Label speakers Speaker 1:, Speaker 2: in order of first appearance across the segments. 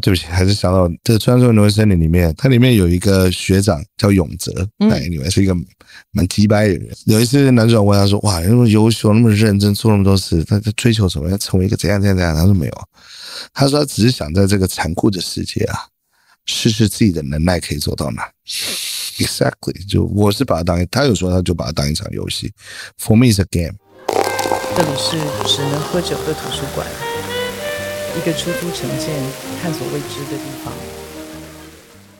Speaker 1: 对不起，还是想到这《穿梭挪威森林》里面，它里面有一个学长叫永泽，
Speaker 2: 嗯
Speaker 1: 哎、你们是一个蛮鸡掰的人。有一次，男主角问他说：“哇，那么优秀，那么认真，做那么多事，他他追求什么？要成为一个怎样怎样怎样？”他说：“没有啊，他说他只是想在这个残酷的世界啊，试试自己的能耐可以做到哪。” Exactly，就我是把它当，他有说他就把它当一场游戏，For me is a game。
Speaker 2: 这里是只能喝酒的图书馆，一个出租城建探索未知的地方。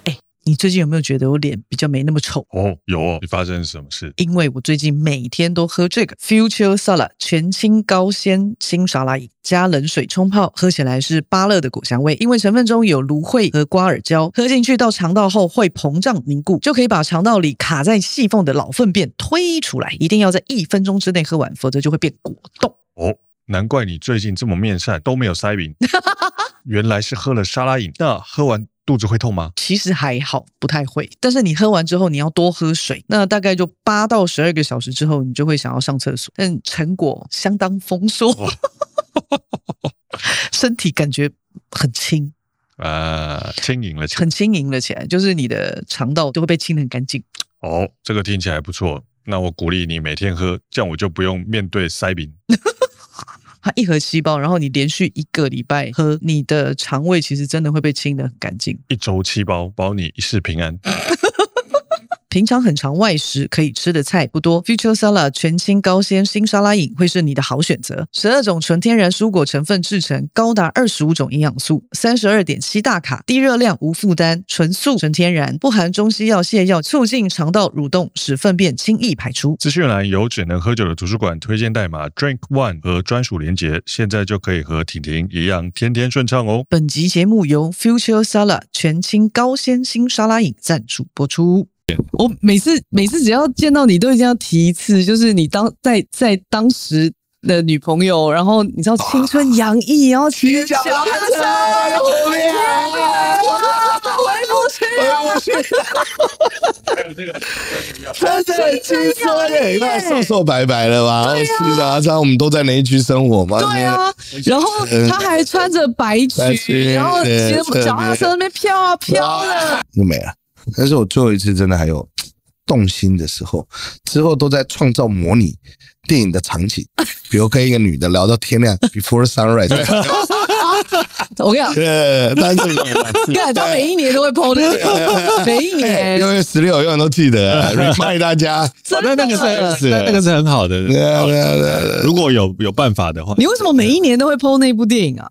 Speaker 2: 哎，你最近有没有觉得我脸比较没那么丑？
Speaker 3: 哦，有哦，你发生什么事？
Speaker 2: 因为我最近每天都喝这个 Future Sala 全清高纤清沙拉饮，加冷水冲泡，喝起来是芭乐的果香味。因为成分中有芦荟和瓜尔胶，喝进去到肠道后会膨胀凝固，就可以把肠道里卡在细缝的老粪便推出来。一定要在一分钟之内喝完，否则就会变果冻。
Speaker 3: 哦，难怪你最近这么面善，都没有 塞饼。原来是喝了沙拉饮，那喝完肚子会痛吗？
Speaker 2: 其实还好，不太会。但是你喝完之后，你要多喝水，那大概就八到十二个小时之后，你就会想要上厕所，但成果相当丰硕，
Speaker 3: 哇
Speaker 2: 身体感觉很轻，
Speaker 3: 啊，轻盈了起来。
Speaker 2: 很轻盈了起来，就是你的肠道就会被清得很干净。
Speaker 3: 哦，这个听起来不错。那我鼓励你每天喝，这样我就不用面对塞饼。
Speaker 2: 它一盒七包，然后你连续一个礼拜喝，你的肠胃其实真的会被清得很干净。
Speaker 3: 一周七包，保你一世平安。
Speaker 2: 平常很常外食，可以吃的菜不多。Future Salad 全清高纤新沙拉饮会是你的好选择。十二种纯天然蔬果成分制成，高达二十五种营养素，三十二点七大卡，低热量无负担，纯素纯天然，不含中西药、泻药，促进肠道蠕动，使粪便轻易排出。
Speaker 3: 资讯栏有只能喝酒的图书馆推荐代码 Drink One 和专属连结，现在就可以和婷婷一样天天顺畅哦。
Speaker 2: 本集节目由 Future Salad 全清高纤新沙拉饮赞助播出。
Speaker 4: 我哦每次每次只要见到你，都一定要提一次，就是你当在在当时的女朋友，然后你知道青春洋溢，然后骑着脚踏车，然后
Speaker 1: 后面
Speaker 4: 啊回不去。
Speaker 1: 我去，真的很青春耶！那瘦瘦白白的吧？是啊，这样我们都在那一区生活嘛。
Speaker 4: 对啊，然后他还穿着白
Speaker 1: 白
Speaker 4: 裙，
Speaker 1: 裙
Speaker 4: 然后骑着
Speaker 1: 对
Speaker 4: 脚踏车那边飘啊飘的，
Speaker 1: 就没了。但是我最后一次真的还有动心的时候，之后都在创造模拟电影的场景，比如跟一个女的聊到天亮，before sunrise。
Speaker 4: 我跟你讲。
Speaker 1: 对，但是
Speaker 4: 看，他每一年都会 PO 这个，每 一年
Speaker 1: 六月十六，永远都记得啊 remind 大家。
Speaker 4: 真
Speaker 3: 那
Speaker 4: 的
Speaker 3: 那个是
Speaker 1: 是
Speaker 3: 那那个是很好的，
Speaker 1: 对啊对啊对啊对啊
Speaker 3: 如果有有办法的话，
Speaker 4: 你为什么每一年都会 PO 那部电影啊？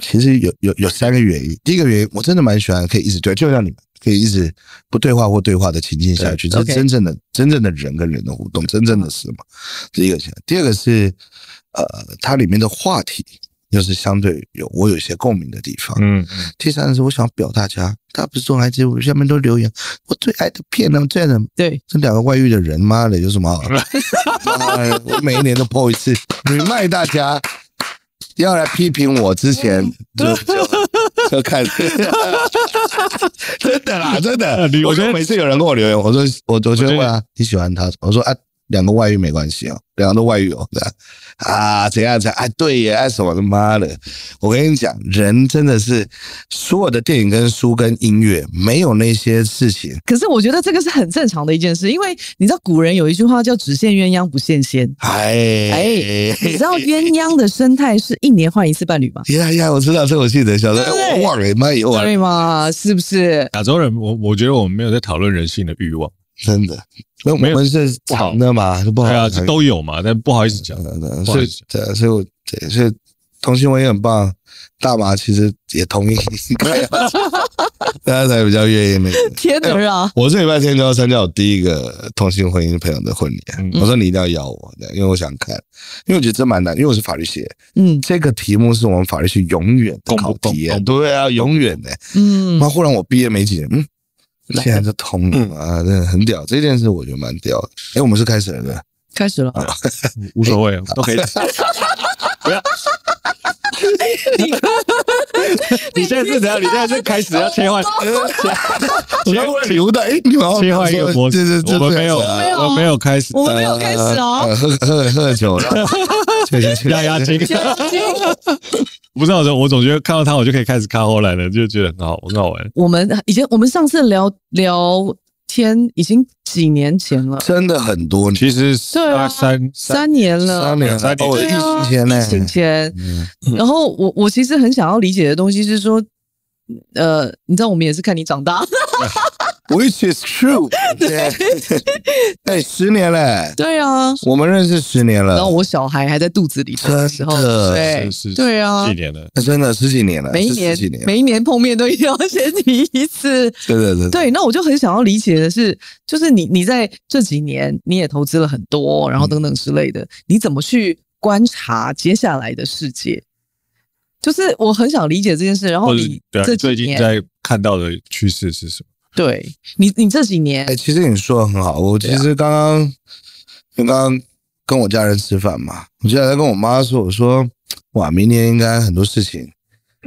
Speaker 1: 其实有有有三个原因，第一个原因我真的蛮喜欢可以一直对，就像你们可以一直不对话或对话的情境下去，这是
Speaker 2: OK
Speaker 1: 真正的真正的人跟人的互动，真正的事嘛。第一个，第二个是呃，它里面的话题又是相对有我有一些共鸣的地方。
Speaker 3: 嗯，
Speaker 1: 第三个是我想表达家，大家不是都来这我下面都留言，我最爱的片呢，我最爱的
Speaker 4: 对，
Speaker 1: 这两个外遇的人，妈的有什么 好？妈的我每一年都 PO 一次，你卖大家要来批评我之前就就就 看，真的啦，真的
Speaker 3: 呃你。
Speaker 1: 我
Speaker 3: 我觉
Speaker 1: 觉
Speaker 3: 得
Speaker 1: 得每次有人跟我留言，我说我我就
Speaker 3: 我觉得
Speaker 1: 问啊，你喜欢他？我说啊，两个外遇没关系哦，两个都外遇哦，对啊啊，怎样怎样？哎，对耶，哎什么他妈的！我跟你讲，人真的是所有的电影跟书跟音乐，没有那些事情。
Speaker 4: 可是我觉得这个是很正常的一件事，因为你知道古人有一句话叫“只羡鸳鸯不羡仙
Speaker 1: 哎
Speaker 4: 哎”，你知道鸳鸯的生态是一年换一次伴侣吗？
Speaker 1: 呀呀，我知道这我记得，小时候
Speaker 4: 对
Speaker 1: 哎我忘了，妈也忘了，
Speaker 4: 对吗？是不是？
Speaker 3: 亚洲人，我我觉得我们没有在讨论人性的欲望，
Speaker 1: 真的。那我
Speaker 3: 没有
Speaker 1: 们是长的嘛，就不好
Speaker 3: 对啊，
Speaker 1: 谈
Speaker 3: 这都有嘛，但不好意思讲。
Speaker 1: 嗯嗯，
Speaker 3: 不好
Speaker 1: 所
Speaker 3: 意
Speaker 1: 以
Speaker 3: 思
Speaker 1: 对，所以我对，所以同性婚也很棒。大麻其实也同意，大家才比较愿意那 个。
Speaker 4: 天哪啊！
Speaker 1: 我这礼拜天就要参加我第一个同性婚姻朋友的婚礼，啊
Speaker 3: 嗯
Speaker 1: 我说你一定要邀我，对因为我想看，因为我觉得这蛮难，因为我是法律系，
Speaker 4: 嗯
Speaker 1: 这个题目是我们法律系永远的考
Speaker 3: 公不
Speaker 1: 题耶，
Speaker 3: 公
Speaker 1: 对啊，永远的。
Speaker 4: 嗯
Speaker 1: 那忽然我毕业没几年，嗯，现在就通
Speaker 3: 嗯
Speaker 1: 了啊，真的很屌，这件事我觉得蛮屌的。哎，我们是开始了，对吧
Speaker 4: 开始了。
Speaker 3: 无所谓， 都可以。 你现在是怎样？你现在是开始要 切换？
Speaker 1: 我刚忽然留的，哎，你们好
Speaker 3: 切换一个模
Speaker 1: 这这
Speaker 3: 式，
Speaker 1: 这
Speaker 3: 我们没有，
Speaker 1: 这样子啊
Speaker 3: 我没有开始。哦
Speaker 1: 呃
Speaker 4: 我们没有开始啊！
Speaker 1: 呃喝喝喝酒，
Speaker 3: 压压惊。呃不知道，我总觉得看到他，我就可以开始看后来了，就觉得很好，很好玩。
Speaker 4: 我们以前我们上次聊聊天已经几年前了，
Speaker 1: 真的很多，
Speaker 3: 其实
Speaker 4: 对啊
Speaker 3: 三三
Speaker 4: 三年了
Speaker 1: 三。年
Speaker 3: 三年
Speaker 1: 哦，
Speaker 4: 对
Speaker 1: 疫
Speaker 4: 啊
Speaker 1: 情前呢
Speaker 4: 疫？情前，
Speaker 1: 嗯
Speaker 4: 然后我我其实很想要理解的东西是说，呃，你知道我们也是看你长大，
Speaker 1: ，Which is true 对。哎，十年嘞，
Speaker 4: 对啊，
Speaker 1: 我们认识十年了，
Speaker 4: 然后我小孩还在肚子里头的时候，
Speaker 1: 真的
Speaker 4: 对
Speaker 3: 呃是是
Speaker 4: 对啊
Speaker 3: 几，年了，
Speaker 1: 哎真的十几年了，
Speaker 4: 每一
Speaker 1: 是
Speaker 4: 年
Speaker 1: 十几年，
Speaker 4: 每一年碰面都一 定要先提一次，
Speaker 1: 对对对，
Speaker 4: 对，那我就很想要理解的是，就是你你在这几年你也投资了很多，
Speaker 3: 嗯
Speaker 4: 然后等等之类的，你怎么去观察接下来的世界？就是我很想理解这件事，然后
Speaker 3: 或者
Speaker 4: 哦你
Speaker 3: 对啊
Speaker 4: 这
Speaker 3: 最
Speaker 4: 几
Speaker 3: 近
Speaker 4: 年，
Speaker 3: 在看到的趋势是什么？
Speaker 4: 对你你这几年
Speaker 1: 哎、，其实你说的很好，我其实刚刚，因为刚刚跟我家人吃饭嘛，我就在跟我妈说，我说，哇，明年应该很多事情，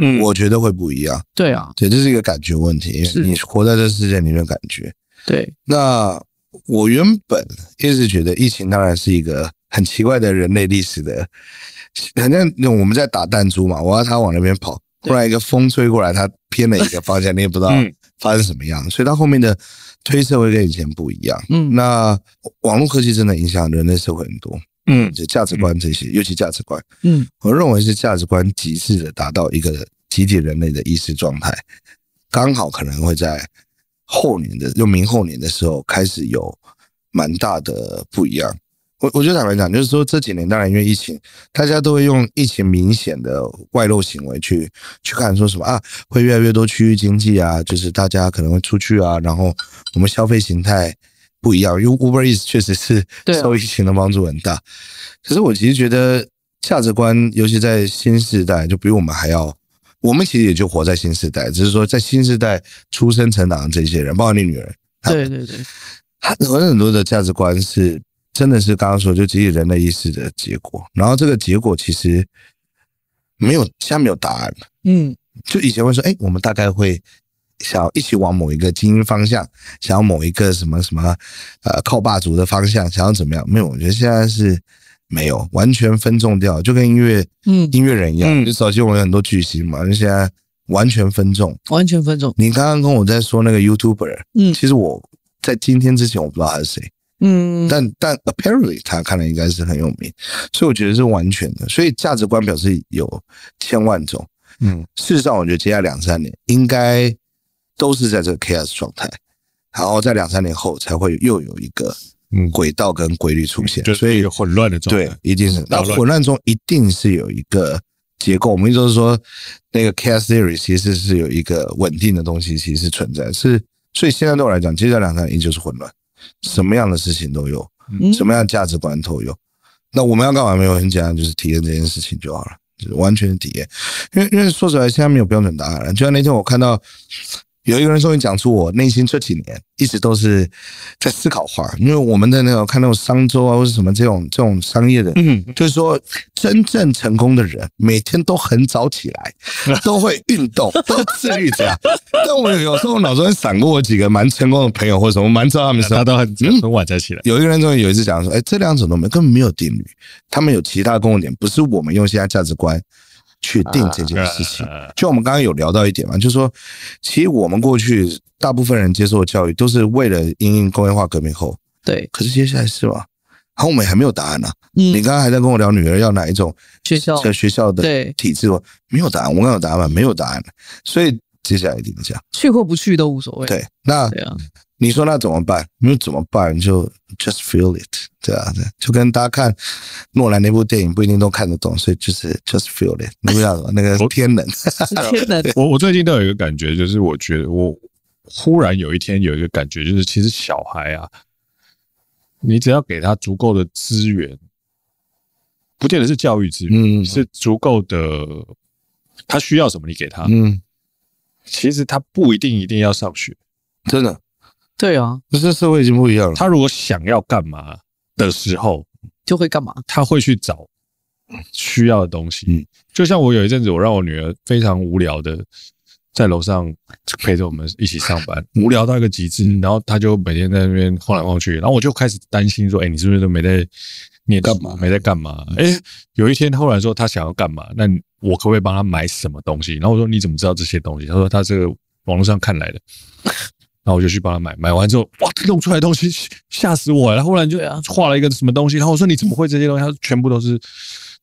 Speaker 3: 嗯
Speaker 1: 我觉得会不一样。
Speaker 4: 对啊，
Speaker 1: 对，这是一个感觉问题，
Speaker 4: 是
Speaker 1: 你活在这世界里面的感觉。
Speaker 4: 对，
Speaker 1: 那我原本一直觉得疫情当然是一个很奇怪的人类历史的，好像我们在打弹珠嘛，我要它往那边跑，
Speaker 4: 对
Speaker 1: 忽然一个风吹过来，它偏了一个方向，你也不知道
Speaker 3: 嗯
Speaker 1: 发生什么样，所以它后面的推测会跟以前不一样。
Speaker 4: 嗯，
Speaker 1: 那网络科技真的影响人类社会很多，
Speaker 3: 嗯
Speaker 1: 就价值观这些，尤其价值观，
Speaker 4: 嗯，
Speaker 1: 我认为是价值观极致的达到一个集体人类的意识状态，刚好可能会在后年的，就明后年的时候开始有蛮大的不一样。我我觉得坦白讲，就是说这几年当然因为疫情，大家都会用疫情明显的外露行为去去看说什么啊，会越来越多区域经济啊，就是大家可能会出去啊，然后我们消费形态不一样，因为 Uber Eats 确实是
Speaker 4: 对啊
Speaker 1: 受疫情的帮助很大。可是我其实觉得价值观，尤其在新时代，就比我们还要。我们其实也就活在新时代，只是说在新时代出生成长的这些人，包括你女儿，
Speaker 4: 对对对，
Speaker 1: 他有很多的价值观是真的是刚刚说就集体人类意识的结果，然后这个结果其实没有下面有答案，
Speaker 4: 嗯，
Speaker 1: 就以前会说，哎、我们大概会想要一起往某一个精英方向，想要某一个什么什么呃靠霸主的方向，想要怎么样？没有，我觉得现在是没有完全分众掉，就跟音乐
Speaker 4: 嗯
Speaker 1: 音乐人一样，
Speaker 3: 嗯
Speaker 1: 就早期我们有很多巨星嘛，就现在完全分众。
Speaker 4: 完全分众，
Speaker 1: 你刚刚跟我在说那个 YouTuber，
Speaker 4: 嗯
Speaker 1: 其实我在今天之前我不知道他是谁。
Speaker 4: 嗯，
Speaker 1: 但但 apparently 他看来应该是很有名，所以我觉得是完全的。所以价值观表示有千万种。
Speaker 3: 嗯，
Speaker 1: 事实上，我觉得接下来两三年应该都是在这个 chaos 状态，然后在两三年后才会又有一个
Speaker 3: 嗯
Speaker 1: 轨道跟规律出现。
Speaker 3: 就是
Speaker 1: 所
Speaker 3: 一
Speaker 1: 以
Speaker 3: 个混乱的状
Speaker 1: 对
Speaker 3: 态。，
Speaker 1: 一定是。那
Speaker 3: 捣乱
Speaker 1: 混乱中一定是有一个结构。我们一直都说，那个 chaos theory 其实是有一个稳定的东西，其实是存在。是，所以现在对我来讲，接下来两三年依旧是混乱，
Speaker 3: 嗯
Speaker 1: 什么样的事情都有。
Speaker 4: 嗯
Speaker 1: 什么样的价值观都有。那我们要干嘛？没有，很简单，就是体验这件事情就好了，就是完全体验。因为因为说实话，现在没有标准答案了。就像那天我看到有一个人终于讲出我内心这几年一直都是在思考话，因为我们的那种看那种商周啊或者什么这种这种商业的，
Speaker 3: 嗯，
Speaker 1: 就是说真正成功的人每天都很早起来，都会运动，都自律这样。但我有时候我脑中闪过我几个蛮成功的朋友或者什么，蛮知道他们是
Speaker 3: 大家都很很晚才起来。
Speaker 1: 有一个人终于有一次讲说，哎，这两种都没根本没有定律，他们有其他共同点，不是我们用现在价值观去定这件事情。
Speaker 3: 呃
Speaker 1: 就我们刚刚有聊到一点嘛，就是说，其实我们过去大部分人接受的教育都是为了因应工业化革命后，
Speaker 4: 对，
Speaker 1: 可是接下来是吗？然后我们还没有答案呢、你
Speaker 4: 嗯，
Speaker 1: 刚刚还在跟我聊女儿要哪一种
Speaker 4: 学校
Speaker 1: 在学校的
Speaker 4: 对
Speaker 1: 体制，我没有答案。我刚刚有答案吗？没有答案。所以接下来一定这样。
Speaker 4: 去或不去都无所谓，
Speaker 1: 对，那
Speaker 4: 对啊，
Speaker 1: 你说那怎么办？没有怎么办，就 just feel it，对啊，对，就跟大家看诺兰那部电影不一定都看得懂，所以就是 just feel it，你不要那个天冷，
Speaker 4: 天哪，
Speaker 3: 我我最近都有一个感觉，就是我觉得我忽然有一天有一个感觉，就是其实小孩啊，你只要给他足够的资源，不见得是教育资源，
Speaker 1: 嗯
Speaker 3: 是足够的他需要什么，你给他。
Speaker 1: 嗯，
Speaker 3: 其实他不一定一定要上学，
Speaker 1: 真的，
Speaker 4: 对啊，
Speaker 1: 这社会已经不一样了，
Speaker 3: 他如果想要干嘛的时候，
Speaker 4: 就会干嘛？
Speaker 3: 他会去找需要的东西。
Speaker 1: 嗯
Speaker 3: 就像我有一阵子，我让我女儿非常无聊的在楼上陪着我们一起上班，
Speaker 1: 嗯
Speaker 3: 无聊到一个极致，然后她就每天在那边晃来晃去，然后我就开始担心说：“哎、你是不是都没在念书
Speaker 1: 干嘛
Speaker 3: 没在干嘛。哎、有一天他忽然说他想要干嘛，那你我可不可以帮他买什么东西？然后我说你怎么知道这些东西？他说他这个网络上看来的。然后我就去帮他买，买完之后，哇，他弄出来的东西 吓死我了。他忽然就
Speaker 4: 对啊
Speaker 3: 画了一个什么东西，然后我说你怎么会这些东西？他说全部都是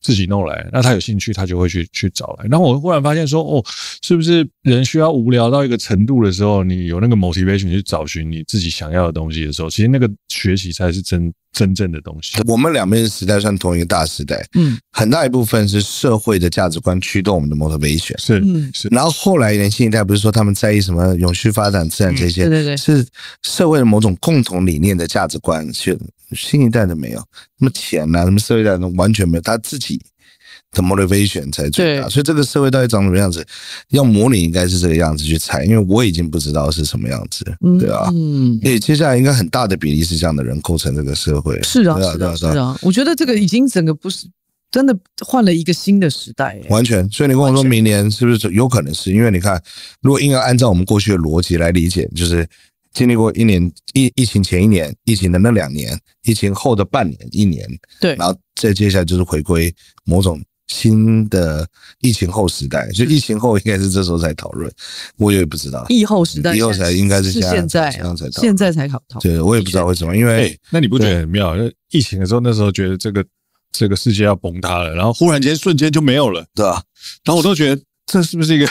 Speaker 3: 自己弄来。那他有兴趣，他就会去去找来。然后我忽然发现说，哦，是不是人需要无聊到一个程度的时候，你有那个 motivation 去找寻你自己想要的东西的时候，其实那个学习才是真真正的东西。
Speaker 1: 我们两边时代算同一个大时代，
Speaker 4: 嗯
Speaker 1: 很大一部分是社会的价值观驱动我们的 motivation。
Speaker 3: 是
Speaker 4: 嗯，
Speaker 3: 是，
Speaker 1: 然后后来年轻一代不是说他们在意什么永续发展、自然这些，
Speaker 4: 嗯对对对，
Speaker 1: 是社会的某种共同理念的价值观。是新一代的没有，那么钱呐、啊，什么社会代的完全没有，他自己的 motivation 才最大。
Speaker 4: 对
Speaker 1: 所以这个社会到底长什么样子，要模拟应该是这个样子去猜，因为我已经不知道是什么样子，
Speaker 4: 嗯
Speaker 1: 对啊。
Speaker 4: 嗯。
Speaker 1: 所以接下来应该很大的比例是这样的人构成这个社会。
Speaker 4: 是啊，
Speaker 1: 对啊
Speaker 4: 是
Speaker 1: 对
Speaker 4: 啊，
Speaker 1: 啊
Speaker 4: 是
Speaker 1: 对啊
Speaker 4: 啊，我觉得这个已经整个不是真的换了一个新的时代、欸。
Speaker 1: 完全，所以你跟我说明年是不是有可能是？因为你看，如果硬要按照我们过去的逻辑来理解，就是经历过一年疫疫情前一年、疫情的那两年、疫情后的半年、一年，
Speaker 4: 对
Speaker 1: 然后再接下来就是回归某种新的疫情后时代。所以疫情后应该是这时候才讨论，我也不知道，
Speaker 4: 疫后时代，
Speaker 1: 疫后才应该是
Speaker 4: 是
Speaker 1: 现
Speaker 4: 现
Speaker 1: 在
Speaker 4: 在
Speaker 1: 才现
Speaker 4: 啊
Speaker 1: 在才讨论
Speaker 4: 现在才考讨。
Speaker 1: 对，我也不知道为什么，因
Speaker 3: 哎、
Speaker 1: 为
Speaker 3: 那你不觉得很妙？那疫情的时候，那时候觉得这个这个世界要崩塌了，然后忽然间瞬间就没有了，
Speaker 1: 对吧？
Speaker 3: 然后我都觉得这是不 是一个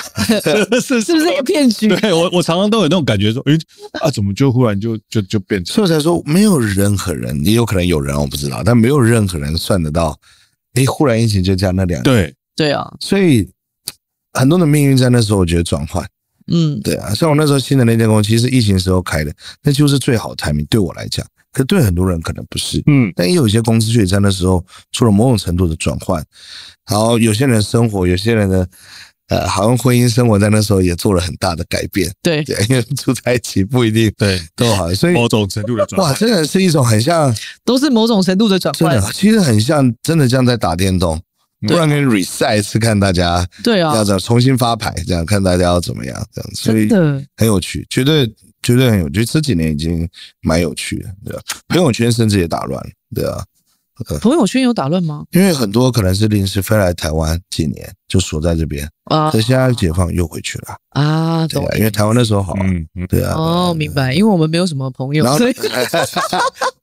Speaker 3: 是
Speaker 4: 是不是一个骗局？
Speaker 3: 对我，我常常都有那种感觉，说，诶、啊，怎么就忽然就就就变成
Speaker 1: 所以我才说没有任何人，也有可能有人我不知道，但没有任何人算得到，诶，忽然疫情就这样那两年。
Speaker 3: 对，
Speaker 4: 对啊，
Speaker 1: 所以很多的命运在那时候我觉得转换，
Speaker 4: 嗯，
Speaker 1: 对啊，像我那时候新的那间公司，其实疫情时候开的，那就是最好的 timing 对我来讲，可对很多人可能不是，
Speaker 3: 嗯，
Speaker 1: 但也有一些公司却在那时候做了某种程度的转换，然后有些人生活，有些人的。呃，好像婚姻生活在那时候也做了很大的改变，
Speaker 4: 对，
Speaker 1: 对，因为住在一起不一定
Speaker 3: 对，
Speaker 1: 都好，所以
Speaker 3: 某种程度哦的转
Speaker 1: 哇，
Speaker 3: 换，
Speaker 1: 真的是一种很像，
Speaker 4: 都是某种程度的转
Speaker 1: 真
Speaker 4: 换
Speaker 1: 的。啊其实很像，真的像在打电动，不
Speaker 3: 对
Speaker 1: 然可以 reset 一次看大家
Speaker 4: 对啊
Speaker 1: 要，怎么重新发牌，这样看大家要怎么样，这样，所
Speaker 4: 真
Speaker 1: 以
Speaker 4: 的，
Speaker 1: 很有趣，绝对绝对很有趣。这几年已经蛮有趣的，对吧？朋友圈甚至也打乱，对啊，
Speaker 4: 朋友圈有打乱吗？
Speaker 1: 因为很多可能是临时飞来台湾几年，就锁在这边，
Speaker 4: 啊
Speaker 1: 可现在解放又回去了，
Speaker 4: 啊，
Speaker 1: 对
Speaker 4: 懂
Speaker 1: 啊，因为台湾那时候好啊，
Speaker 3: 嗯嗯，
Speaker 1: 对啊，
Speaker 4: 哦，明白，因为我们没有什么朋友
Speaker 1: 然，后
Speaker 4: 所以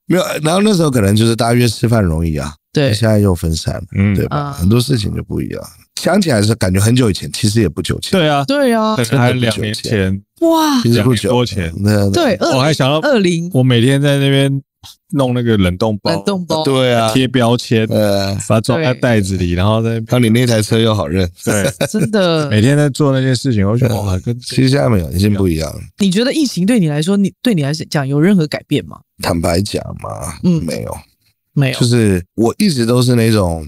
Speaker 1: 没有，然后那时候可能就是大家约吃饭容易啊，
Speaker 4: 对
Speaker 1: 现在又分散了，
Speaker 3: 嗯
Speaker 1: 对吧？
Speaker 4: 啊
Speaker 1: 很多事情就不一样。想起来是感觉很久以前，其实也不久前，
Speaker 3: 对啊，
Speaker 4: 对啊
Speaker 3: 可，能还两年前，
Speaker 4: 哇，
Speaker 1: 其实不久，啊
Speaker 3: 两年多前
Speaker 1: 那
Speaker 4: 对，
Speaker 3: 我
Speaker 4: 二
Speaker 3: 还想到
Speaker 4: 二零
Speaker 3: 我每天在那边弄那个冷冻包，
Speaker 4: 冷冻包，
Speaker 1: 对啊，
Speaker 3: 贴标签，
Speaker 1: 呃，
Speaker 3: 把它装在袋子里，然后在那边
Speaker 1: 然后你那台车又好认，
Speaker 3: 对，
Speaker 4: 真的，
Speaker 3: 每天在做那件事情，我就觉得
Speaker 1: 对
Speaker 3: 哇，跟
Speaker 1: 其实现在没有，已经不一样了。
Speaker 4: 你觉得疫情对你来说，你对你来讲有任何改变吗？
Speaker 1: 坦白讲嘛，
Speaker 4: 嗯
Speaker 1: 没有，
Speaker 4: 没有
Speaker 1: 就，是我一直都是那种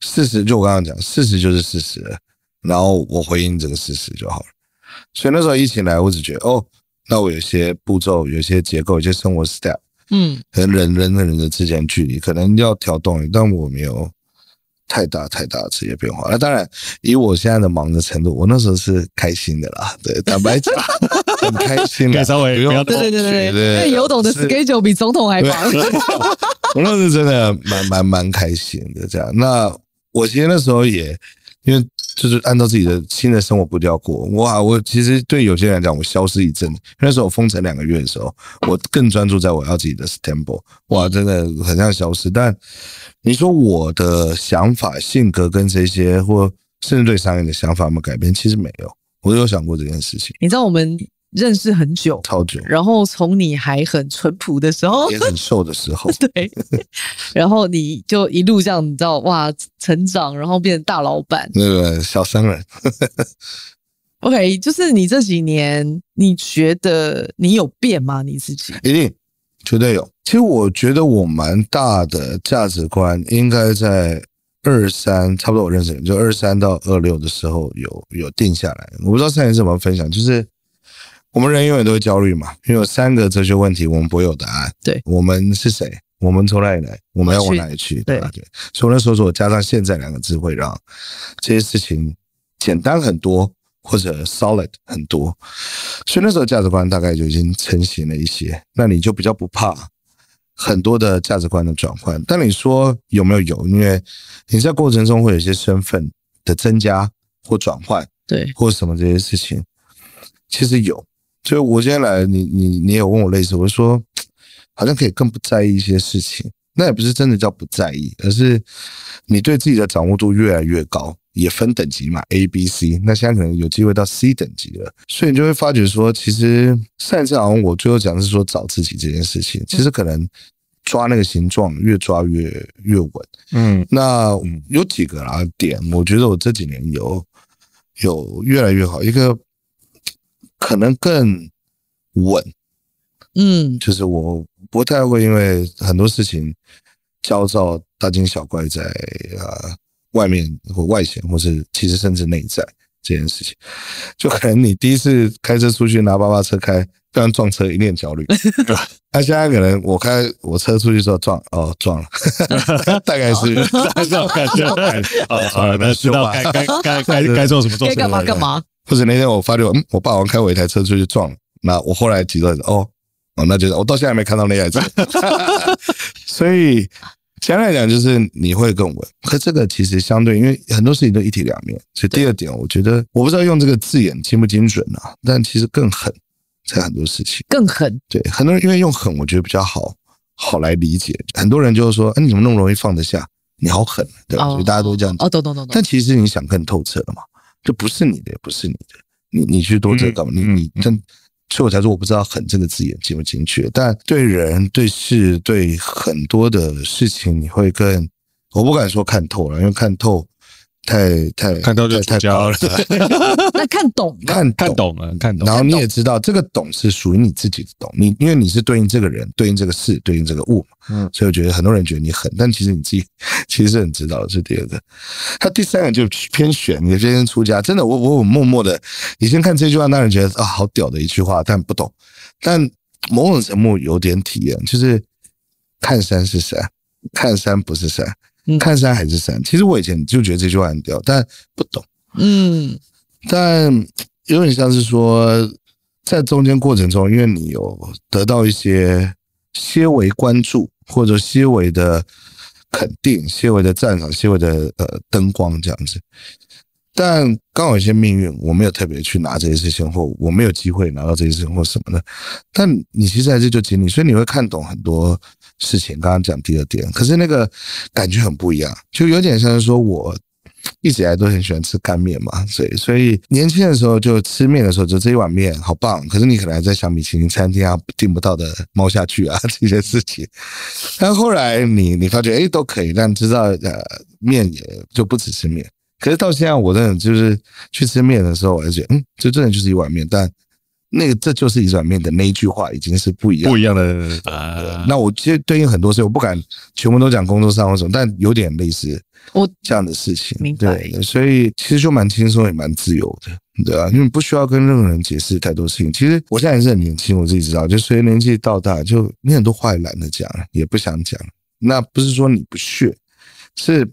Speaker 1: 事实，就我刚刚讲，事实就是事实了，然后我回应这个事实就好了。所以那时候疫情来，我只觉得哦，那我有些步骤、有些结构、有些生活 step，
Speaker 4: 嗯，
Speaker 1: 可能人人和人的之间距离可能要调动，但我没有太大太大的职业变化。那啊当然，以我现在的忙的程度，我那时候是开心的啦，对，坦白讲，很开心
Speaker 3: 可
Speaker 1: 啦
Speaker 3: 以。稍微不要
Speaker 1: 不用
Speaker 4: 对对对
Speaker 1: 对
Speaker 4: 对
Speaker 1: 对
Speaker 4: 因为有懂的
Speaker 1: 是
Speaker 4: schedule 比总统还
Speaker 1: 对，
Speaker 4: 忙。
Speaker 1: 我那时候真的蛮蛮蛮开心的，这样。那我其实那时候也因为就是按照自己的新的生活步调过，哇，我其实对有些人来讲，我消失一阵。那时候我封城两个月的时候，我更专注在我要自己的 stemple，哇，真的很像消失。但你说我的想法、性格跟这些，或甚至对商业的想法有没有改变？其实没有，我有想过这件事情，
Speaker 4: 你知道我们认识很久，
Speaker 1: 超久，
Speaker 4: 然后从你还很淳朴的时候，
Speaker 1: 也很瘦的时候，
Speaker 4: 哦对，然后你就一路这样，你知道哇，成长，然后变成大老板。
Speaker 1: 那个小商人。
Speaker 4: OK，就是你这几年，你觉得你有变吗？你自己？
Speaker 1: 一定绝对有。其实我觉得我蛮大的价值观应该在二三，差不多我认识你就二三到二六的时候有有定下来。我不知道上一次怎么分享，就是我们人永远都会焦虑嘛，因为有三个哲学问题我们不会有答案。
Speaker 4: 对
Speaker 1: 我们是谁？我们从哪里来？我们要往
Speaker 4: 去
Speaker 1: 哪里去？
Speaker 4: 对
Speaker 1: 吧？对。所以我那时候说我加上现在两个字，会让这些事情简单很多，或者 solid 很多。所以那时候价值观大概就已经成型了一些，那你就比较不怕很多的价值观的转换。但你说有没有有？因为你在过程中会有一些身份的增加或转换，
Speaker 4: 对，
Speaker 1: 或什么这些事情，其实有。所以我今天来，你你你也问我类似，我就说好像可以更不在意一些事情。那也不是真的叫不在意，而是你对自己的掌握度越来越高，也分等级嘛，A、B、C。那现在可能有机会到 C 等级了，所以你就会发觉说，其实上一次好像我最后讲的是说找自己这件事情，其实可能抓那个形状越抓越越稳。
Speaker 3: 嗯
Speaker 1: 那有几个啊点，我觉得我这几年有有越来越好，一个可能更稳，
Speaker 4: 嗯，
Speaker 1: 就是我不太会因为很多事情焦躁、大惊小怪在呃外面或外显，或是其实甚至内在这件事情。就可能你第一次开车出去拿八八车开，不然撞车一定很 焦虑。那、现在可能我开我车出去之后撞哦撞了， 大概是
Speaker 3: 大家感觉 啊，哦那知道该该
Speaker 4: 哦
Speaker 3: 该该该做什么做
Speaker 4: 该
Speaker 3: 什
Speaker 4: 干嘛
Speaker 3: 么，
Speaker 4: 干嘛，
Speaker 1: 或者那天我发觉，嗯，我霸王开我一台车出去撞了，那我后来提到哦，哦，那就是我到现在还没看到那 台车， 所以简单来讲就是你会更稳。可这个其实相对，因为很多事情都一体两面，所以第二点，我觉得我不知道用这个字眼精不精准啊，但其实更狠在很多事情。
Speaker 4: 更狠，
Speaker 1: 对，很多人因为用狠，我觉得比较好好来理解。很多人就是说，哎、你怎么那么容易放得下？你好狠，对吧？
Speaker 4: 哦
Speaker 1: 所以大家都这样讲
Speaker 4: 哦，懂懂懂懂，
Speaker 1: 但其实你想更透彻了嘛，这不是你的，也不是你的，你你去多这干嘛？
Speaker 3: 嗯
Speaker 1: 你你但所以我才说我不知道“狠”这个字眼精不精确，但对人、对事、对很多的事情，你会更我不敢说看透了，因为看透太太
Speaker 3: 看透 就
Speaker 1: 太
Speaker 3: 出
Speaker 1: 太
Speaker 3: 家
Speaker 1: 高
Speaker 3: 了
Speaker 4: 那看懂了，
Speaker 1: 看
Speaker 3: 看懂了，看懂
Speaker 1: 然后你也知道，这个懂是属于你自己的懂，你因为你是对应这个人、对应这个事、对应这个物嘛，
Speaker 3: 嗯
Speaker 1: 所以我觉得很多人觉得你狠，但其实你自己 其实是很知道的。这是第二个，他第三个就偏选，也偏出家。真的，我我我默默的，以前看这句话，当然觉得啊好屌的一句话，但不懂，但某种程度有点体验，就是看山是山，看山不是山
Speaker 4: 嗯，
Speaker 1: 看山还是山。其实我以前就觉得这句话很屌，但不懂。
Speaker 4: 嗯，
Speaker 1: 但有点像是说，在中间过程中，因为你有得到一些些微关注，或者些微的肯定、些微的赞赏、些微的呃灯光这样子。但刚好有些命运，我没有特别去拿这些事情，或我没有机会拿到这些事情或什么的。但你其实还是就经历，所以你会看懂很多事情。刚刚讲第二点，可是那个感觉很不一样，就有点像是说我一直以来都很喜欢吃干面嘛，所以所以年轻的时候就吃面的时候就这一碗面好棒，可是你可能还在想米其林餐厅啊订不到的猫下去啊这些事情，但后来你你发觉哎都可以，但知道呃面也就不只吃面。可是到现在，我真的就是去吃面的时候，我还觉得，嗯，这真的就是一碗面，但那个这就是一碗面的那一句话已经是不一样的
Speaker 3: 不一样的啊，
Speaker 1: 那我其实对应很多事，我不敢全部都讲工作上或什么，但有点类似
Speaker 4: 我
Speaker 1: 这样的事情。
Speaker 4: 明白
Speaker 1: 对，所以其实就蛮轻松，也蛮自由的，对啊，因为不需要跟任何人解释太多事情。其实我现在也是很年轻，我自己知道，就随着年纪到大，就你很多话也懒得讲，也不想讲。那不是说你不屑，是。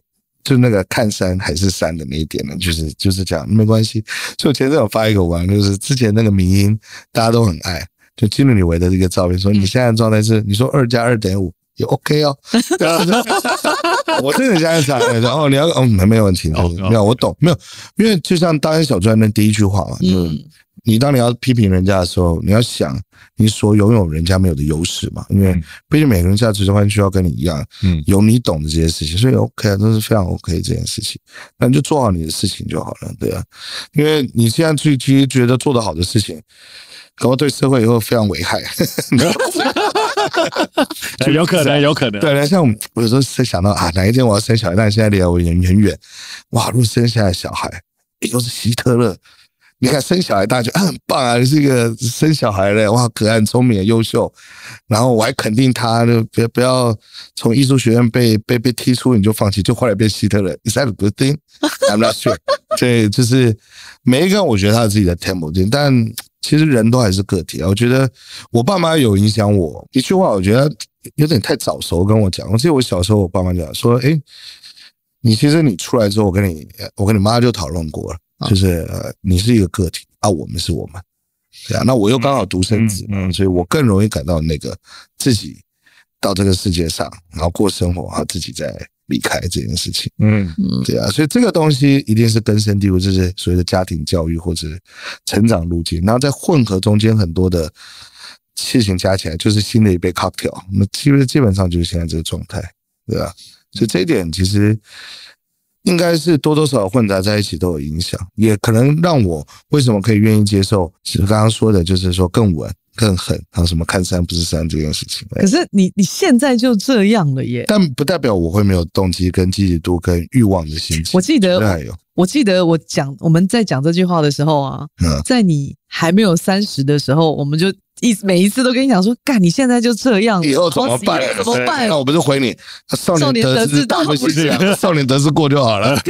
Speaker 1: 就那个看山还是山的那一点呢，就是就是这样，没关系。所以我前阵有发一个文，就是之前那个迷音，大家都很爱，就基努里维的这个照片，说你现在的状态是，你说二加二等于五也 OK 哦。 我真的这样想，然后你要嗯没没有问题，
Speaker 3: 哦
Speaker 1: 没有我懂，没有，因为就像当年小传那第一句话嘛，就是
Speaker 4: 嗯，
Speaker 1: 你当你要批评人家的时候，你要想你所拥有人家没有的优势嘛，因为
Speaker 3: 嗯
Speaker 1: 毕竟每个人价值观需要跟你一样，
Speaker 3: 嗯
Speaker 1: 有你懂的这些事情，所以 OK 啊，都是非常 OK 这件事情。那你就做好你的事情就好了，对啊，因为你现在去其实觉得做得好的事情，搞不好对社会以后非常危害。啊
Speaker 3: 有可
Speaker 4: 啊
Speaker 3: 能，有可能，
Speaker 1: 对，那像我们我有时候在想到啊，哪一天我要生小孩，但现在离我远很远，哇，如果生下来小孩也都是希特勒。你看生小孩，大家觉得、啊、很棒啊，你是一个生小孩的，哇，可爱、很聪明、很优秀。然后我还肯定他，就不要不要从艺术学院被被被踢出，你就放弃，就后来变希特勒。Is that a good thing? I'm not sure 。对，就是每一个人，我觉得他有自己的 tempo，但其实人都还是个体啊。我觉得我爸妈有影响我一句话，我觉得有点太早熟跟我讲。我记得我小时候，我爸妈讲说，哎、你其实你出来之后，我跟你呃我跟你妈就讨论过了，
Speaker 3: 啊
Speaker 1: 就是呃，你是一个个体啊，我们是我们，对啊，那我又刚好独生子嘛，
Speaker 3: 嗯嗯嗯
Speaker 1: 所以我更容易感到那个自己到这个世界上，然后过生活，然后自己再离开这件事情。
Speaker 3: 嗯，
Speaker 1: 对啊，所以这个东西一定是根深蒂固，就是所谓的家庭教育或者是成长路径，然后在混合中间很多的事情加起来，就是新的一杯 cocktail。那基本基本上就是现在这个状态，对吧、所以这一点其实应该是多多少少混杂在一起都有影响，也可能让我为什么可以愿意接受，是刚刚说的，就是说更稳、更狠，还有什么看山不是山这件事情。哎
Speaker 4: 可是你你现在就这样了耶！
Speaker 1: 但不代表我会没有动机、跟积极度、跟欲望的心情。
Speaker 4: 我记
Speaker 1: 绝对
Speaker 4: 得
Speaker 1: 还有，
Speaker 4: 我记得我讲我们在讲这句话的时候啊，
Speaker 1: 嗯，
Speaker 4: 在你还没有三十的时候，我们就一每一次都跟你讲说，干你现在就这 样，
Speaker 1: 以后怎么
Speaker 4: 好死
Speaker 1: 办
Speaker 4: 了？怎么办
Speaker 1: 那？我不是回你，少
Speaker 4: 少
Speaker 1: 年
Speaker 4: 年
Speaker 1: 得
Speaker 4: 得
Speaker 1: 志
Speaker 4: 志
Speaker 1: 大
Speaker 4: 大
Speaker 1: 不
Speaker 4: 不
Speaker 1: 幸
Speaker 3: 幸
Speaker 1: 啊，少年得志过就好
Speaker 4: 嗯
Speaker 1: 了。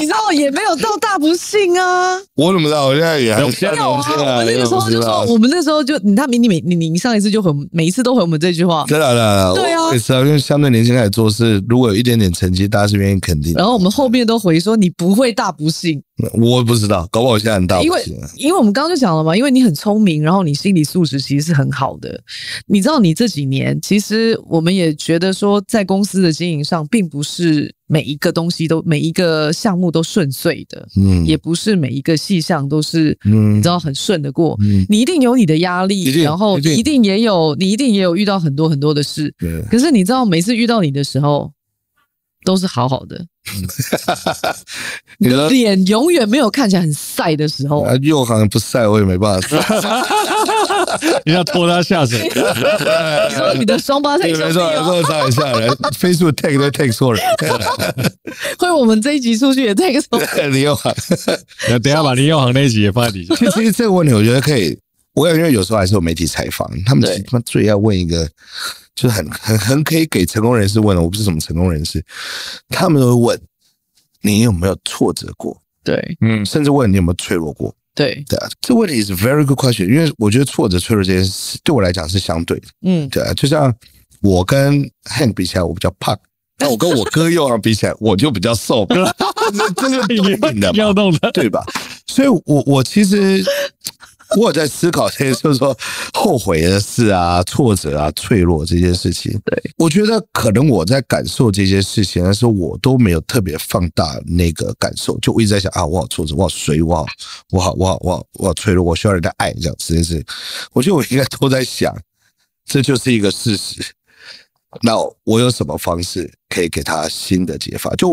Speaker 4: 你知道也没有到大不幸啊。
Speaker 1: 我怎么知道？我现在也还
Speaker 3: 没有
Speaker 1: 算
Speaker 4: 没有
Speaker 1: 年
Speaker 4: 啊，
Speaker 1: 轻
Speaker 4: 我
Speaker 1: 啊，
Speaker 4: 们那
Speaker 1: 又
Speaker 4: 个时
Speaker 1: 不
Speaker 4: 候
Speaker 1: 知
Speaker 4: 就
Speaker 1: 道
Speaker 4: 说，。我们那时候就你他你每你你上一次就回我们，每一次都回我们这句话，
Speaker 1: 真的啦，
Speaker 4: 对啊
Speaker 1: 我也是啊，因为相对年轻开始做事，如果有一点点成绩，大家是愿意肯定的。
Speaker 4: 然后我们后面都回说你不会大不幸，
Speaker 1: 我不知道，搞不好我现在很大不
Speaker 4: 因为
Speaker 1: 幸啊。
Speaker 4: 因为我们刚刚就讲了嘛，因为你很聪明，然后你心理素质其实是很好的。你知道你这几年，其实我们也觉得说，在公司的经营上，并不是每一个东西都每一个项目都顺遂的，
Speaker 1: 嗯，
Speaker 4: 也不是每一个细项都是
Speaker 1: 嗯
Speaker 4: 你知道很顺的过。
Speaker 1: 嗯，
Speaker 4: 你一定有你的压力
Speaker 1: 一定，
Speaker 4: 然后
Speaker 1: 一定
Speaker 4: 一定也有你一定也有遇到很多很多的事，
Speaker 1: 对，
Speaker 4: 可是你知道，每次遇到你的时候，都是好好的，
Speaker 1: 你说
Speaker 4: 脸永远没有看起来很晒的时候
Speaker 1: 啊。，又好像不晒，我也没办 法。
Speaker 3: 你要拖他下水，
Speaker 4: 你说你的双胞胎
Speaker 1: 对，
Speaker 4: 兄
Speaker 1: 没
Speaker 4: 弟
Speaker 1: 错，没
Speaker 4: 哦
Speaker 1: 错，晒一下人，Facebook tag 都 tag 错人，
Speaker 4: 会我们这一集出去也带个什么？
Speaker 1: 你又好。
Speaker 3: 等一下把林佑航那一集也放在底下。
Speaker 1: 其实其实这个问题，我觉得可以，我感觉有时候还是有媒体采访，他们其实他妈最要问一个，就是很很很可以给成功人士问的。我不是什么成功人士，他们都会问你有没有挫折过，
Speaker 4: 对
Speaker 3: 嗯，
Speaker 1: 甚至问你有没有脆弱过。
Speaker 4: 对，
Speaker 1: 对啊，这问题是 very good question，因为我觉得挫折、脆弱这件事对我来讲是相对的。
Speaker 4: 嗯，
Speaker 1: 对啊，就像我跟 Hank 比起来，我比较胖。那我跟我哥右昂比起来，我就比较瘦， 这这是对应 的嘛
Speaker 3: 要弄他，
Speaker 1: 对吧？所以我，我其实我有在思考这些，就是说后悔的事啊、挫折啊、脆弱这些事情。
Speaker 4: 对，
Speaker 1: 我觉得可能我在感受这些事情的时候，我都没有特别放大那个感受，就我一直在想啊，我好挫折，我好衰，我好我好我好我好我好脆弱，我需要人家爱这样这件事。我觉得我应该都在想，这就是一个事实。那我有什么方式可以给他新的解法？就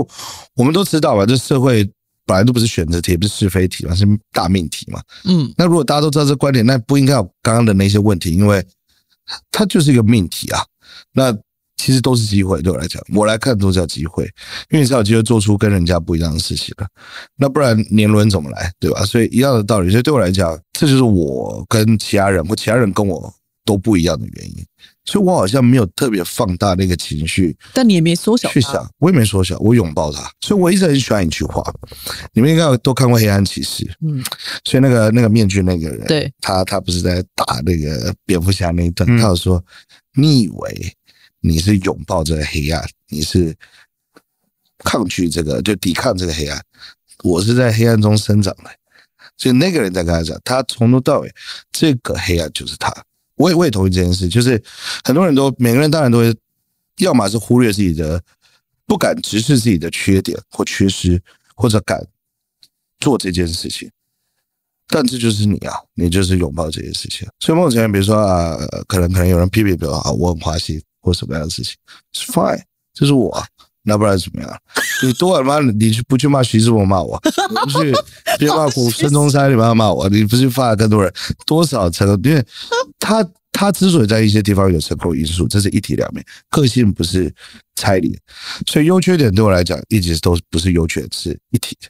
Speaker 1: 我们都知道嘛，这社会本来都不是选择题，也不是是非题嘛，是大命题嘛。
Speaker 4: 嗯，
Speaker 1: 那如果大家都知道这观点，那不应该有刚刚的那些问题，因为它就是一个命题啊。那其实都是机会，对我来讲，我来看都叫机会，因为你才有机会做出跟人家不一样的事情了。那不然年轮怎么来，对吧？所以一样的道理，所以对我来讲，这就是我跟其他人或其他人跟我都不一样的原因。所以我好像没有特别放大那个情绪，
Speaker 4: 但你也没缩小
Speaker 1: 去
Speaker 4: 它。
Speaker 1: 想，我也没缩小，我拥抱它。所以我一直很喜欢一句话，你们应该有都看过《黑暗骑士》，
Speaker 4: 嗯，
Speaker 1: 所以那个那个面具那个人，
Speaker 4: 对，
Speaker 1: 他他不是在打那个蝙蝠侠那一段，
Speaker 3: 嗯
Speaker 1: 他有说，你以为你是拥抱这个黑暗，你是抗拒这个，就抵抗这个黑暗，我是在黑暗中生长的。所以那个人在跟他讲，他从头到尾，这个黑暗就是他。我也我也同意这件事，就是很多人都每个人当然都会，要么是忽略自己的，不敢直视自己的缺点或缺失，或者敢做这件事情。但这就是你啊，你就是拥抱这件事情。所以某种程度，比如说啊、呃可能可能有人批评，比如说啊，我很花心或什么样的事情是，fine，这是我啊，那不然怎么样？啊你多晚妈，你去不去骂徐志摩骂我，你不去别骂古孙中山，你不要骂我，你不去骂更多人，多少成功？因为他他之所以在一些地方有成功因素，这是一体两面，个性不是拆离的，所以优缺点对我来讲一直都不是优缺，是一体的。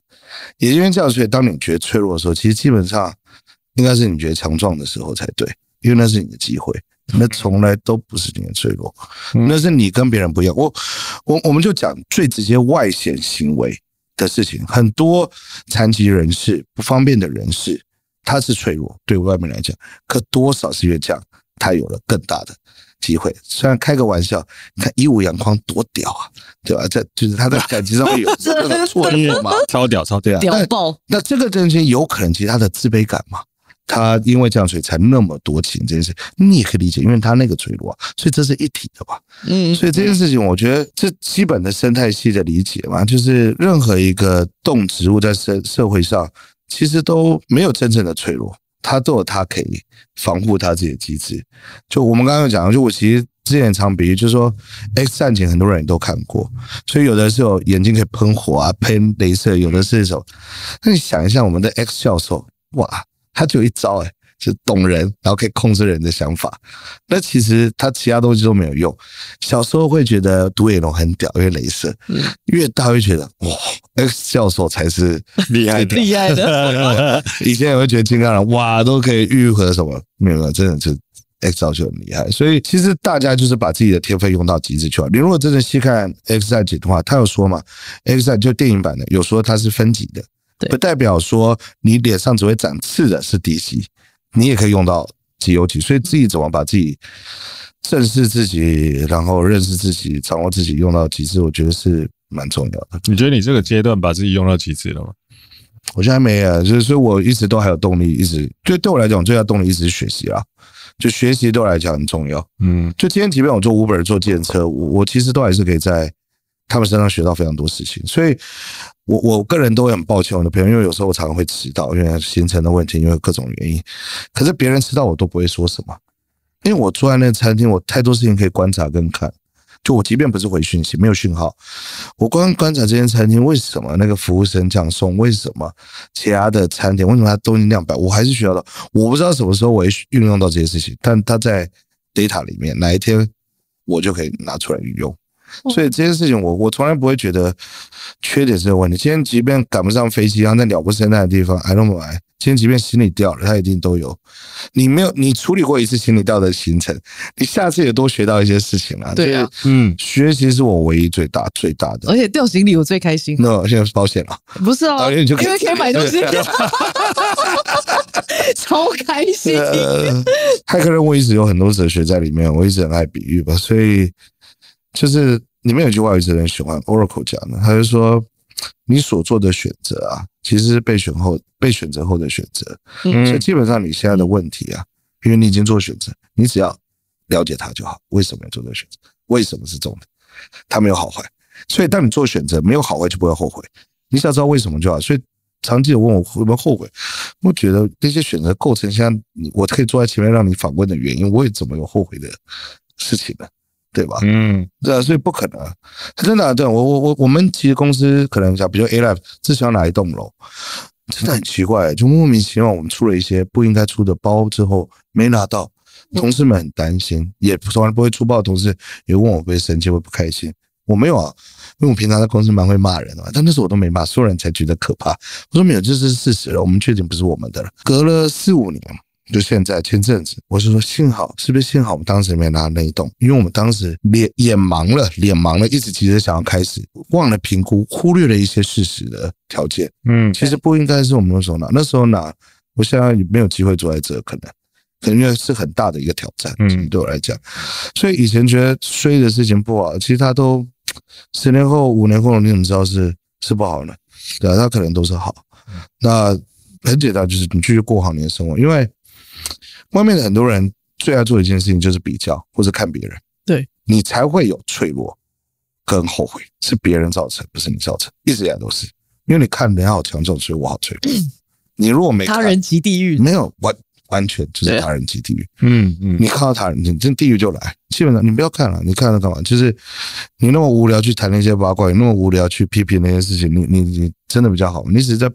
Speaker 1: 也因为这样，所以当你觉得脆弱的时候，其实基本上应该是你觉得强壮的时候才对，因为那是你的机会，那从来都不是你的脆弱，
Speaker 3: 嗯
Speaker 1: 那是你跟别人不一样。我我我们就讲最直接外显行为的事情，很多残疾人士、不方便的人士，他是脆弱，对外面来讲，可多少是因为这样，他有了更大的。机会，虽然开个玩笑，你看一五阳光多屌啊，对吧？这就是他在感情上会有这种错
Speaker 3: 因为
Speaker 1: 愕嘛，
Speaker 3: 超屌，超
Speaker 1: 对
Speaker 3: 屌，
Speaker 1: 啊，
Speaker 4: 屌
Speaker 1: 但
Speaker 4: 爆，
Speaker 1: 那这个东西有可能其实他的自卑感嘛，他因为这样所以才那么多情这件事，你也可以理解，因为他那个坠落，所以这是一体的吧。
Speaker 4: 嗯，
Speaker 1: 所以这件事情，我觉得这基本的生态系的理解嘛，就是任何一个动植物在社社会上，其实都没有真正的脆弱，它都有它可以防护它自己的机制。就我们刚刚有讲，就我其实之前常比喻，就是说《X 战警》很多人也都看过，所以有的是有眼睛可以喷火啊，喷镭射，有的是什么？那你想一下，我们的 X 教授，哇，他就有一招哎、就懂人，然后可以控制人的想法。那其实他其他东西都没有用。小时候会觉得独眼龙很屌，因为镭射；越大会觉得哇，X 教授才是厉害的。
Speaker 4: 厉害的，
Speaker 1: 以前也会觉得金刚狼哇都可以愈合什么，没有没有，真的就 X 教授很厉害。所以其实大家就是把自己的天分用到极致去玩。你如果真的细看 X 战警的话，他有说嘛，X 战就电影版的，有说它是分级的，
Speaker 4: 对
Speaker 1: 不代表说你脸上只会长刺的是 DC，你也可以用到极优级。所以自己怎么把自己。正视自己，然后认识自己，掌握自己，用到极致，我觉得是蛮重要的。
Speaker 3: 你觉得你这个阶段把自己用到极致了吗？
Speaker 1: 我现在没有，就是所以我一直都还有动力，一直就对我来讲，最大动力一直是学习啊。就学习对我来讲很重要。
Speaker 3: 嗯，
Speaker 1: 就今天，即便我做 Uber 做电车，我我其实都还是可以在他们身上学到非常多事情。所以我，我个人都会很抱歉我的朋友，因为有时候我常常会迟到，因为行程的问题，因为各种原因。可是别人迟到我都不会说什么，因为我坐在那个餐厅，我太多事情可以观察跟看。就我即便不是回讯息，没有讯号，我光观察这间餐厅为什么那个服务生这样送，为什么其他的餐点为什么它都量摆，我还是学到的。我不知道什么时候我会运用到这些事情，但它在 data 里面哪一天我就可以拿出来运用。所以这件事情我我从来不会觉得缺点是个问题。今天即便赶不上飞机，然后在鸟不生蛋的地方，I don't mind。今天即便行李掉了，它一定都有。你没有你处理过一次行李掉的行程，你下次也多学到一些事情了。
Speaker 4: 对啊，
Speaker 3: 嗯，
Speaker 1: 学习是我唯一最大最大的。
Speaker 4: 而且掉行李我最开心，
Speaker 1: 那现在是保险了，啊
Speaker 4: 不是哦，
Speaker 1: 导
Speaker 4: 因
Speaker 1: 演就可以
Speaker 4: 为可以买东西， 超开心。
Speaker 1: 呃，骇客任务一直有很多哲学在里面，我一直很爱比喻吧，所以就是里面有句话我一直很喜欢，Oracle 讲的，他就说你所做的选择啊，其实是被选后被选择后的选择，
Speaker 4: 嗯
Speaker 3: 嗯
Speaker 1: 所以基本上你现在的问题啊，因为你已经做选择，你只要了解它就好，为什么要做这个选择，为什么是重点，它没有好坏，所以当你做选择没有好坏就不会后悔，你只要知道为什么就好，所以。常记者问我会不会后悔，我觉得这些选择构成现在你我可以坐在前面让你访问的原因，我也怎么有后悔的事情呢？对吧？
Speaker 3: 嗯，
Speaker 1: 对啊，所以不可能啊，真的啊、对啊、我我我我们其实公司可能讲，比如 A Lab 只想哪一栋楼，真的很奇怪，就莫名其妙我们出了一些不应该出的包之后没拿到，同事们很担心，也从来不会出包的同事也问我会不会生气，会不会不开心。我没有啊，因为我平常在公司蛮会骂人的嘛，但那时候我都没骂，所有人才觉得可怕。我说没有，这是事实了，我们确定不是我们的了。隔了四五年，就现在前阵子，我是说幸好，是不是幸好我们当时没拿那一栋？因为我们当时脸眼盲了，脸盲了，一直急着想要开始，忘了评估，忽略了一些事实的条件。
Speaker 3: 嗯，
Speaker 1: 其实不应该是我们那时候拿，那时候拿，我现在也没有机会坐在这，可能，可能因为是很大的一个挑战，
Speaker 3: 嗯
Speaker 1: 嗯，对我来讲，所以以前觉得衰的事情不好，其实它都十年后、五年后，你怎么知道是是不好呢？对啊，它可能都是好。那很简单，就是你继续过好你的生活，因为外面的很多人最爱做一件事情就是比较或者看别人，
Speaker 4: 对
Speaker 1: 你才会有脆弱跟后悔，是别人造成，不是你造成，一直以来都是。因为你看人家好强壮，所以我好脆弱。你如果没看
Speaker 4: 嗯他人及地狱，
Speaker 1: 没有完完全就是
Speaker 4: 对啊
Speaker 1: 他人及地狱，
Speaker 3: 嗯嗯，
Speaker 1: 你看到他人，你这地狱就来。基本上你不要看了，你看了干嘛？就是你那么无聊去谈那些八卦，你那么无聊去批评那些事情，你你你真的比较好，你只是在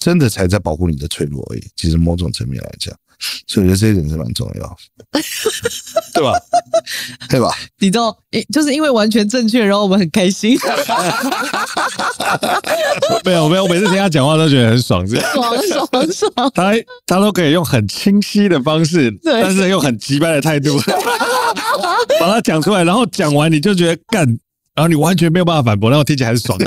Speaker 1: 真的才在保护你的脆弱而已。其实某种层面来讲，所以我觉得这一点是蛮重要，
Speaker 3: 对吧？
Speaker 1: 对吧？
Speaker 4: 你知道，诶就是因为完全正确，然后我们很 开心，
Speaker 3: 没有没有，我每次听他讲话都觉得很爽，这样
Speaker 4: 爽爽爽。
Speaker 3: 他他都可以用很清晰的方式，
Speaker 4: 对
Speaker 3: 但是用很直白的态度 把它讲出来，然后讲完你就觉得干，然后你完全没有办法反驳，然后听起来很爽的。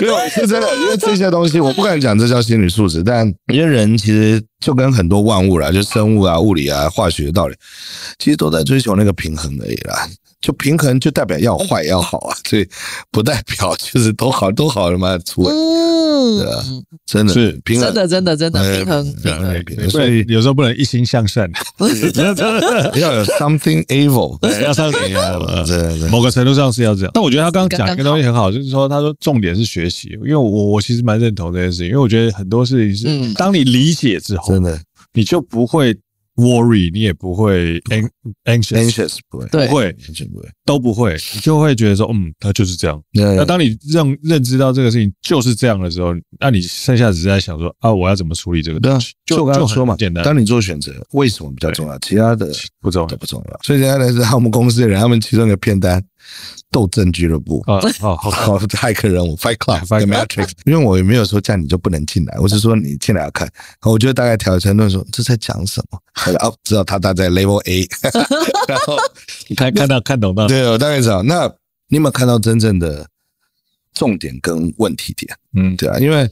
Speaker 1: 没有，是真的，因为这些东西我不敢讲这叫心理素质，但因为人其实就跟很多万物啦，就生物啊、物理啊、化学的道理，其实都在追求那个平衡而已啦。就平衡就代表要坏要好啊，所以不代表就是都好都好他妈出问题，
Speaker 4: 嗯，
Speaker 1: 对啊真的
Speaker 3: 是
Speaker 1: 平衡
Speaker 4: 真的真的真的平衡
Speaker 1: 对啊
Speaker 3: 哎对
Speaker 1: 对
Speaker 3: 对，
Speaker 1: 对
Speaker 3: 所
Speaker 1: 所
Speaker 3: 以
Speaker 1: 以
Speaker 3: 有时候不能一心向善，
Speaker 1: 要有 something evil，
Speaker 3: 对要上学啊
Speaker 1: 对对对
Speaker 3: 某个程度上是要这样。但我觉得他刚刚讲一个东西很好，就是说他说重点是学习，因为我我其实蛮认同这件事情，因为我觉得很多事情是
Speaker 4: 嗯
Speaker 3: 当你理解之后
Speaker 1: 真，的
Speaker 3: 你就不会 worry，你也不会 an- anxious，
Speaker 1: anxious 不会，
Speaker 4: 对
Speaker 3: 不会
Speaker 1: 完全不会。
Speaker 3: 都不会，你就会觉得说，嗯，他就是这样。那
Speaker 1: 那
Speaker 3: 当你认认知到这个事情就是这样的时候，那你剩下只是在想说啊，我要怎么处理这个
Speaker 1: 对啊
Speaker 3: 东西？，
Speaker 1: 就我刚
Speaker 3: 就
Speaker 1: 刚说嘛
Speaker 3: 很简，单，
Speaker 1: 当你做选择，为什么比较重要？其他的
Speaker 3: 不重
Speaker 1: 都
Speaker 3: 要
Speaker 1: 不重要。所以现在呢，是我们公司的人，他们其中一个片单，斗争俱乐部。
Speaker 3: 啊。好 好
Speaker 1: 好，
Speaker 3: 好，
Speaker 1: 骇客人物 Fight Club
Speaker 3: Fight
Speaker 1: The
Speaker 3: Club
Speaker 1: Matrix，因为我也没有说这样你就不能进来，我是说你进来要看，我就大概挑成论说这在讲什么， 后来哦，知道他大概在 Level A，然 后
Speaker 3: 你看看到看懂到，
Speaker 1: 对，我大概知道。那你有没有看到真正的重点跟问题点？
Speaker 3: 嗯
Speaker 1: 对啊，因为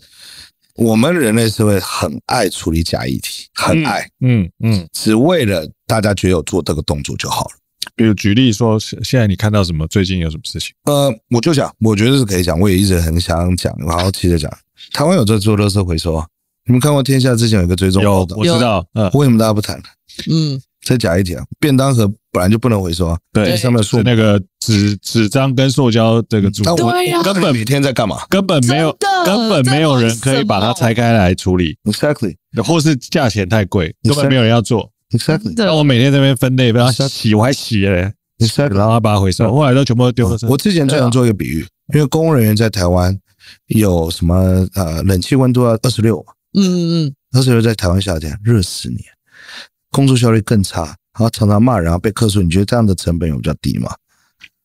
Speaker 1: 我们人类社会很爱处理假议题，很爱，
Speaker 3: 嗯嗯。
Speaker 1: 只为了大家觉得有做这个动作就好了。
Speaker 3: 比如举例说，现现在你看到什么？最近有什么事情？
Speaker 1: 呃，我就讲，我觉得是可以讲，我也一直很想讲，然后急着讲。台湾有在做垃圾回收啊，你们看过《天下》之前有一个追踪报，
Speaker 3: 有
Speaker 1: 道
Speaker 3: 我，知道，嗯，
Speaker 1: 为什么大家不谈？
Speaker 4: 嗯，
Speaker 1: 再讲一题啊，便当盒本来就不能回收啊，
Speaker 3: 对，
Speaker 1: 上面有
Speaker 3: 是
Speaker 1: 塑
Speaker 3: 那个纸纸张跟塑胶这个组
Speaker 1: 那
Speaker 3: 合
Speaker 1: 我
Speaker 4: 对呀
Speaker 1: 根本每天在干嘛
Speaker 3: 根本没有，
Speaker 4: 真的
Speaker 3: 根本没有人可以把它拆开来处理，
Speaker 1: ？Exactly,
Speaker 3: 或是价钱太贵，
Speaker 1: 你
Speaker 3: 根
Speaker 1: 是
Speaker 3: 本没有人要做。
Speaker 1: exactly,
Speaker 4: 对
Speaker 3: 那哎我每天在那边分类，然后洗，我还洗嘞，然
Speaker 1: exactly。
Speaker 3: 后把它回收，后来都全部都丢了。
Speaker 1: 嗯我之前最常做一个比喻，因为公务人员在台湾有什么呃，冷气温度要二十六，
Speaker 4: 嗯嗯
Speaker 1: 那时候在台湾夏天热死你，工作效率更差，然后常常骂人，然后被克数，你觉得这样的成本有比较低吗？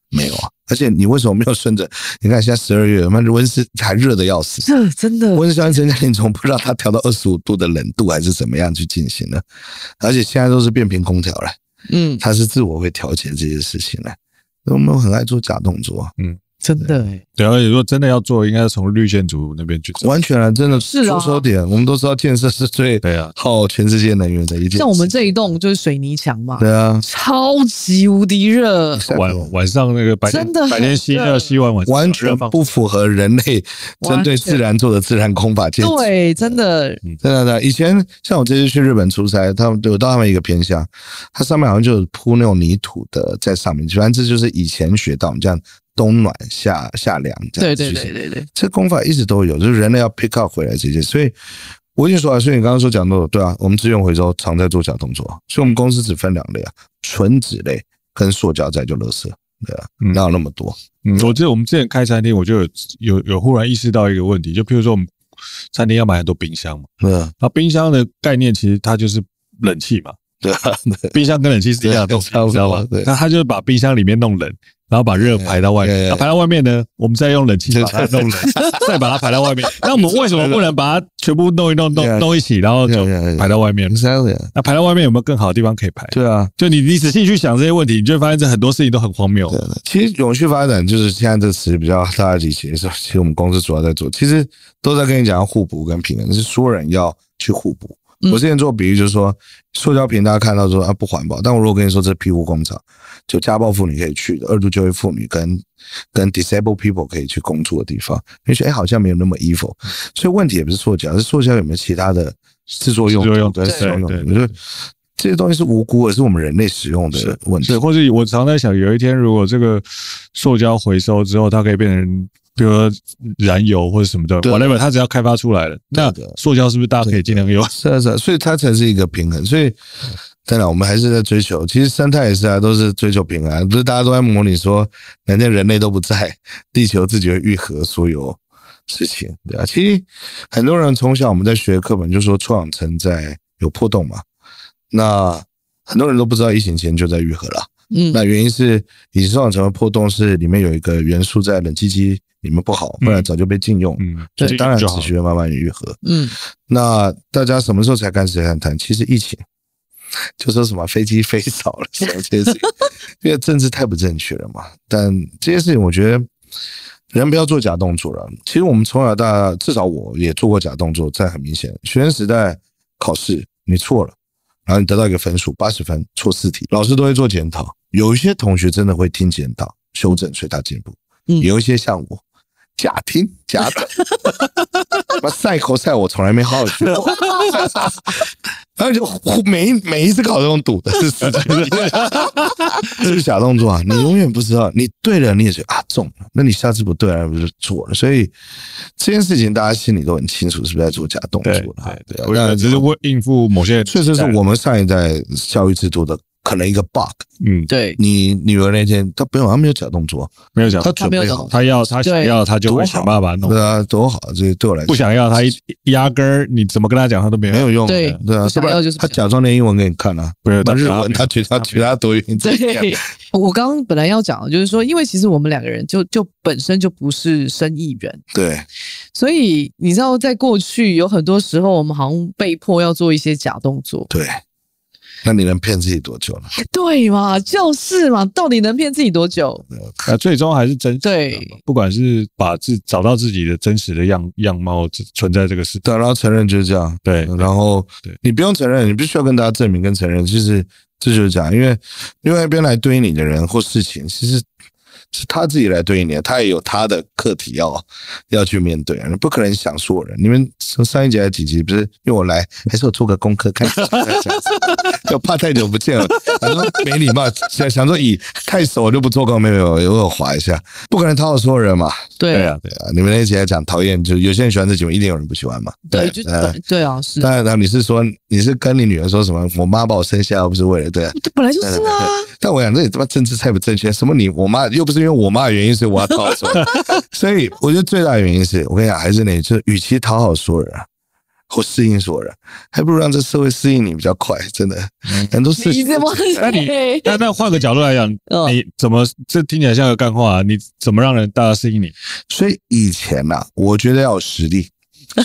Speaker 1: 没有啊，而且你为什么没有顺着？你看现在十二月，妈的温室还热的要死，
Speaker 2: 这真的
Speaker 1: 温室效应增加，你从不知道它调到二十五度的冷度还是怎么样去进行的，而且现在都是变频空调了，
Speaker 4: 嗯，
Speaker 1: 它是自我会调节这些事情的，我们很爱做假动作啊，
Speaker 2: 真的哎，
Speaker 3: 对，而且如果真的要做，应该是从绿建筑那边去做。
Speaker 1: 完全啊，真的
Speaker 4: 是啊
Speaker 1: 着手点，我们都知道建设是最
Speaker 3: 对啊，
Speaker 1: 耗全世界能源的一件事，
Speaker 4: 像我们这一栋就是水泥墙嘛，
Speaker 1: 对啊，
Speaker 4: 超级无敌热，
Speaker 3: 晚晚上那个白天
Speaker 4: 真的很
Speaker 3: 白天吸
Speaker 4: 热
Speaker 3: 热吸完晚上
Speaker 1: 完全
Speaker 3: 热放
Speaker 1: 不符合人类针对自然做的自然空法建制。
Speaker 4: 对，真的，
Speaker 1: 真的，真的，以前像我这次去日本出差，他们有到他们一个偏乡，它上面好像就有铺那种泥土的在上面，反正这就是以前学到我们这样冬暖夏夏凉这
Speaker 4: 对
Speaker 1: 样。
Speaker 4: 对
Speaker 1: 其实
Speaker 4: 对对对，
Speaker 1: 这功法一直都有，就是人类要 pick up 回来这些。所以我已经说了，啊所以你刚刚说讲到的，对啊，我们资源回收常在做小动作，所以我们公司只分两类啊，纯纸类跟塑胶再就垃圾，对啊，
Speaker 3: 嗯
Speaker 1: 哪有那么多？
Speaker 3: 嗯，我记得我们之前开餐厅，我就有有有忽然意识到一个问题，就譬如说我们餐厅要买很多冰箱嘛，
Speaker 1: 对啊，
Speaker 3: 那冰箱的概念其实它就是冷气嘛，
Speaker 1: 对啊，
Speaker 3: 冰箱跟冷气是一样的东西，
Speaker 1: 对差不多
Speaker 3: 你知道吗
Speaker 1: 对？哎
Speaker 3: 那它就是把冰箱里面弄冷，然后把热排到外面，
Speaker 1: 对
Speaker 3: 那排到外面呢，我们再用冷气把它弄冷， 再把它排到外 面。那我们为什么不能把它全部弄一弄弄
Speaker 1: Yeah.
Speaker 3: 弄一起，然后就
Speaker 1: Yeah, yeah, yeah.
Speaker 3: 排到外面？
Speaker 1: exactly 啊。
Speaker 3: 那排到外面有没有更好的地方可以排？
Speaker 1: 对啊，
Speaker 3: 就你你仔细去想这些问题，你就会发现这很多事情都很荒谬
Speaker 1: 对。的。其实永续发展就是现在这个词比较大家理解的时候，其实我们公司主要在做，其实都在跟你讲要互补跟平衡，是所有人要去互补。
Speaker 4: 嗯
Speaker 1: 我之前做比喻就是说，塑胶瓶大家看到说啊不环保，但我如果跟你说这是庇护工厂，就家暴妇女可以去的，二度就业妇女跟跟 disabled people 可以去工作的地方，你觉得哎好像没有那么 evil，所以问题也不是塑胶，是塑胶有没有其他的制作用
Speaker 3: 制作用
Speaker 1: 途跟
Speaker 3: 对
Speaker 1: 使用用
Speaker 3: 对
Speaker 1: 途？
Speaker 3: 对
Speaker 1: 就是这些东西是无辜的，是我们人类使用的问题
Speaker 3: 对，。或者我常在想，有一天如果这个塑胶回收之后，它可以变成，比如说燃油或者什么的
Speaker 1: 对
Speaker 3: ，whatever，它只要开发出来了，那
Speaker 1: 对的
Speaker 3: 塑胶是不是大家可以尽量用？
Speaker 1: 是啊，是啊，所以它才是一个平衡。所以，当然我们还是在追求，其实生态也是啊，都是追求平衡啊。不是大家都在模拟说，人家人类都不在，地球自己会愈合所有事情，对啊。其实很多人从小我们在学课本就说臭氧层在有破洞嘛，那很多人都不知道疫情前就在愈合了。
Speaker 4: 嗯
Speaker 1: 那原因是乙烯氧层的破洞是里面有一个元素在冷气机里面不好，不然早就被禁用。
Speaker 3: 嗯，
Speaker 1: 所以当然
Speaker 3: 就
Speaker 1: 持
Speaker 3: 好。
Speaker 1: 续地慢慢地愈合。
Speaker 4: 嗯，
Speaker 1: 那大家什么时候才开始谈谈？其实疫情，就说什么飞机飞少了什么这些事情，因为政治太不正确了嘛。但这些事情，我觉得人不要做假动作了。其实我们从小到大，至少我也做过假动作，在很明显，学生时代考试你错了，然后你得到一个分数八十分，错四题，老师都会做检讨。有一些同学真的会听检讨修正，所以他进步；
Speaker 4: 嗯
Speaker 1: 有一些像我假听假 打，妈赛口赛我从来没好好学 过，然后就呼每一每一次考都用赌的是死决 定，这是小动作啊！你永远不知道，你对了你也觉得啊中了，那你下次不对了不是错了？所以这件事情大家心里都很清楚，是不是在做假动作
Speaker 3: 对
Speaker 1: 了啊？
Speaker 3: 对
Speaker 1: 啊
Speaker 3: 对，我觉
Speaker 1: 那
Speaker 3: 得只是为应付某些，
Speaker 1: 确实是我们上一代教育制度的可能一个 bug。
Speaker 3: 嗯
Speaker 4: 对，
Speaker 1: 你女儿那天她不用，她没有假动作，
Speaker 3: 没有讲，
Speaker 1: 她
Speaker 4: 他
Speaker 1: 准
Speaker 4: 没有
Speaker 1: 备
Speaker 4: 讲
Speaker 1: 好，
Speaker 3: 他要他想
Speaker 4: 对
Speaker 3: 要他就会想办法弄
Speaker 1: 对，啊，多好！这对我来
Speaker 3: 不
Speaker 1: 说
Speaker 3: 想要他一压根儿你怎么跟他讲他都没有
Speaker 1: 没有用，
Speaker 4: 对
Speaker 1: 对啊，
Speaker 4: 不
Speaker 1: 是
Speaker 4: 想
Speaker 1: 不
Speaker 4: 要就是不
Speaker 1: 她
Speaker 4: 想
Speaker 1: 假装练英文给你看啊，
Speaker 3: 没有
Speaker 1: 那
Speaker 3: 他
Speaker 1: 日
Speaker 3: 他
Speaker 1: 文她觉得她觉得她多远？
Speaker 4: 对， 我刚刚本来要讲，就是说，因为其实我们两个人就就本身就不是生意人，
Speaker 1: 对，
Speaker 4: 所以你知道，在过去有很多时候，我们好像被迫要做一些假动作，
Speaker 1: 对，那你能骗自己多久呢？
Speaker 4: 对嘛，就是嘛，到底能骗自己多久？
Speaker 1: 啊
Speaker 3: 呃，最终还是真实的
Speaker 4: 对
Speaker 3: 嘛，不管是把自找到自己的真实的样样貌只存在这个世界，
Speaker 1: 对，啊嗯然后承认就是这样，
Speaker 3: 对
Speaker 1: 然后
Speaker 3: 对
Speaker 1: 你不用承认，你必须要跟大家证明跟承认，就是这就是这样，因为另外一边来对应你的人或事情，其实是他自己来对应你的，他也有他的课题要要去面对啊，你不可能想所有人。你们从上一节还几集不是因为我来，还是我做个功课看，就怕太久不见了，想说没礼貌，想想说以太熟就不做功，没有没有，偶尔划一下，不可能讨好所有人嘛。
Speaker 3: 对
Speaker 4: 对
Speaker 3: 啊，对啊，
Speaker 1: 啊，你们那一集还讲讨厌，就有些人喜欢这节目，一定有人不喜欢嘛。
Speaker 3: 啊
Speaker 4: 对，就
Speaker 1: 呃
Speaker 4: 对啊，是，
Speaker 1: 当然了，你是说你是跟你女儿说什么？我妈把我生下来不是为了对、啊，
Speaker 4: 这本来就是啊，
Speaker 1: 但我想这你他妈政治太不正确。什么你我妈又不是因为我妈的原因，所以我要讨好所有人。所以我觉得最大的原因是我跟你讲，还是那句，就是与其讨好所有人啊或适应所有人，还不如让这社会适应你比较快。真的，很多事
Speaker 4: 你
Speaker 1: 情
Speaker 4: 怎么
Speaker 3: 那你
Speaker 4: 对？
Speaker 3: 但但换个角度来讲，
Speaker 4: 嗯
Speaker 3: 你怎么这听起来像个干话、啊？你怎么让人大家适应你？
Speaker 1: 所以以前呐、我觉得要有实力。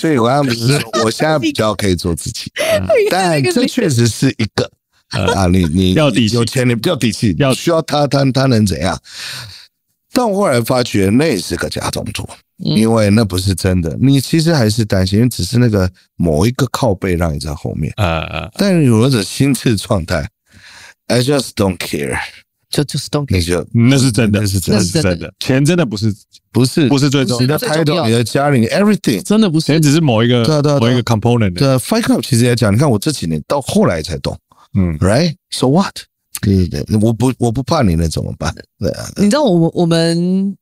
Speaker 1: 所以我刚刚不是说，我现在比较可以做自己， 但这确实是一 个啊，你你
Speaker 3: 要底气
Speaker 1: 有钱，你要底气，
Speaker 3: 要
Speaker 1: 需要他他他能怎样？但我后来发觉那也是个假动作，
Speaker 4: 嗯
Speaker 1: 因为那不是真的，你其实还是担心，因为只是那个某一个靠背让你在后面，
Speaker 3: 呃呃，
Speaker 1: 但有了这心智状态，I just don't care，
Speaker 4: 就就是 don't
Speaker 1: 你
Speaker 4: care，
Speaker 1: 就
Speaker 3: 那是真的，
Speaker 1: 那是真
Speaker 4: 的
Speaker 3: 那是真的，钱真的不是
Speaker 1: 不是
Speaker 3: 不是最重
Speaker 1: 你的
Speaker 3: 要的，呃
Speaker 4: 最重
Speaker 1: title，
Speaker 4: 要
Speaker 1: 你的家里你，everything。
Speaker 4: 真的不是
Speaker 3: 钱只是某一个
Speaker 1: 对啊对啊
Speaker 3: 某
Speaker 1: 对啊
Speaker 3: 一个 component 的，
Speaker 1: 对啊，Fight Club 其实也讲，你看我这几年到后来才懂
Speaker 3: 嗯，
Speaker 1: ，right？So what？对对对，我不我不怕你那怎么办？对啊，
Speaker 4: 你知道我们我们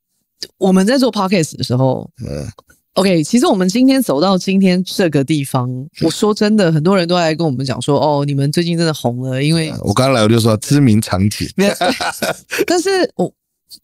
Speaker 4: 我们在做 podcast 的时候
Speaker 1: 嗯，
Speaker 4: ，OK，其实我们今天走到今天这个地方，我说真的，很多人都来跟我们讲说，哦，你们最近真的红了，因为
Speaker 1: 我刚来我就说知名场景
Speaker 4: 没有，但是我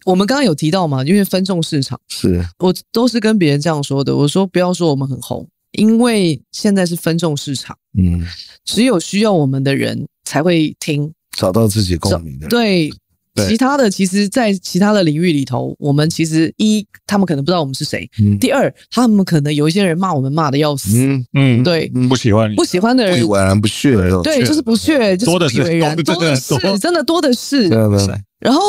Speaker 4: 我们刚刚有提到嘛，因为分众市场，
Speaker 1: 是
Speaker 4: 我都是跟别人这样说的，我说不要说我们很红，因为现在是分众市场，
Speaker 1: 嗯，
Speaker 4: 只有需要我们的人才会听，
Speaker 1: 找到自己共鸣的人，
Speaker 4: 对。
Speaker 1: 对
Speaker 4: 其他的，其实，在其他的领域里头，我们其实一，他们可能不知道我们是谁；
Speaker 1: 嗯
Speaker 4: 第二，他们可能有一些人骂我们骂的要死，
Speaker 1: 嗯，
Speaker 3: 嗯，
Speaker 4: 对，
Speaker 1: 嗯
Speaker 3: 不喜欢你
Speaker 4: 不喜欢的
Speaker 1: 不以
Speaker 4: 人，
Speaker 1: 完然不屑啊的那种，
Speaker 4: 对，就是不屑，就
Speaker 3: 多的
Speaker 4: 不以
Speaker 3: 是
Speaker 4: 为然
Speaker 3: 多
Speaker 4: 多的
Speaker 3: 真的多
Speaker 4: 是，真的多的是
Speaker 1: 对。啊对啊
Speaker 3: 是
Speaker 4: 然后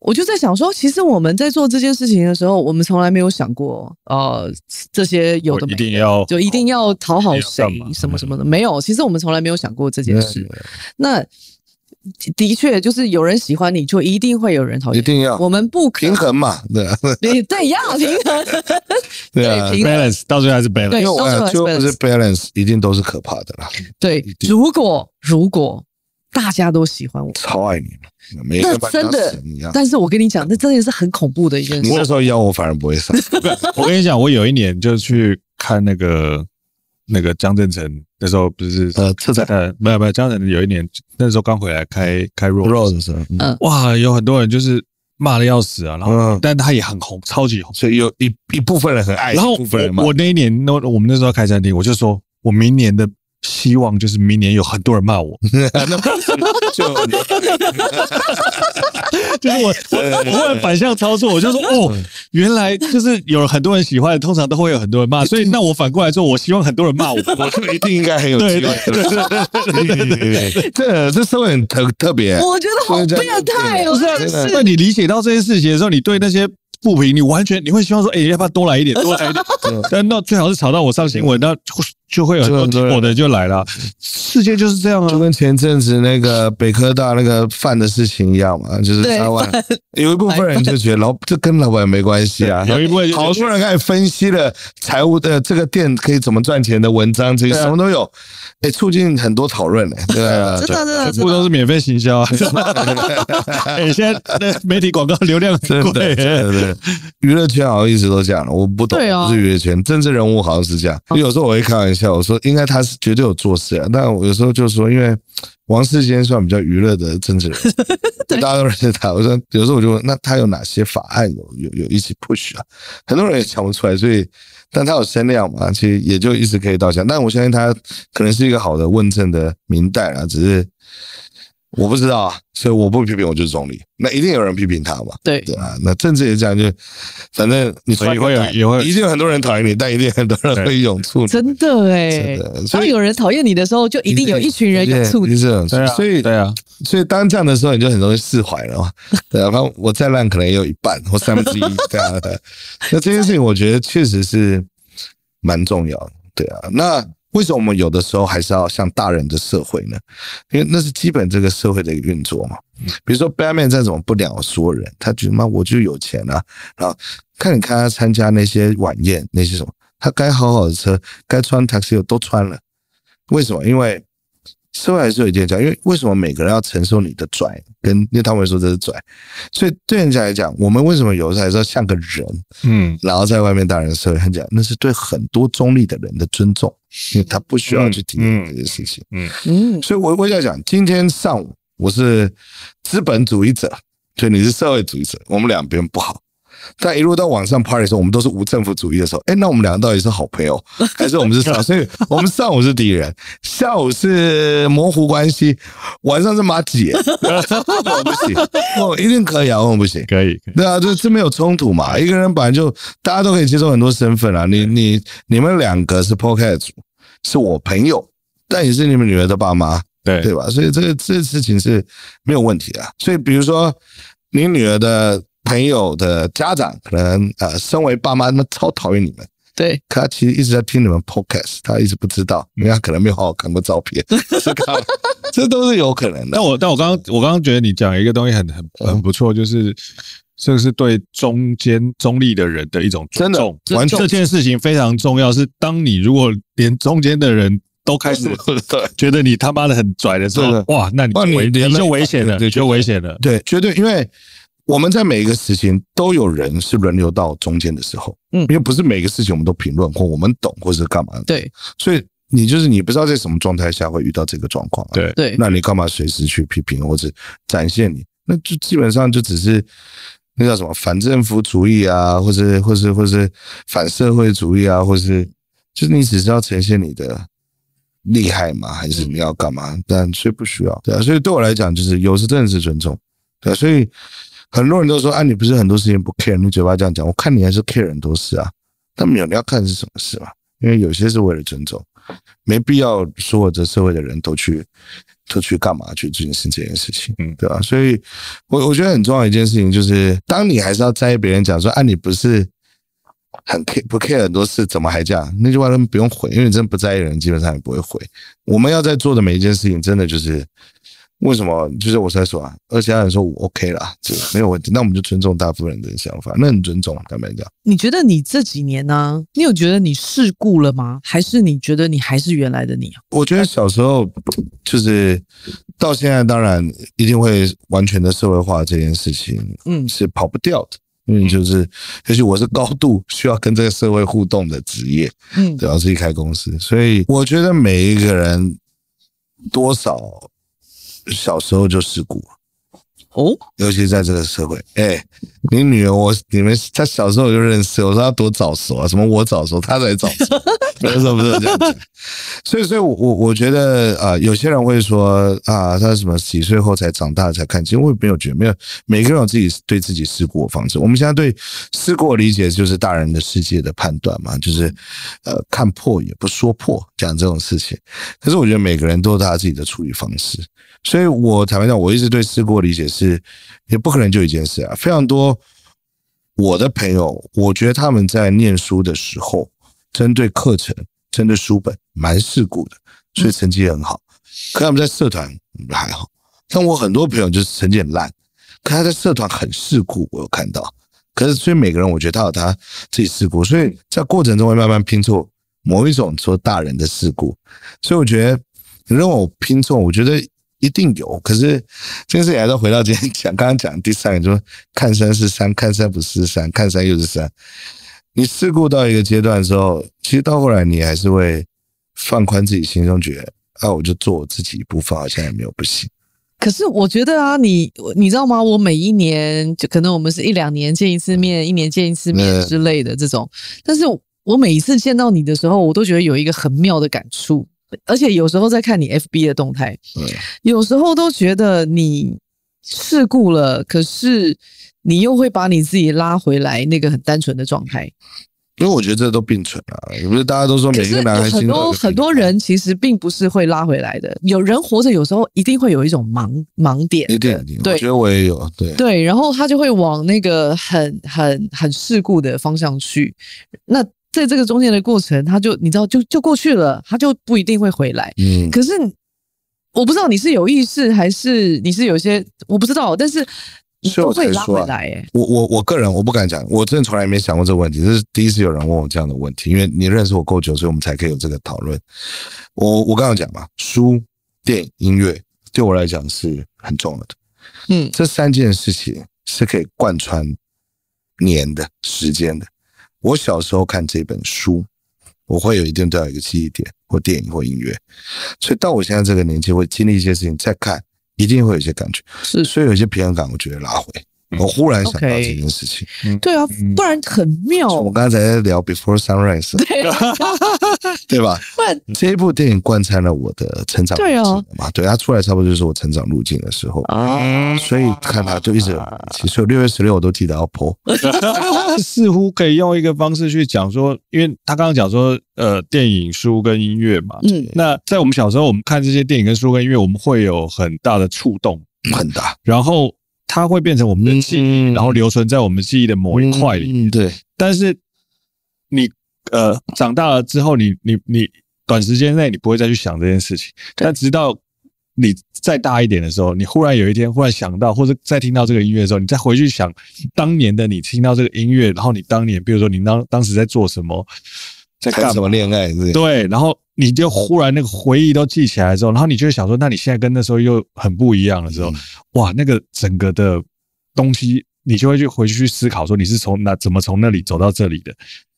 Speaker 4: 我就在想说，其实我们在做这件事情的时候，我们从来没有想过，呃，这些有
Speaker 3: 我
Speaker 4: 的
Speaker 3: 一
Speaker 4: 没
Speaker 3: 定要
Speaker 4: 就一定要讨好谁
Speaker 3: 一定要干嘛
Speaker 4: 什么什么的，没有。其实我们从来没有想过这件事。
Speaker 1: 啊
Speaker 4: 那的确就是有人喜欢你，就一定会有人讨
Speaker 1: 一
Speaker 4: 厌。
Speaker 1: 定要
Speaker 4: 我们不可
Speaker 1: 平，衡嘛，对啊
Speaker 4: 对对，要平衡，
Speaker 1: 对啊
Speaker 4: 对，平衡
Speaker 3: balance，到最后还是 balance，
Speaker 4: 对
Speaker 1: 因为
Speaker 4: 都是
Speaker 1: 我哎
Speaker 4: balance，
Speaker 1: 就不是 balance，一定都是可怕的啦，
Speaker 4: 对
Speaker 1: 一。定
Speaker 4: 如果如果大家都喜欢我，
Speaker 1: 超爱你们，每一个
Speaker 4: 那
Speaker 1: 班当
Speaker 4: 真的
Speaker 1: 神一样。
Speaker 4: 但是我跟你讲，那真的是很恐怖的一件
Speaker 1: 你
Speaker 4: 事
Speaker 1: 那。时候邀我反而不会 上，
Speaker 3: 我跟你讲，我有一年就去看那个那个江振成，那时候不是
Speaker 1: 呃车展
Speaker 3: 呃没有没有江振成有一年那时候刚回来开开 r o
Speaker 1: 肉的时候，嗯
Speaker 3: 哇，有很多人就是骂的要死啊，然后、
Speaker 1: 嗯哎
Speaker 3: 但他也很红，超级红。
Speaker 1: 所以有一一部分人很爱，
Speaker 3: 然后
Speaker 1: 一部分人骂
Speaker 3: 我我那一年，那我们那时候开餐厅，我就说我明年的希望就是明年有很多 人骂我，
Speaker 1: 就
Speaker 3: 就是我我我会反向操作，我就
Speaker 1: 嗯
Speaker 3: 说哦，原来就是有很多人喜欢，通常都会有很多人骂， 所以那我反过来说，我希望很多人骂 我。
Speaker 1: 我就一定应该很有机会。 这这社会很特特别，
Speaker 4: 我觉得好变态哦，
Speaker 1: 不是啊
Speaker 4: 真的
Speaker 3: 那你理解到这件事情的时候，你对那些不平，你完全你会希望说，哎、要不要多来一点，多来一点？但那最好是吵到我上新闻，那就会有很
Speaker 1: 就
Speaker 3: 多
Speaker 1: 很多人
Speaker 3: 听我的就来了。世界就是这样
Speaker 1: 就
Speaker 3: 啊，
Speaker 1: 跟前阵子那个北科大那个饭的事情一样嘛，就是
Speaker 4: 对
Speaker 1: 台湾有一部分人就觉得 老这跟老板没关系啊，
Speaker 3: 有一部分
Speaker 1: 好多人开始分析了财务的这个店可以怎么赚钱的文章，这些
Speaker 3: 对啊
Speaker 1: 什么都有，哎，促进很多讨论哎，对啊，
Speaker 2: 真的真的
Speaker 3: 全
Speaker 2: 真
Speaker 3: 部都
Speaker 2: 的，
Speaker 3: 是免费行销啊！ 哎，现在那媒体广告流量很
Speaker 1: 真的
Speaker 3: 贵，
Speaker 1: 真的，娱乐圈好像一直都这样了，我不懂，
Speaker 4: 对啊
Speaker 1: 不是娱乐圈，政治人物好像是这样。有时候我会开玩笑，我说应该他是绝对有做事啊，但我有时候就说，因为王世坚算比较娱乐的政治 人物，大家都认识他。我说有时候我就问，那他有哪些法案有有有一起 push 啊？很多人也想不出来，所以。但他有声量嘛，其实也就一直可以到现在。但我相信他可能是一个好的问政的明代啊，只是我不知道啊，所以我不批评我就是中立。那一定有人批评他嘛，
Speaker 4: 对
Speaker 1: 对啊，那政治也这样，就反正你
Speaker 3: 所
Speaker 1: 穿
Speaker 3: 以会有
Speaker 1: 戴
Speaker 3: 也会
Speaker 1: 一定有很多人讨厌你，但一定很多人会涌出你。
Speaker 4: 真的哎
Speaker 1: 真。的，所
Speaker 4: 当
Speaker 1: 以
Speaker 4: 有人讨厌你的时候，就一定有一群人有醋
Speaker 1: 一定有
Speaker 3: 对啊，
Speaker 1: 所以
Speaker 3: 对啊，
Speaker 1: 所以当这样的时候，你就很容易释怀了嘛。对啊，反正我再烂可能也有一半或三分之一这样的。那这件事情，我觉得确实是蛮重要的。对啊，那为什么我们有的时候还是要像大人的社会呢？因为那是基本这个社会的一个运作嘛。比如说 Batman 再怎么不鸟说人，他觉得妈我就有钱啊，然后看你看他参加那些晚宴那些什么，他该好好的车，该穿 taxi 都穿了，为什么？因为社会还是有一定的讲，因为为什么每个人要承受你的拽，跟因为他们会说这是拽，所以对人家来讲，我们为什么有时候还是要像个人，
Speaker 3: 嗯，
Speaker 1: 然后在外面大人社会很讲，那是对很多中立的人的尊重，因为他不需要去体验这些事情。
Speaker 4: 嗯，
Speaker 1: 所以我我在讲，今天上午我是资本主义者，所以你是社会主义者，我们两边不好。但一路到往上 party 的时候，我们都是无政府主义的时候，哎，那我们两个到底是好朋友，还是我们是上？所以我们上午是敌人，下午是模糊关系，晚上是马姐，我不行，我一定可以啊，我不行。
Speaker 3: 可以，可以
Speaker 1: 对啊，就这没有冲突嘛。一个人本来就大家都可以接受很多身份啊。你你你们两个是 podcast 组，是我朋友，但也是你们女儿的爸妈，
Speaker 3: 对
Speaker 1: 对吧？所以这个这事情是没有问题的啊。所以比如说你女儿的朋友的家长，可能呃，身为爸妈，那超讨厌你们。
Speaker 4: 对，
Speaker 1: 可他其实一直在听你们 podcast，他一直不知道，因为他可能没有好好看过照片， 是干嘛这都是有可能的
Speaker 3: 但。我但我刚刚我刚刚觉得你讲一个东西很很很不错，就是这个是对中间中立的人的一种尊
Speaker 1: 真的
Speaker 3: 重。
Speaker 1: 完全
Speaker 3: 这件事情非常重要，是当你如果连中间的人都开始
Speaker 1: 对
Speaker 3: 觉得你他妈的很拽的
Speaker 1: 嗯
Speaker 3: 时
Speaker 1: 对
Speaker 3: 候
Speaker 1: 的，
Speaker 3: 哇，那你
Speaker 1: 哇你
Speaker 3: 危
Speaker 1: 连
Speaker 3: 你就
Speaker 1: 了
Speaker 3: 危险了，
Speaker 1: 对
Speaker 3: 你就危险了。
Speaker 1: 对，绝对，因为我们在每一个事情都有人是轮流到中间的时候，
Speaker 4: 嗯
Speaker 1: 因为不是每个事情我们都评论或我们懂或者干嘛的，
Speaker 4: 对，
Speaker 1: 所以你就是你不知道在什么状态下会遇到这个状况、啊，
Speaker 3: 对
Speaker 4: 对，
Speaker 1: 那你干嘛随时去批评或者展现你？那就基本上就只是那叫什么反政府主义啊，或是或是或是反社会主义啊，或是就是你只是要呈现你的厉害嘛，还是你要干嘛？但所以不需要，对啊。所以对我来讲，就是有时真的是尊重，对啊、所以很多人都说啊，你不是很多事情不 care，你嘴巴这样讲，我看你还是 care 很多事啊。但没有，你要看是什么事嘛，因为有些是为了尊重。没必要所有的社会的人都去都去干嘛去进行这件事情，
Speaker 3: 嗯
Speaker 1: 对吧？所以我我觉得很重要的一件事情就是，当你还是要在意别人讲说啊，你不是很 care 不 care 很多事，怎么还这样？那句话他们不用回，因为你真的不在意的人，基本上也不会回。我们要在做的每一件事情，真的就是。为什么？就是我在说啊，而且他人说我 OK 啦，这个没有问题。那我们就尊重大部分人的想法，那很尊重，坦白讲。
Speaker 4: 你觉得你这几年呢、你有觉得你世故了吗？还是你觉得你还是原来的你啊？
Speaker 1: 我觉得小时候就是到现在，当然一定会完全的社会化这件事情
Speaker 4: 嗯，
Speaker 1: 是跑不掉的，因为嗯就是也许我是高度需要跟这个社会互动的职业，
Speaker 4: 嗯，
Speaker 1: 对吧？啊自己开公司，所以我觉得每一个人多少小时候就世故了。
Speaker 4: 哦，
Speaker 1: 尤其在这个社会，哎、你女儿我你们她小时候我就认识，我说她多早熟啊，什么我早熟，她才早熟，不是不是这样讲。所以，所以我我我觉得啊、呃有些人会说啊，他什么几岁后才长大才看清，我也没有觉得没有，每个人有自己对自己思过的方式。我们现在对思过的理解就是大人的世界的判断嘛，就是呃看破也不说破，讲这种事情。可是我觉得每个人都有他自己的处理方式，所以我坦白讲，我一直对思过的理解是，也不可能就一件事啊，非常多。我的朋友，我觉得他们在念书的时候，针对课程真的书本蛮世故的，所以成绩也很好。可他们在社团嗯还好，但我很多朋友就是成绩很烂，可他在社团很世故，我有看到。可是，所以每个人我觉得他有他自己世故，所以在过程中会慢慢拼凑某一种说大人的世故。所以我觉得，你让我拼凑，我觉得一定有。可是这件事情还是要回到今天讲，刚刚讲的第三个，就是看山是山，看山不是山，看山又是山。你世故到一个阶段之后，其实到后来你还是会放宽自己心中，觉得啊，我就做我自己一部分，好像也没有不行。
Speaker 4: 可是我觉得啊，你你知道吗？我每一年就可能我们是一两年见一次面，一年见一次面
Speaker 1: 嗯
Speaker 4: 之类的这种，但是我每一次见到你的时候，我都觉得有一个很妙的感触，而且有时候在看你 FB 的动态，
Speaker 1: 嗯
Speaker 4: 有时候都觉得你世故了，可是你又会把你自己拉回来那个很单纯的状态。
Speaker 1: 因为我觉得这都并存啊，也不是大家都说
Speaker 4: 可
Speaker 1: 每
Speaker 4: 是
Speaker 1: 个
Speaker 4: 有
Speaker 1: 男孩心
Speaker 4: 很
Speaker 1: 中有
Speaker 4: 多
Speaker 1: 个平
Speaker 4: 很多
Speaker 1: 衡
Speaker 4: 人其实并不是会拉回来的，有人活着有时候一定会有一种盲盲点的，
Speaker 1: 一定一定，
Speaker 4: 对
Speaker 1: 我觉得我也有对。
Speaker 4: 对，然后他就会往那个很很很世故的方向去。那在这个中间的过程，他就你知道，就就过去了，他就不一定会回来。
Speaker 1: 嗯，
Speaker 4: 可是我不知道你是有意识还是你是有些我不知道，但是你
Speaker 1: 所以
Speaker 4: 都
Speaker 1: 我
Speaker 4: 会
Speaker 1: 才
Speaker 4: 拉
Speaker 1: 说
Speaker 4: 回
Speaker 1: 啊
Speaker 4: 来、欸。
Speaker 1: 我我我个人我不敢讲，我真的从来没想过这个问题，这是第一次有人问我这样的问题，因为你认识我够久，所以我们才可以有这个讨论。我我刚刚讲嘛，书、电影、音乐对我来讲是很重要的，
Speaker 4: 嗯
Speaker 1: 这三件事情是可以贯穿年的时间的。我小时候看这本书，我会有一定都要有一个记忆点，或电影或音乐，所以到我现在这个年纪，会经历一些事情再看，一定会有一些感觉。
Speaker 4: 是
Speaker 1: 所以有一些平衡感，我觉得拉回。我忽然想到这件事情，
Speaker 4: 对啊，不然很妙。
Speaker 1: 我们刚才在聊《Before Sunrise》，对 吧？
Speaker 4: 不然
Speaker 1: 这一部电影贯穿了我的成长路
Speaker 4: 对
Speaker 1: 径
Speaker 4: 啊
Speaker 1: 了嘛？对，它哦出来差不多就是我成长路径的时候，
Speaker 4: 啊，
Speaker 1: 所以看它就一直有人气。所以六月十六我都记得要 po。
Speaker 3: 似乎可以用一个方式去讲说，因为他刚刚讲说，呃，电影、书跟音乐嘛。
Speaker 4: 嗯，
Speaker 3: 那在我们小时候，我们看这些电影跟书跟音乐，我们会有很大的触动，
Speaker 1: 很大，
Speaker 3: 然后它会变成我们的记忆，然后留存在我们记忆的某一块里。
Speaker 1: 嗯，对，
Speaker 3: 但是你呃长大了之后，你你你短时间内你不会再去想这件事情，
Speaker 4: 对
Speaker 3: 但直到你再大一点的时候，你忽然有一天忽然想到，或者再听到这个音乐的时候，你再回去想当年的你听到这个音乐，然后你当年，比如说你当当时在做什么，在干
Speaker 1: 谈
Speaker 3: 嘛
Speaker 1: 什么恋爱这些，
Speaker 3: 对，然后你就忽然那个回忆都记起来之后，然后你就会想说，那你现在跟那时候又很不一样的时候，
Speaker 1: 嗯
Speaker 3: 哇，那个整个的东西，你就会去回去去思考说，你是从哪怎么从那里走到这里的？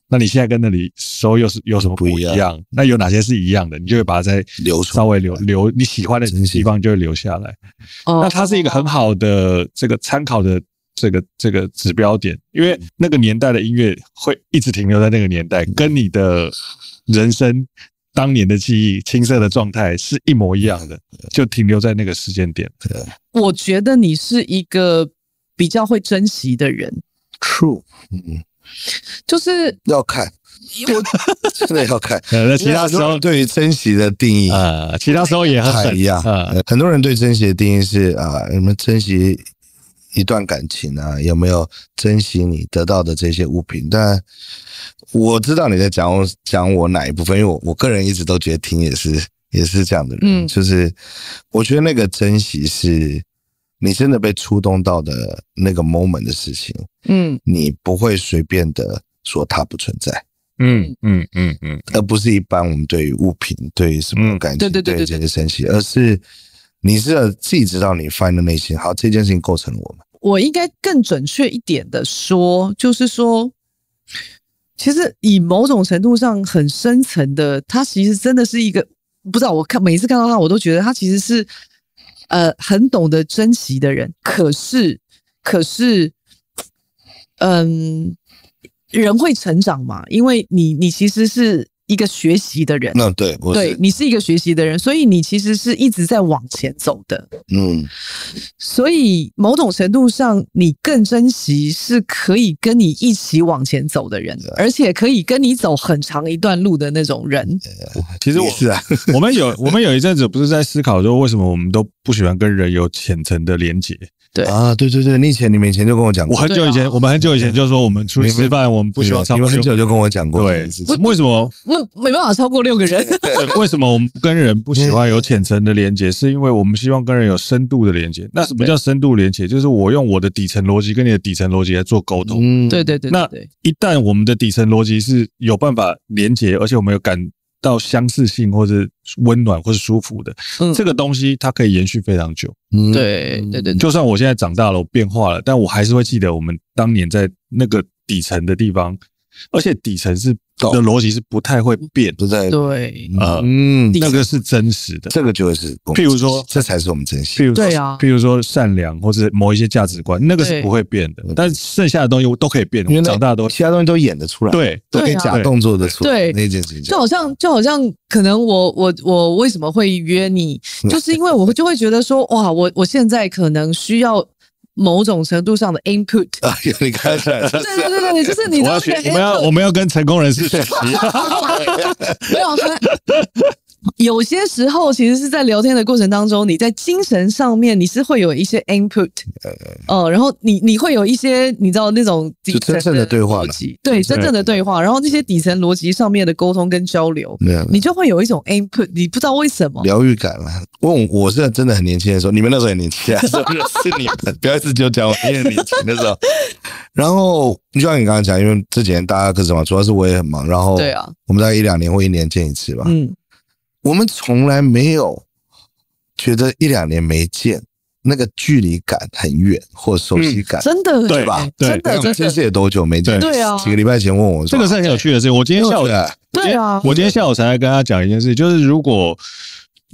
Speaker 3: 那你现在跟那里时候又是有什么
Speaker 1: 不
Speaker 3: 不
Speaker 1: 一
Speaker 3: 一
Speaker 1: 样
Speaker 3: 样？那有哪些是一样的？你就会把它再
Speaker 1: 留出来
Speaker 3: 稍微留留你喜欢的
Speaker 1: 真是
Speaker 3: 地方，就会留下来。
Speaker 4: 那
Speaker 1: 哦
Speaker 3: 那它是一个很好的这个参考的这个这个指标点，因
Speaker 1: 嗯
Speaker 3: 为那个年代的音乐会一直停留在那个年代，跟你的人生当年的记忆、青涩的状态是一模一样的，
Speaker 1: 嗯
Speaker 3: 就停留在那个时间点。
Speaker 4: 我觉得你是一个比较会珍惜的人，
Speaker 1: true，嗯，
Speaker 4: 就是
Speaker 1: 要看，我真的要看。
Speaker 3: 呃，那其他时
Speaker 1: 因为很多
Speaker 3: 候
Speaker 1: 人对于珍惜的定义
Speaker 3: 呃，其他时候也
Speaker 1: 不
Speaker 3: 很
Speaker 1: 太
Speaker 3: 很
Speaker 1: 一样。
Speaker 3: 呃，
Speaker 1: 很多人对珍惜的定义是啊，你们珍惜一段感情啊，有没有珍惜你得到的这些物品？但我知道你在讲我讲我哪一部分，因为我我个人一直都觉得听也是也是这样的人，
Speaker 4: 嗯
Speaker 1: 就是我觉得那个珍惜是你真的被触动到的那个 moment 的事情，
Speaker 4: 嗯，
Speaker 1: 你不会随便的说它不存在。
Speaker 3: 嗯嗯嗯嗯，
Speaker 1: 而不是一般我们对于物品、对于什么
Speaker 3: 嗯
Speaker 1: 感情、
Speaker 4: 对对对
Speaker 1: 于
Speaker 4: 对
Speaker 1: 这些生气，而是你是自己知道你发的内心，好，这件事情构成了我们。
Speaker 4: 我应该更准确一点的说，就是说，其实以某种程度上很深层的，它其实真的是一个，不知道我看每一次看到他，我都觉得他其实是，呃，很懂得珍惜的人。可是，可是，嗯，人会成长嘛，因为你你其实是一个学习的人。
Speaker 1: 那对我
Speaker 4: 对
Speaker 1: 是
Speaker 4: 你是一个学习的人，所以你其实是一直在往前走的。
Speaker 1: 嗯，
Speaker 4: 所以某种程度上，你更珍惜是可以跟你一起往前走的人，而且可以跟你走很长一段路的那种人。
Speaker 3: 其实我
Speaker 1: 也是啊，
Speaker 3: 我们有我们有一阵子不是在思考说，为什么我们都不喜欢跟人有浅层的连接？
Speaker 4: 对
Speaker 1: 啊，对对对，你以前你们以前就跟我讲
Speaker 3: 我
Speaker 1: 过，
Speaker 3: 很久以前，我们很久以前就说我们出去吃饭，我们不希
Speaker 1: 啊
Speaker 3: 望
Speaker 1: 你
Speaker 3: 超
Speaker 1: 们
Speaker 3: 过
Speaker 1: 很
Speaker 3: 六
Speaker 1: 久就跟我讲过，
Speaker 3: 对，为什么？
Speaker 4: 没没办法超过六个人，
Speaker 3: 对为什么我们跟人不喜欢有浅层的连接？是因为我们希望跟人有深度的连接。那什么叫深度连接？就是我用我的底层逻辑跟你的底层逻辑来做沟通。
Speaker 1: 嗯，
Speaker 4: 对对对
Speaker 3: 那
Speaker 4: 对对，
Speaker 3: 一旦我们的底层逻辑是有办法连接，而且我们有感到相似性，或是温暖，或是舒服的，
Speaker 4: 嗯
Speaker 3: 这个东西它可以延续非常久。
Speaker 1: 嗯，
Speaker 4: 对对对对
Speaker 3: 就算我现在长大了，我变化了，但我还是会记得我们当年在那个底层的地方，而且底层是
Speaker 1: 懂
Speaker 3: 的逻辑是不太会变，
Speaker 1: 不在
Speaker 4: 对
Speaker 3: 呃
Speaker 1: 嗯，
Speaker 3: 那个是真实的。
Speaker 1: 这个就是我们
Speaker 3: 譬如说
Speaker 1: 这才是我们珍惜
Speaker 3: 譬。如说
Speaker 4: 对啊
Speaker 3: 譬如说善良或是某一些价值观，那个是
Speaker 4: 对
Speaker 3: 不会变的，但剩下的东西我都可以变，
Speaker 1: 因为
Speaker 3: 我
Speaker 1: 那
Speaker 3: 长大都
Speaker 1: 其他东西都演得出来，，
Speaker 3: 对
Speaker 1: 都可以
Speaker 4: 对啊
Speaker 1: 假动作的出来
Speaker 4: 对
Speaker 1: 那件事情，
Speaker 4: 就好像就好像可能我我我为什么会约你，
Speaker 3: 嗯
Speaker 4: 就是因为我就会觉得说哇，我我现在可能需要某种程度上的 input。
Speaker 1: 啊， 有你看起来
Speaker 4: 对对对对，就是你
Speaker 3: 我
Speaker 4: 知道
Speaker 3: 要
Speaker 4: 那个，
Speaker 3: 学我们要
Speaker 4: input
Speaker 3: 我们要跟成功人士学习。
Speaker 4: 没有很。有些时候，其实是在聊天的过程当中，你在精神上面你是会有一些 input，哦、
Speaker 1: 呃
Speaker 4: 然后你你会有一些你知道那种底
Speaker 1: 就
Speaker 4: 层
Speaker 1: 真正的对话
Speaker 4: 逻
Speaker 1: 了
Speaker 4: 辑，对真正的对话，然后那些底层逻辑上面的沟通跟交流，
Speaker 1: 没有
Speaker 4: 你就会有一种 input，你不知道为什么，
Speaker 1: 疗愈感了。问我是真的很年轻的时候，你们那时候也年轻啊，是不是？是你们，不要一直就 讲我你很年轻的时候。然后就像你刚刚讲，因为这几年大家各自忙，主要是我也很忙，然后
Speaker 4: 对啊，
Speaker 1: 我们大概一两年或一年见一次吧。
Speaker 4: 嗯，
Speaker 1: 我们从来没有觉得一两年没见，那个距离感很远或熟悉感，
Speaker 4: 真的
Speaker 3: 对
Speaker 1: 吧
Speaker 3: 对
Speaker 4: 嗯真的真
Speaker 1: 这
Speaker 4: 的
Speaker 1: 是也多久没见？
Speaker 3: 对
Speaker 4: 对啊
Speaker 1: 几个礼拜前问我
Speaker 3: 这
Speaker 1: 说
Speaker 3: 个是很有趣的事情。我今天下午
Speaker 1: 对啊
Speaker 3: 我今天
Speaker 4: 对啊
Speaker 3: 我今天下午才来跟他讲一件事，就是如果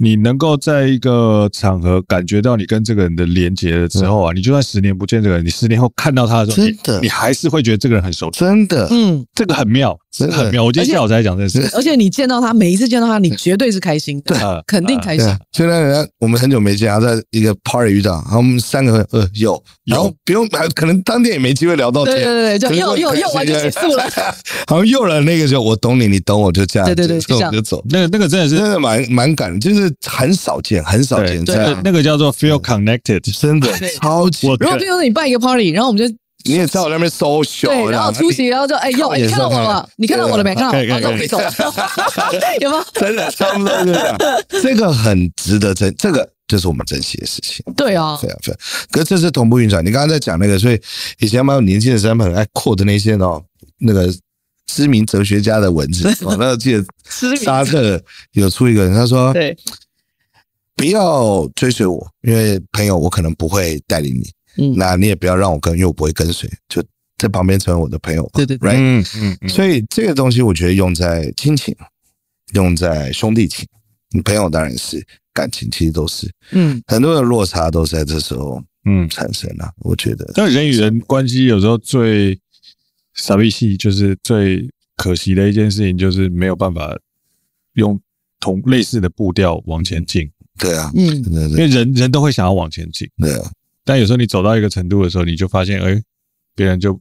Speaker 3: 你能够在一个场合感觉到你跟这个人的连接了之后啊，你就算十年不见这个人，你十年后看到他的时
Speaker 1: 嗯
Speaker 3: 候，
Speaker 1: 真的
Speaker 3: 你你还是会觉得这个人很熟悉，
Speaker 1: 真的，
Speaker 4: 嗯，
Speaker 3: 这个很妙，
Speaker 1: 真的
Speaker 3: 很妙。我今天下午才讲这件事，
Speaker 4: 而且你见到他，每一次见到他，你绝对是开心的，
Speaker 3: 呃
Speaker 4: 肯定开
Speaker 1: 对
Speaker 4: 心，
Speaker 1: 啊，就那人家我们很久没见，然后在一个 party 遇到，然后我们三个呃有，
Speaker 3: 有
Speaker 1: 然后不用，还可能当天也没机会聊到天，
Speaker 4: 对对对，就
Speaker 1: 啊可是
Speaker 4: 又又又完就结束 了，，
Speaker 1: 好像又了那个时候，我懂你，你懂我，就这样，
Speaker 4: 对对对
Speaker 1: 就
Speaker 4: 就这
Speaker 1: 我
Speaker 4: 样
Speaker 1: 们就走，
Speaker 3: 那个那个真的是
Speaker 1: 真的蛮蛮感，就是很少见，很少
Speaker 3: 对
Speaker 1: 见，
Speaker 3: 那
Speaker 1: 这
Speaker 3: 个
Speaker 1: 样
Speaker 3: 那个叫做 feel connected。
Speaker 1: 真的
Speaker 4: 对
Speaker 1: 超级
Speaker 3: 我，
Speaker 4: 如果比如说你办一个 party，然后我们就
Speaker 1: 你也在我那边 social，
Speaker 4: 对，然后出席，然后就哎哟，
Speaker 1: 靠
Speaker 4: 哎你
Speaker 1: 眼
Speaker 4: 看到
Speaker 1: 上
Speaker 4: 我
Speaker 1: 看
Speaker 4: 了，你看到我了没？看到
Speaker 3: 可以
Speaker 4: 我了，
Speaker 3: 可以
Speaker 4: 那我
Speaker 3: 可
Speaker 4: 们
Speaker 3: 以
Speaker 4: 走，有吗？
Speaker 1: 真的差不多就这样，这个很值得珍，这个就是我们珍惜的事情。
Speaker 4: 对啊
Speaker 1: 非，常非常。可是这是同步运转。你刚刚在讲那个，所以以前蛮有年轻的时候，他们很爱 quote 那些哦，那个知名哲学家的文字。 我那时候记得
Speaker 4: 知名
Speaker 1: 沙特有出一个人，他说
Speaker 4: 对
Speaker 1: 不要追随我，因为朋友我可能不会带领你。
Speaker 4: 嗯
Speaker 1: 那你也不要让我跟，因为我不会跟随，就在旁边成为我的朋友吧。
Speaker 4: 对对对
Speaker 1: right？
Speaker 3: 嗯嗯嗯，
Speaker 1: 所以这个东西，我觉得用在亲情，用在兄弟情，你朋友当然是，感情其实都是
Speaker 4: 嗯，
Speaker 1: 很多的落差都是在这时候
Speaker 3: 嗯
Speaker 1: 产生了、我觉得，
Speaker 3: 但人与人关系有时候最傻逼戏，就是最可惜的一件事情，就是没有办法用同类似的步调往前进，
Speaker 1: 对啊，
Speaker 4: 嗯
Speaker 1: 对对
Speaker 3: 因
Speaker 1: 对
Speaker 3: 为人人都会想要往前进，
Speaker 1: 对啊，
Speaker 3: 但有时候你走到一个程度的时候，你就发现，哎、别人就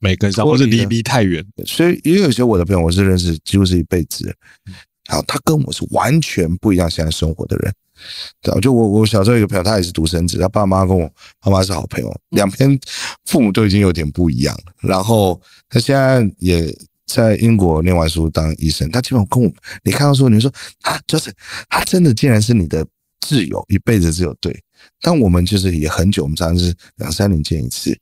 Speaker 3: 没跟上，
Speaker 1: 脱
Speaker 3: 或
Speaker 1: 离
Speaker 3: 者
Speaker 1: 了
Speaker 3: 离离太远。
Speaker 1: 所以也有些我的朋友，我是认识几乎是一辈子的，然后他跟我是完全不一样现在生活的人。对啊，就我我小时候有一个朋友，他也是独生子，他爸妈跟我爸妈是好朋友，两边父母都已经有点不一样了。然后他现在也在英国念完书当医生，他基本上跟我你看到说，你说啊，就是他真的竟然是你的挚友，一辈子挚友，对。但我们就是也很久，我们常常是两三年见一次，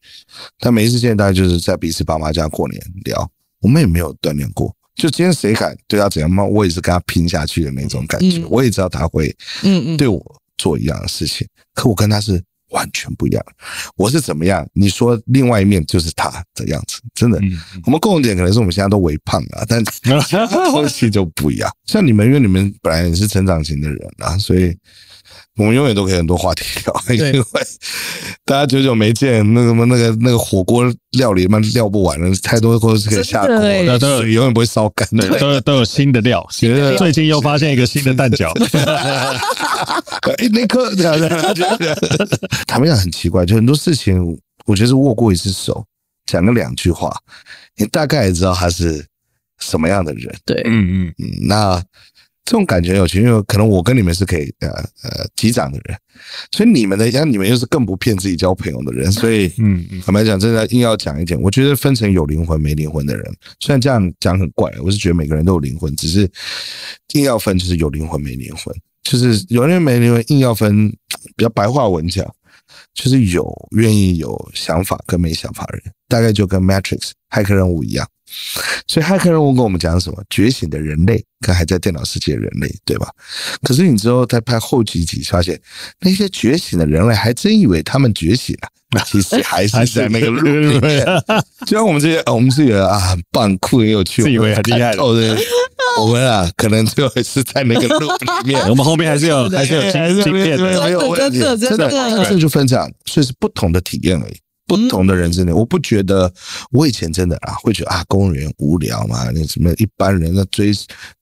Speaker 1: 但每一次见大概就是在彼此爸妈家过年聊，我们也没有锻炼过。就今天谁敢对他怎样嘛，我也是跟他拼下去的那种感觉。
Speaker 4: 嗯
Speaker 1: 我也知道他会
Speaker 4: 嗯嗯，
Speaker 1: 对我做一样的事情，可我跟他是完全不一样的。我是怎么样，你说另外一面就是他的样子，真的。
Speaker 3: 嗯，
Speaker 1: 我们共同点可能是我们现在都微胖啊， 但东西就不一样。像你们，因为你们本来也是成长型的人啊，所以我们永远都可以很多话题聊，因
Speaker 4: 对
Speaker 1: 为大家久久没见，那个什么那个那个火锅料理嘛料不完了，太多都是可以下锅
Speaker 4: 真的欸
Speaker 1: 的，水永远不会烧干 的。
Speaker 3: 对，都有都有新的料，
Speaker 1: 觉得
Speaker 3: 最近又发现一个新的蛋 饺，
Speaker 1: 哎，那颗坦白讲很奇怪，就很多事情，我觉得是握过一次手，讲个两句话，你大概也知道他是什么样的人。
Speaker 4: 对，
Speaker 3: 嗯嗯，
Speaker 1: 嗯，那这种感觉有趣，因为可能我跟你们是可以呃呃击掌的人，所以你们的，像你们又是更不骗自己交朋友的人，所以
Speaker 3: 嗯嗯，
Speaker 1: 坦白讲，真的硬要讲一点，我觉得分成有灵魂没灵魂的人，虽然这样讲很怪，我是觉得每个人都有灵魂，只是硬要分就是有灵魂没灵魂，就是有人没灵魂，硬要分，比较白话文讲，就是有愿意有想法跟没想法的人，大概就跟 Matrix 骇客任务一样。所以骇客任务跟我们讲什么？觉醒的人类跟还在电脑世界的人类，对吧？可是你之后在拍后几集，发现那些觉醒的人类还真以为他们觉醒了，其实还是在 那个路里面。就像我们这些，哦我们自己人啊，很棒、酷、很有趣，
Speaker 3: 自以为很厉害的
Speaker 1: 哦，对，我们啊，可能最后也是在那个路里面。
Speaker 3: 我们后面还是有还是有
Speaker 1: 还
Speaker 3: 经
Speaker 1: 是
Speaker 3: 经
Speaker 1: 没
Speaker 3: 验
Speaker 1: 有没有
Speaker 3: 的，
Speaker 1: 没有问题，
Speaker 4: 真的真的真的
Speaker 1: 这就分享，所以是不同的体验而已。不同的人真的，我不觉得。我以前真的啊，会觉得啊，公务员无聊嘛，那什么一般人在追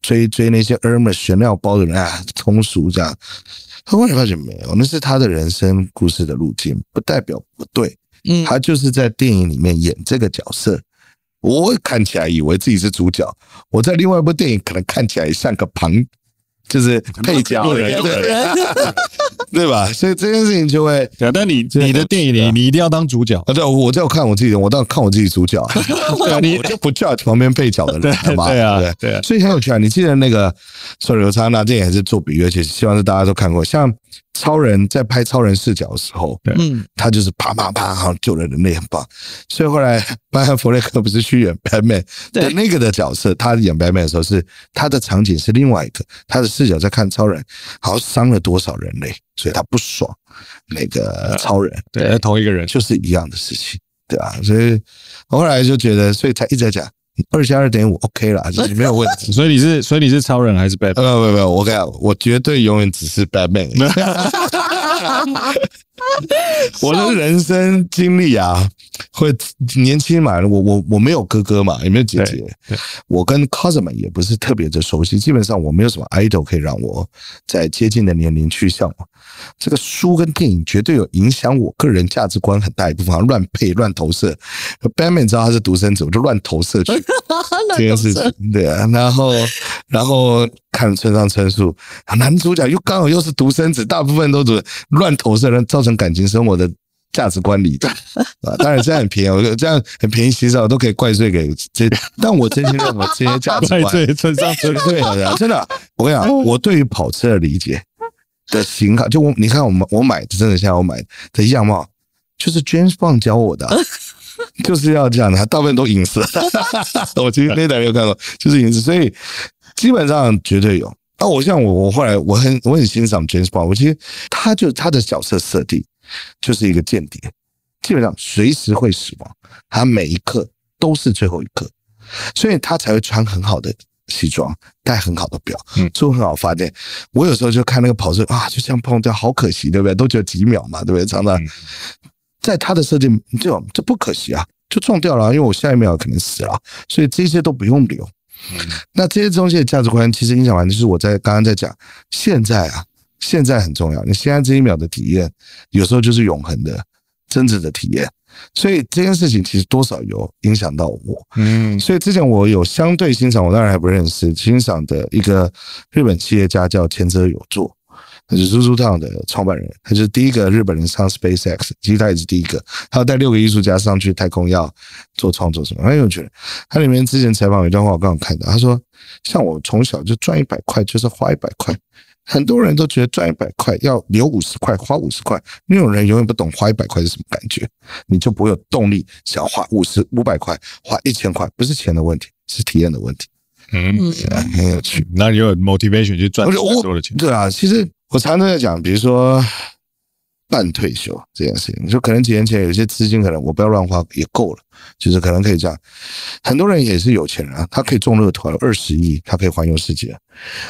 Speaker 1: 追追那些 Hermes 悬料包的人啊，通俗这样。后来发现没有，那是他的人生故事的路径，不代表不对。
Speaker 4: 嗯
Speaker 1: 他就是在电影里面演这个角色。我看起来以为自己是主角，我在另外一部电影可能看起来像个旁，就是配角
Speaker 3: 路
Speaker 1: 而
Speaker 3: 人
Speaker 1: 已，对对吧？所以这件事情就会
Speaker 3: 对啊，但你你的电影里你一定要当主角，
Speaker 1: 啊，对，我在看我自己的，我当然看我自己主 角，对啊，我就不 judge 旁边配角的人了嘛，
Speaker 3: 对啊
Speaker 1: 对不
Speaker 3: 对啊
Speaker 1: 所以很有趣啊。你记得那个《手流刹那》电影还是做比喻，而且希望是大家都看过，像超人在拍超人视角的时候，
Speaker 3: 对
Speaker 4: 嗯，
Speaker 1: 他就是啪啪啪，好像救了人类，很棒。所以后来班恩弗雷克不是去演 Batman 的那个的角色，他演 Batman 的时候是他的场景是另外一个，他的视角在看超人，好像伤了多少人类，所以他不爽那个超人。
Speaker 3: 对，那同一个人，
Speaker 1: 就是一样的事情，对吧、所以我后来就觉得，所以才一直在讲二加二等于五，OK 啦，就是没有问 题。
Speaker 3: 所以你是所以你是超人还是 Batman？
Speaker 1: 呃，没有没有，我跟你讲，我绝对永远只是 Batman 而已。我的人生经历啊，会年轻嘛，我我我没有哥哥嘛，也没有姐姐
Speaker 3: 对对，
Speaker 1: 我跟 cousin 们也不是特别的熟悉，基本上我没有什么 idol 可以让我在接近的年龄去向往。这个书跟电影绝对有影响我个人价值观很大一部分，好像乱配乱投射。Batman 你知道他是独生子，我就乱投射去这件事情，对啊。然后，然后看村上春树，啊男主角又刚好又是独生子，大部分都是乱投射，人造成感情生活的。价值观理解啊，当然这样很便宜，我觉得这样很便宜洗澡都可以怪罪给这，但我真心认为这些
Speaker 3: 呃
Speaker 1: 价值观，
Speaker 3: 对，村上
Speaker 1: 对
Speaker 3: 春
Speaker 1: 对对啊，真的，我跟你讲，我对于跑车的理解的型号，就我你看我们我买的真的像我买的样貌，就是 James Bond 教我的啊、就是要这样的，大部分都影射。我其实那台没有看过，就是影射，所以基本上绝对有。啊，我像我，我后来我很我很欣赏 James Bond，我其实他就他的角色设定就是一个间谍，基本上随时会死亡，他每一刻都是最后一刻，所以他才会穿很好的西装，戴很好的表
Speaker 3: 嗯，
Speaker 1: 做很好的发电。我有时候就看那个跑车啊，就这样碰掉，好可惜，对不对？都只有几秒嘛，对不对？常常
Speaker 3: 嗯
Speaker 1: 在他的设计，这种这不可惜啊，就撞掉了啊，因为我下一秒可能死了啊，所以这些都不用留。
Speaker 3: 嗯
Speaker 1: 那这些东西的价值观其实影响完，就是我在刚刚在讲，现在啊，现在很重要。你现在这一秒的体验，有时候就是永恒的、真挚的体验。所以这件事情其实多少有影响到我。
Speaker 3: 嗯
Speaker 1: 所以之前我有相对欣赏，我当然还不认识欣赏的一个日本企业家叫前泽有作，他是 ZUZU Town 的创办人，他就是第一个日本人上 SpaceX，其实他也是第一个，他要带六个艺术家上去太空要做创作什么，很有趣。他里面之前采访有一段话，我刚好看到，他说像我从小就赚一百块就是花一百块。很多人都觉得赚一百块要留五十块，花五十块。那种人永远不懂花一百块是什么感觉，你就不会有动力想要花五十、五百块、花一千块，不是钱的问题，是体验的问题。
Speaker 3: 嗯，
Speaker 4: 嗯
Speaker 1: 啊很有趣。
Speaker 3: 那你有 motivation 去赚
Speaker 1: 而
Speaker 3: 更
Speaker 1: 且我
Speaker 3: 多的钱，
Speaker 1: 对啊，其实我常常在讲，比如说半退休这件事情，你说可能几年前有些资金可能我不要乱花也够了，就是可能可以这样。很多人也是有钱人啊，他可以中乐团二十亿，他可以环游世界。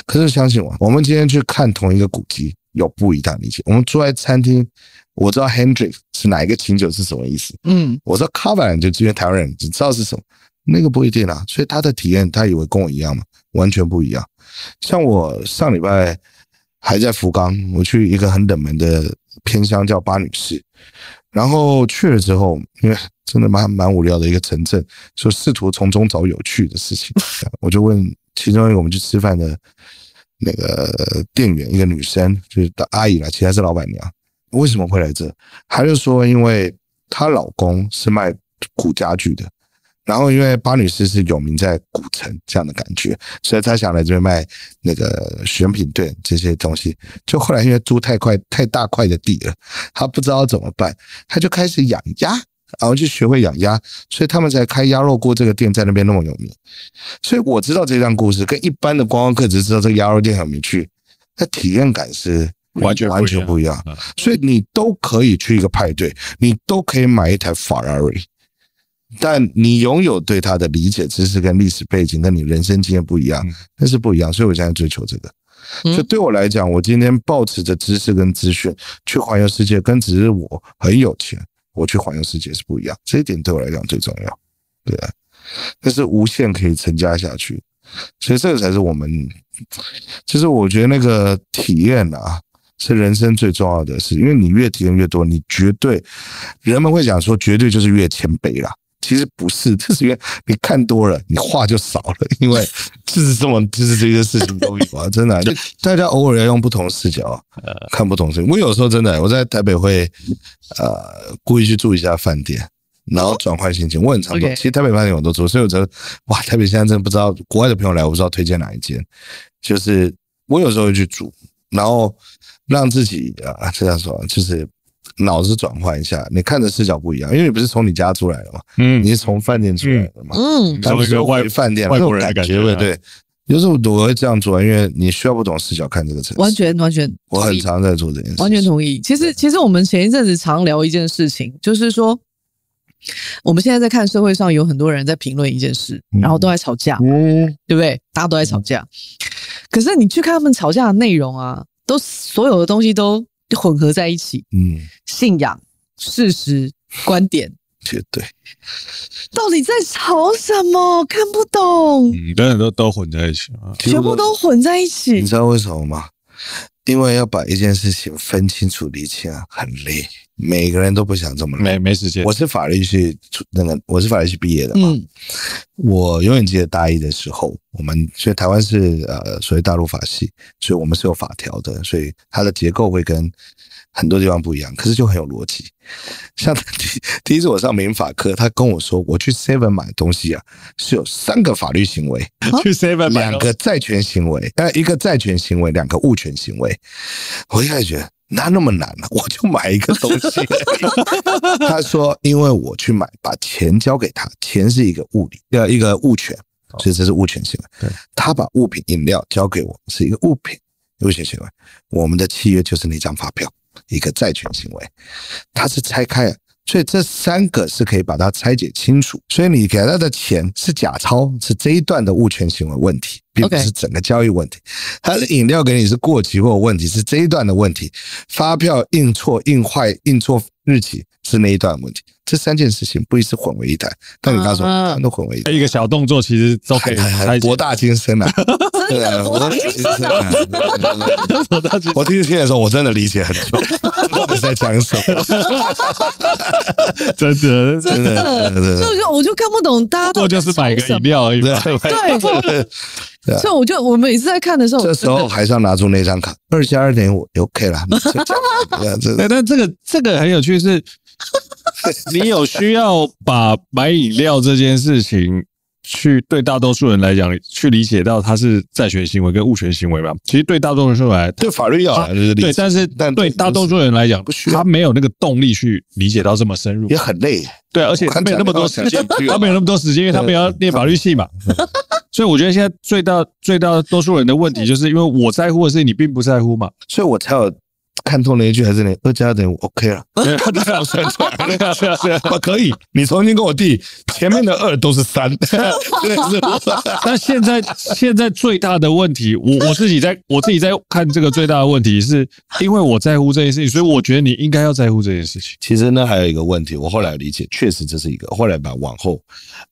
Speaker 1: 可是相信我，我们今天去看同一个古迹，有不一样的理解。我们坐在餐厅，我知道 Hendrix 是哪一个琴酒是什么意思，
Speaker 4: 嗯，
Speaker 1: 我说 cover 就因为台湾人只知道是什么，那个不一定啊。所以他的体验，他以为跟我一样嘛，完全不一样。像我上礼拜还在福冈，我去一个很冷门的偏乡叫巴女市，然后去了之后，因为真的蛮蛮无聊的一个城镇， 就试图从中找有趣的事情。我就问其中一个我们去吃饭的那个店员，一个女生，就是的阿姨啦，其实她是老板娘。为什么会来这？她就说，因为她老公是卖古家具的，然后因为巴女士是有名在古城这样的感觉，所以她想来这边卖那个选品店这些东西。就后来因为租太块太大块的地了，她不知道怎么办，她就开始养鸭，然后就学会养鸭，所以他们才开鸭肉锅这个店在那边那么有名。所以我知道这段故事，跟一般的观光客只知道这个鸭肉店很有趣，那体验感是
Speaker 3: 完全不一样
Speaker 1: 完全不一样
Speaker 3: 嗯。
Speaker 1: 所以你都可以去一个派对，你都可以买一台 Ferrari，但你拥有对它的理解、知识跟历史背景，跟你人生经验不一样
Speaker 3: 嗯，
Speaker 1: 那是不一样。所以我现在追求这个。
Speaker 2: 嗯
Speaker 1: 所以对我来讲，我今天抱持着知识跟资讯去环游世界，跟只是我很有钱，我去环游世界是不一样。这一点对我来讲最重要，对啊，但是无限可以成家下去，所以这个才是我们，就是我觉得那个体验啊，是人生最重要的事，因为你越体验越多，你绝对，人们会讲说绝对就是越谦卑啦。其实不是，这是因为你看多了，你话就少了， 因为就是这么，就是这些事情都有啊，真的啊、就大家偶尔要用不同视角啊看不同事情。我有时候真的，我在台北会呃故意去住一下饭店，然后转换心情。我很常做，
Speaker 2: OK
Speaker 1: 其实台北饭店我都住，所以我觉得哇，台北现在真的不知道国外的朋友来，我不知道推荐哪一间。就是我有时候会去住，然后让自己啊，这样说就是脑子转换一下，你看的视角不一样，因为你不是从你家出来的嘛，
Speaker 3: 嗯
Speaker 1: 你是从饭店出来的嘛，
Speaker 2: 嗯，
Speaker 1: 他们
Speaker 3: 作为一个
Speaker 1: 是
Speaker 3: 外
Speaker 1: 回饭店
Speaker 3: 外
Speaker 1: 那种
Speaker 3: 国人的
Speaker 1: 感
Speaker 3: 感
Speaker 1: 觉
Speaker 3: 觉
Speaker 1: 会
Speaker 3: 啊
Speaker 1: 对。有时候我会这样做，因为你需要不懂视角看这个城市。
Speaker 4: 完全完全
Speaker 1: 我很常在做这件事，
Speaker 4: 完全同意。其实，其实我们前一阵子常聊一件事情，就是说，我们现在在看社会上有很多人在评论一件事，然后都在吵架，
Speaker 1: 嗯，
Speaker 4: 对不对？大家都在吵架，可是你去看他们吵架的内容啊，都所有的东西都混合在一起，
Speaker 1: 嗯，
Speaker 4: 信仰、事实、观点，
Speaker 1: 绝对。
Speaker 4: 到底在吵什么？看不懂，
Speaker 3: 嗯，但很多都混在一起啊。
Speaker 4: 全部都混在一起
Speaker 1: 你。知道为什么吗？因为要把一件事情分清楚、理清啊，很累。每个人都不想这么累。
Speaker 3: 没没时间，
Speaker 1: 我是法律系出那个，我是法律系毕业的嘛。
Speaker 4: 嗯
Speaker 1: 我永远记得大一的时候，我们所以台湾是呃所谓大陆法系，所以我们是有法条的，所以它的结构会跟很多地方不一样，可是就很有逻辑。像 第第一次我上民法课，他跟我说，我去 Seven 买东西啊，是有三个法律行为，
Speaker 3: 去 seven 买
Speaker 1: 两个债权行为，呃，一个债权行为，两个物权行为。我一开始觉得哪那么难呢、我就买一个东 西而已。他说，因为我去买，把钱交给他，钱是一个物理，呃，一个物权，所以这是物权行为
Speaker 3: 对。
Speaker 1: 他把物品饮料交给我，是一个物品物权行为。我们的契约就是那张发票，一个债权行为，它是拆开的。所以这三个是可以把它拆解清楚，所以你给他的钱是假钞，是这一段的物权行为问题，并不
Speaker 4: OK
Speaker 1: 是整个交易问题。他的饮料给你是过期或有问题，是这一段的问题；发票印错、印坏、印错日期是那一段问题。这三件事情不一是混为一谈，但你刚刚说
Speaker 4: 啊
Speaker 1: 他们都混为一谈，
Speaker 3: 一个小动作，其实都可
Speaker 1: 还
Speaker 3: 以
Speaker 1: 还
Speaker 3: 拆
Speaker 1: 还博大精深啊！ 对啊，博大精深啊！
Speaker 3: 博大精
Speaker 1: 我第一次听的时候，我真的理解很久， 到底在讲什么？
Speaker 3: 真的，
Speaker 1: 真的，真
Speaker 4: 所以
Speaker 1: 的
Speaker 4: 我就我就看不懂大家
Speaker 3: 不
Speaker 4: 到
Speaker 3: 过
Speaker 4: 底
Speaker 3: 就
Speaker 4: 在
Speaker 3: 是买
Speaker 4: 吵
Speaker 3: 个
Speaker 4: 什么
Speaker 3: 饮料而已。
Speaker 4: 对，所以我就我每次在看的时候，
Speaker 1: 这时候还是要拿出那张卡，二加二等于五也，OK 啦。你就讲对 啊，这
Speaker 3: 对，但这个这个很有趣 是，你有需要把买饮料这件事情。去对大多数人来讲，去理解到它是债权行为跟物权行为嘛？其实对大多数人来，
Speaker 1: 对法律要啊就是理
Speaker 3: 对，
Speaker 1: 解
Speaker 3: 但是
Speaker 1: 但
Speaker 3: 对大多数人来讲
Speaker 1: 不需，要
Speaker 3: 他没有那个动力去理解到这么深入
Speaker 1: 也。很累。
Speaker 3: 对，啊而且
Speaker 1: 我看
Speaker 3: 没有那么多时
Speaker 1: 讲
Speaker 3: 间啊
Speaker 1: 得到讲进去，了
Speaker 3: 他没有那么多时间，因为他们要念法律 系嘛。
Speaker 1: 啊
Speaker 3: 所以我觉得现在最大最大多数人的问题，就是因为我在乎的事情，你并不在乎嘛。
Speaker 1: 所以我才有看透那一句，还是那二加二等于五 OK 了。
Speaker 3: 对他这样算出来，对啊对啊对啊。
Speaker 1: 啊，可以。你重新跟我弟，前面的二都是三，是吧？
Speaker 3: 但现在现在最大的问题，我我自己在我自己在看这个最大的问题，是因为我在乎这件事情，所以我觉得你应该要在乎这件事情。
Speaker 1: 其实呢，还有一个问题，我后来理解，确实这是一个。后来吧，往后，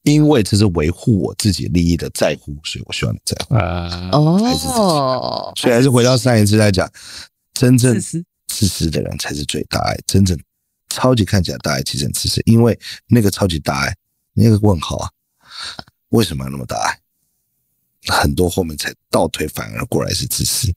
Speaker 1: 因为这是维护我自己利益的在乎，所以我希望你在乎。
Speaker 3: 啊，
Speaker 4: 哦，
Speaker 1: 所以还是回到上一次来讲，真正
Speaker 4: 自私
Speaker 1: 自私的人才是最大爱，真正超级看起来大爱，其实很自私，因为那个超级大爱，那个问号啊，为什么要那么大爱？很多后面才倒推，反而过来是自私，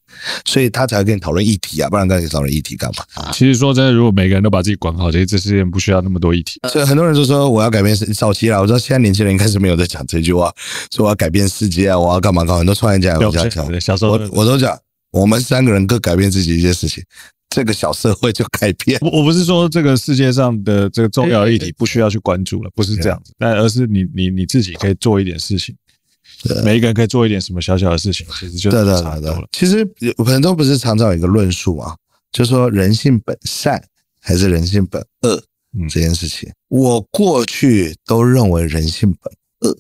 Speaker 1: 所以他才会跟你讨论议题啊，不然跟你讨论议题干嘛？
Speaker 3: 其实说真的，如果每个人都把自己管好，其实这世界不需要那么多议题。
Speaker 1: 所以很多人就说我要改变世早期啦，我知道现在年轻人应该是没有在讲这句话，说我要改变世界啊，我要干嘛干嘛，很多创业家也会这样讲。
Speaker 3: 小时候
Speaker 1: 我我都讲，我们三个人各改变自己一件事情，这个小社会就改变。
Speaker 3: 我我不是说这个世界上的这个重要
Speaker 1: 哎
Speaker 3: 议题不需要去关注了，不是这样子，但而是你你你自己可以做一点事情，每一个人可以做一点什么小小的事情，其实就
Speaker 1: 对对
Speaker 3: 差
Speaker 1: 对
Speaker 3: 不多了
Speaker 1: 对。，其实有很多不是常常有一个论述嘛，就说人性本善还是人性本恶
Speaker 3: 嗯
Speaker 1: 这件事情，我过去都认为人性本恶。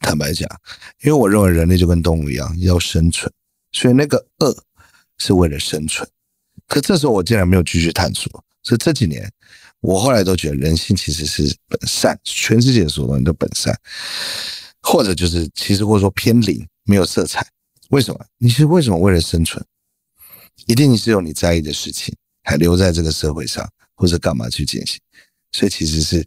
Speaker 1: 坦白讲，因为我认为人类就跟动物一样要生存，所以那个恶是为了生存。可这时候我竟然没有继续探索，所以这几年我后来都觉得人性其实是本善，全世界所有东西都本善，或者就是其实或者说偏零，没有色彩。为什么？你是为什么为了生存？一定是有你在意的事情还留在这个社会上，或者干嘛去进行？所以其实是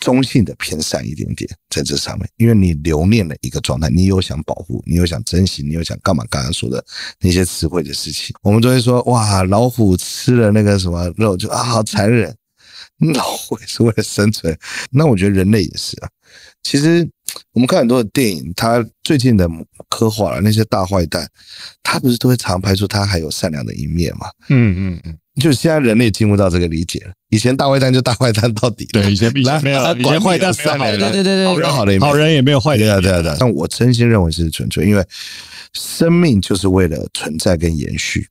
Speaker 1: 中性的偏善一点点在这上面，因为你留念了一个状态，你有想保护，你有想珍惜，你有想干嘛？刚刚说的那些词汇的事情，我们都会说哇，老虎吃了那个什么肉就啊好残忍，老虎也是为了生存。那我觉得人类也是啊。其实我们看很多的电影，它最近的刻画了那些大坏蛋，他不是都会常拍出他还有善良的一面嘛？
Speaker 3: 嗯嗯嗯，
Speaker 1: 就现在人类进入到这个理解了，以前大坏蛋就大坏蛋到底，
Speaker 3: 对，以前以
Speaker 1: 来
Speaker 3: 前没有
Speaker 1: 来，
Speaker 3: 以
Speaker 1: 管
Speaker 3: 前
Speaker 1: 你
Speaker 3: 坏
Speaker 1: 有
Speaker 3: 蛋
Speaker 1: 没有
Speaker 3: 善
Speaker 1: 好
Speaker 3: 良
Speaker 1: 人
Speaker 3: 的，
Speaker 4: 对对对
Speaker 1: 好人好的一面，
Speaker 3: 好人也没有坏
Speaker 1: 对
Speaker 3: 人，
Speaker 1: 啊，对啊，对啊。但我真心认为是纯粹，因为生命就是为了存在跟延续。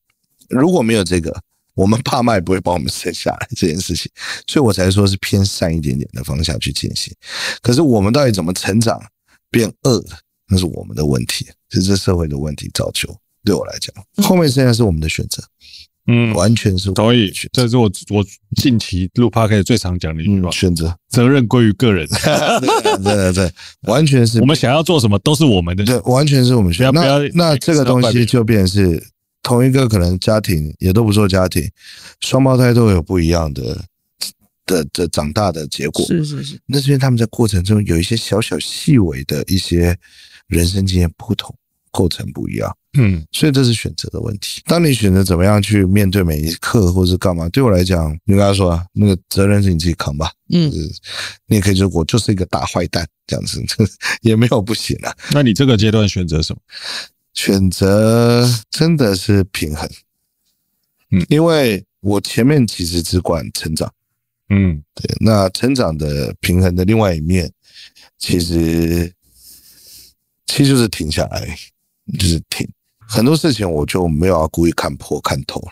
Speaker 1: 如果没有这个，我们爸妈也不会把我们生下来这件事情，所以我才说是偏善一点点的方向去进行。可是我们到底怎么成长变恶了，那是我们的问题，是这社会的问题造就。对我来讲，后面现在是我们的选择，
Speaker 3: 嗯，
Speaker 1: 完全是我
Speaker 3: 同
Speaker 1: 们的
Speaker 3: 意
Speaker 1: 选，择。
Speaker 3: 这是我我近期录 p o d c a s 最常讲的一句话
Speaker 1: 嗯，：选择，
Speaker 3: 责任归于 个人。
Speaker 1: 对啊对对，完全是
Speaker 3: 我们想要做什么都是我们的，
Speaker 1: 对，完全是我们学校。
Speaker 3: 不要不
Speaker 1: 那
Speaker 3: 要
Speaker 1: 那这个东西就变成是同一个可能家庭也都不做家庭，双胞胎都有不一样的的的长大的结果。
Speaker 4: 是是是，
Speaker 1: 那是因为他们在过程中有一些小小细微的一些人生经验不同，构成不一样。
Speaker 3: 嗯，
Speaker 1: 所以这是选择的问题。当你选择怎么样去面对每一刻，或是干嘛，对我来讲，你跟他说啊，那个责任是你自己扛吧。
Speaker 4: 嗯
Speaker 1: 就是，你也可以说我就是一个大坏蛋这样子， 也没有不行啊。
Speaker 3: 那你这个阶段选择什么？
Speaker 1: 选择真的是平衡，
Speaker 3: 嗯
Speaker 1: 因为我前面其实只管成长，
Speaker 3: 嗯，
Speaker 1: 对，那成长的平衡的另外一面，其实其实就是停下来，就是停。很多事情我就没有要故意看破看透了，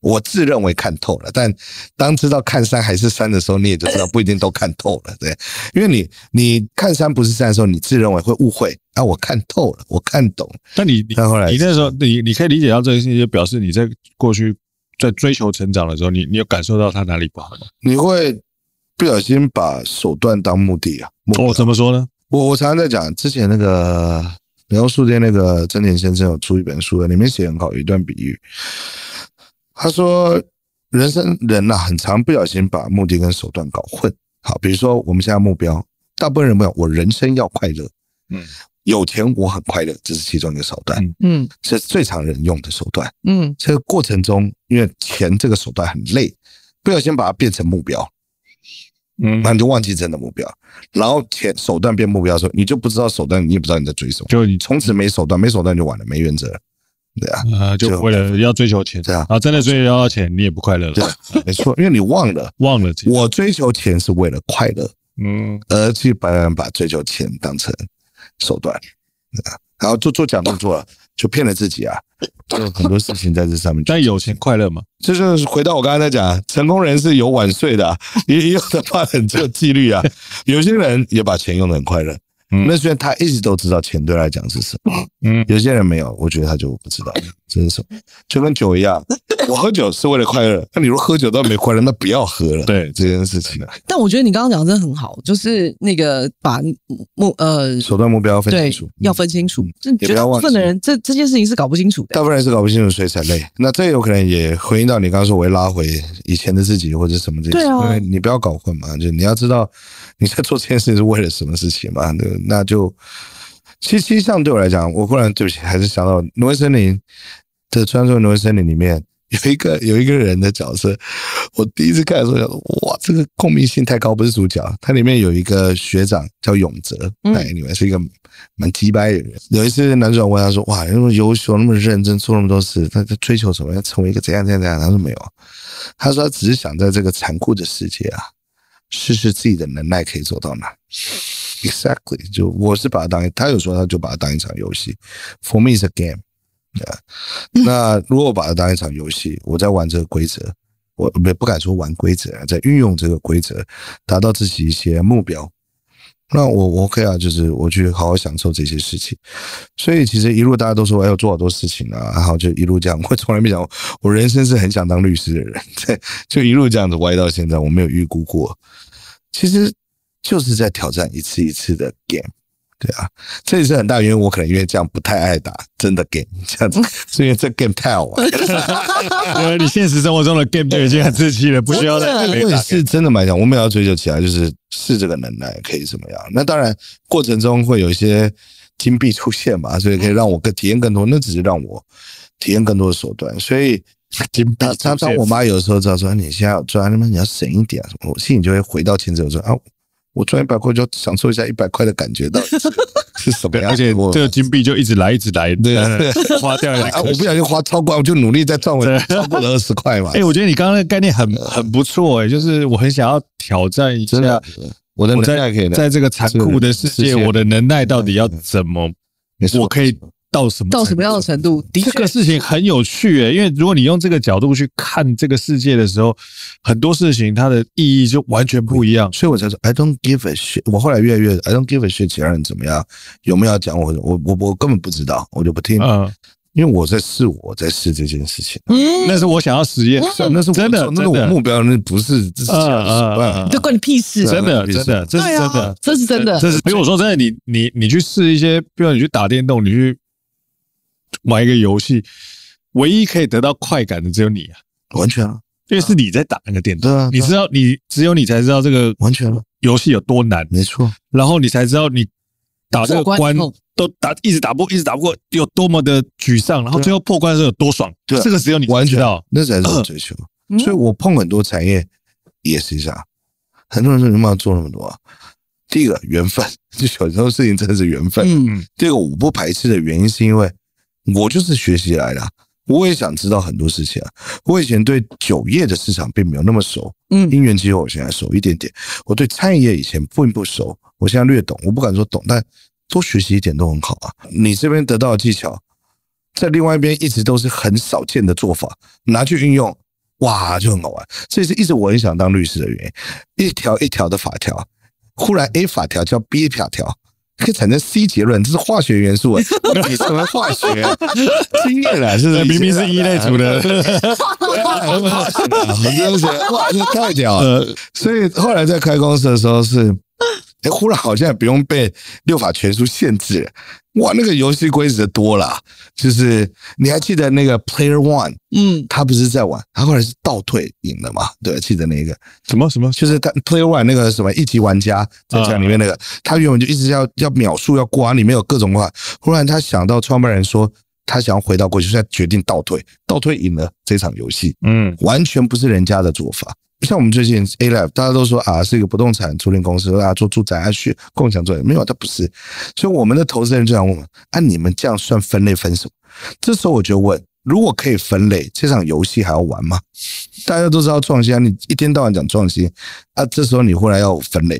Speaker 1: 我自认为看透了，但当知道看山还是山的时候，你也就知道不一定都看透了，对，因为你你看山不是山的时候，你自认为会误会啊，我看透了，我看懂了，
Speaker 3: 那你你
Speaker 1: 但后来
Speaker 3: 你那时候你你可以理解到这件事情，就表示你在过去在追求成长的时候，你你有感受到他哪里不好吗？
Speaker 1: 你会不小心把手段当目的啊。目标
Speaker 3: 哦，怎么说呢？
Speaker 1: 我我常常在讲，之前那个苗书店那个真田先生有出一本书，里面写很好有一段比喻，他说人生人呐、很常不小心把目的跟手段搞混。好，比如说我们现在目标，大部分人没有，我人生要快乐，
Speaker 3: 嗯，
Speaker 1: 有钱我很快乐，这是其中一个手段，
Speaker 3: 嗯
Speaker 4: 嗯
Speaker 1: 这是最常人用的手段。
Speaker 4: 嗯
Speaker 1: 这个过程中，因为钱这个手段很累，不小心把它变成目标，
Speaker 3: 嗯
Speaker 1: 那你就忘记真的目标，然后钱手段变目标的时候，你就不知道手段，你也不知道你在追什么。
Speaker 3: 就你
Speaker 1: 从此没手段，没手段就完了，没原则了，对啊，
Speaker 3: 呃，就
Speaker 1: 就
Speaker 3: 为了要追求钱，
Speaker 1: 对啊
Speaker 3: 啊，真的追求到钱，你也不快乐
Speaker 1: 对
Speaker 3: 了，
Speaker 1: 啊，没错，因为你忘了，
Speaker 3: 忘了自己，
Speaker 1: 我追求钱是为了快乐，
Speaker 3: 嗯，
Speaker 1: 而去把人把追求钱当成手段，对啊，然后做做假动作就骗了自己啊，就很多事情在这上面。
Speaker 3: 但有钱快乐吗？
Speaker 1: 这就是回到我刚才在讲，成功人是有晚睡的啊、 也也有的怕很有纪律啊。有些人也把钱用的很快乐，
Speaker 3: 嗯
Speaker 1: 那虽然他一直都知道钱对他来讲是什么，
Speaker 3: 嗯
Speaker 1: 有些人没有，我觉得他就不知道 这是什么，就跟酒一样，我喝酒是为了快乐，那你如果喝酒都没快乐，那不要喝了。
Speaker 3: 对
Speaker 1: 这件事情，啊
Speaker 4: 但我觉得你刚刚讲的真的很好，就是那个把目呃
Speaker 1: 手段目标分清
Speaker 4: 对
Speaker 1: 楚，
Speaker 4: 要分清楚
Speaker 1: 嗯，
Speaker 4: 这
Speaker 1: 也
Speaker 4: 绝
Speaker 1: 不
Speaker 4: 大
Speaker 1: 要
Speaker 4: 部
Speaker 1: 忘
Speaker 4: 分的
Speaker 1: 记
Speaker 4: 人这这件事情是搞不清楚的
Speaker 1: 大。部分人是搞不清楚，所以才累。那这有可能也回应到你刚刚说，我会拉回以前的自己或者什么这些，
Speaker 4: 对啊
Speaker 1: 因为你不要搞 混嘛，就你要知道你在做这件事是为了什么事情嘛，对，那就其实，其实像对我来讲，我忽然对不起，还是想到《挪威森林》的《穿梭挪威森林》里面有一个有一个人的角色，我第一次看的时候想说，哇，这个共鸣性太高，不是主角。它里面有一个学长叫永泽，
Speaker 4: 嗯
Speaker 1: 那里面是一个蛮鸡掰的人。有一次，男主角问他说：“哇，那么优秀，那么认真，做那么多事，他他追求什么？要成为一个怎样怎样怎样？”他说：“没有。”啊他说：“他只是想在这个残酷的世界啊，试试自己的能耐可以走到哪。” Exactly，就我是把它当，他有时候他就把它当一场游戏，For me is a game。Yeah. 那如果我把它当一场游戏，我在玩这个规则，我不不敢说玩规则，啊，在运用这个规则，达到自己一些目标。那我我 OK 啊，就是我去好好享受这些事情。所以其实一路大家都说我哎要做好多事情啊，然后就一路这样。我从来没想过，我人生是很想当律师的人，对，就一路这样子歪到现在，我没有预估过。其实就是在挑战一次一次的 game。对啊，这也是很大原因。我可能因为这样不太爱打真的 game，这样子是因为这 game 太好玩了。
Speaker 3: 因为你现实生活中的 game 就已经很自欺了，不需要再
Speaker 1: 我也是真的蛮想，我们也要追求起来，就是是这个能耐可以怎么样。那当然过程中会有一些金币出现嘛，所以可以让我更体验更多。那只是让我体验更多的手段，所以。
Speaker 3: 金币
Speaker 1: 当常
Speaker 3: 出
Speaker 1: 常
Speaker 3: 现
Speaker 1: 我妈有时候知道说啊你现在要赚，那么你要省一点啊什么，我心里就会回到前者我说啊，我赚一百块就要享受一下一百块的感觉到底 是是什么
Speaker 3: 对，
Speaker 1: 样。
Speaker 3: 而且
Speaker 1: 我
Speaker 3: 这个金币就一直来，一直来，
Speaker 1: 对啊
Speaker 3: 呃花掉了。
Speaker 1: 啊，我不小心花超过，我就努力再赚回超过了二十块嘛。
Speaker 3: 哎、我觉得你刚刚那个概念很很不错哎、就是我很想要挑战一下
Speaker 1: 真，的，我的
Speaker 3: 啊
Speaker 1: 能
Speaker 3: 我在
Speaker 1: 耐可以的
Speaker 3: 在这个残酷的世
Speaker 1: 是
Speaker 3: 界，
Speaker 1: 是嗯
Speaker 3: 我的能耐到底要怎么
Speaker 1: 没，错
Speaker 3: 我可以到什么
Speaker 4: 到什么样的
Speaker 3: 程
Speaker 4: 程度？的
Speaker 3: 度？这
Speaker 4: 确
Speaker 3: 个，事情很有趣诶、因为如果你用这个角度去看这个世界的时候，很多事情它的意义就完全不一样。
Speaker 1: 所以我才说 I don't give a shit。我后来越来越 I don't give a shit，其他人怎么样，有没有要讲我，我我我根本不知道，我就不听，
Speaker 3: 嗯，
Speaker 1: 因为我在试我，在试这件事情。
Speaker 4: 嗯，
Speaker 3: 那是我想要实验，
Speaker 1: 是啊那是我
Speaker 3: 真的
Speaker 1: 那是我
Speaker 3: 真的
Speaker 1: 目标，那不是自己
Speaker 3: 嗯嗯
Speaker 1: 的啊
Speaker 3: 嗯
Speaker 4: 就
Speaker 3: 嗯，
Speaker 4: 关你屁事。
Speaker 3: 真的
Speaker 1: 对
Speaker 3: 真的，这是
Speaker 4: 对
Speaker 3: 真
Speaker 4: 啊
Speaker 3: 的，，
Speaker 4: 这是真的。
Speaker 3: 这是。因为我说真的，你你你去试一些，比如你去打电动，你去玩一个游戏，唯一可以得到快感的只有你啊，
Speaker 1: 完全啊，
Speaker 3: 因为是你在打那个电动，
Speaker 1: 对啊，
Speaker 3: 你知道你只有你才知道这个
Speaker 1: 完全啊
Speaker 3: 游戏有多难，
Speaker 1: 没错，
Speaker 3: 然后你才知道你打这个
Speaker 4: 过关
Speaker 3: 关
Speaker 4: 以后
Speaker 3: 都打一直打不一直打不过有多么的沮丧，然后最后破关的时候有多爽，
Speaker 1: 啊对啊
Speaker 3: 这个只有你
Speaker 1: 完
Speaker 3: 知
Speaker 1: 全啊
Speaker 3: 道。
Speaker 1: 那才是我追求。
Speaker 4: 嗯
Speaker 1: 所以我碰很多产业也是这样，很多人说你干嘛做那么多啊？第一个缘分， 就有时候事情真的是缘分。
Speaker 4: 嗯，
Speaker 1: 这个我不排斥的原因是因为我就是学习来的啊、我也想知道很多事情啊。我以前对酒业的市场并没有那么熟，
Speaker 4: 嗯
Speaker 1: 因缘际会我现在熟一点点。我对餐饮业以前并不熟，我现在略懂，我不敢说懂，但多学习一点都很好啊。你这边得到的技巧，在另外一边一直都是很少见的做法，拿去运用，哇，就很好玩。这也是一直我很想当律师的原因，一条一条的法条，忽然 A 法条叫 B 法条。可以产生 C 结论，这是化学元素哎，你成为化学啊经验了，嗯是不是？
Speaker 3: 明明是一类 组的，
Speaker 1: 化学啊，我真的 觉得哇，这太屌了。
Speaker 3: 呃，
Speaker 1: 所以后来在开公司的时候是，哎，忽然好像也不用被六法全书限制了，哇，那个游戏规则多了啊，就是你还记得那个 Player One，
Speaker 4: 嗯，
Speaker 1: 他不是在玩，他后来是倒退赢了嘛？对，记得那个，
Speaker 3: 什么什么
Speaker 1: 就是他 Player One 那个什么一级玩家在讲里面
Speaker 3: 啊
Speaker 1: 那个，他原本就一直要要秒数要过啊，里面有各种话，忽然他想到创办人说。他想要回到过去，所以他决定倒退，倒退赢了这场游戏。
Speaker 3: 嗯
Speaker 1: 完全不是人家的做法。像我们最近 A Life，大家都说啊是一个不动产租赁公司，啊做住宅啊去共享住宅，没有，它不是。所以我们的投资人就想问我们：按、你们这样算分类分什么？这时候我就问：如果可以分类，这场游戏还要玩吗？大家都知道创新啊，你一天到晚讲创新啊，这时候你忽然要我分类，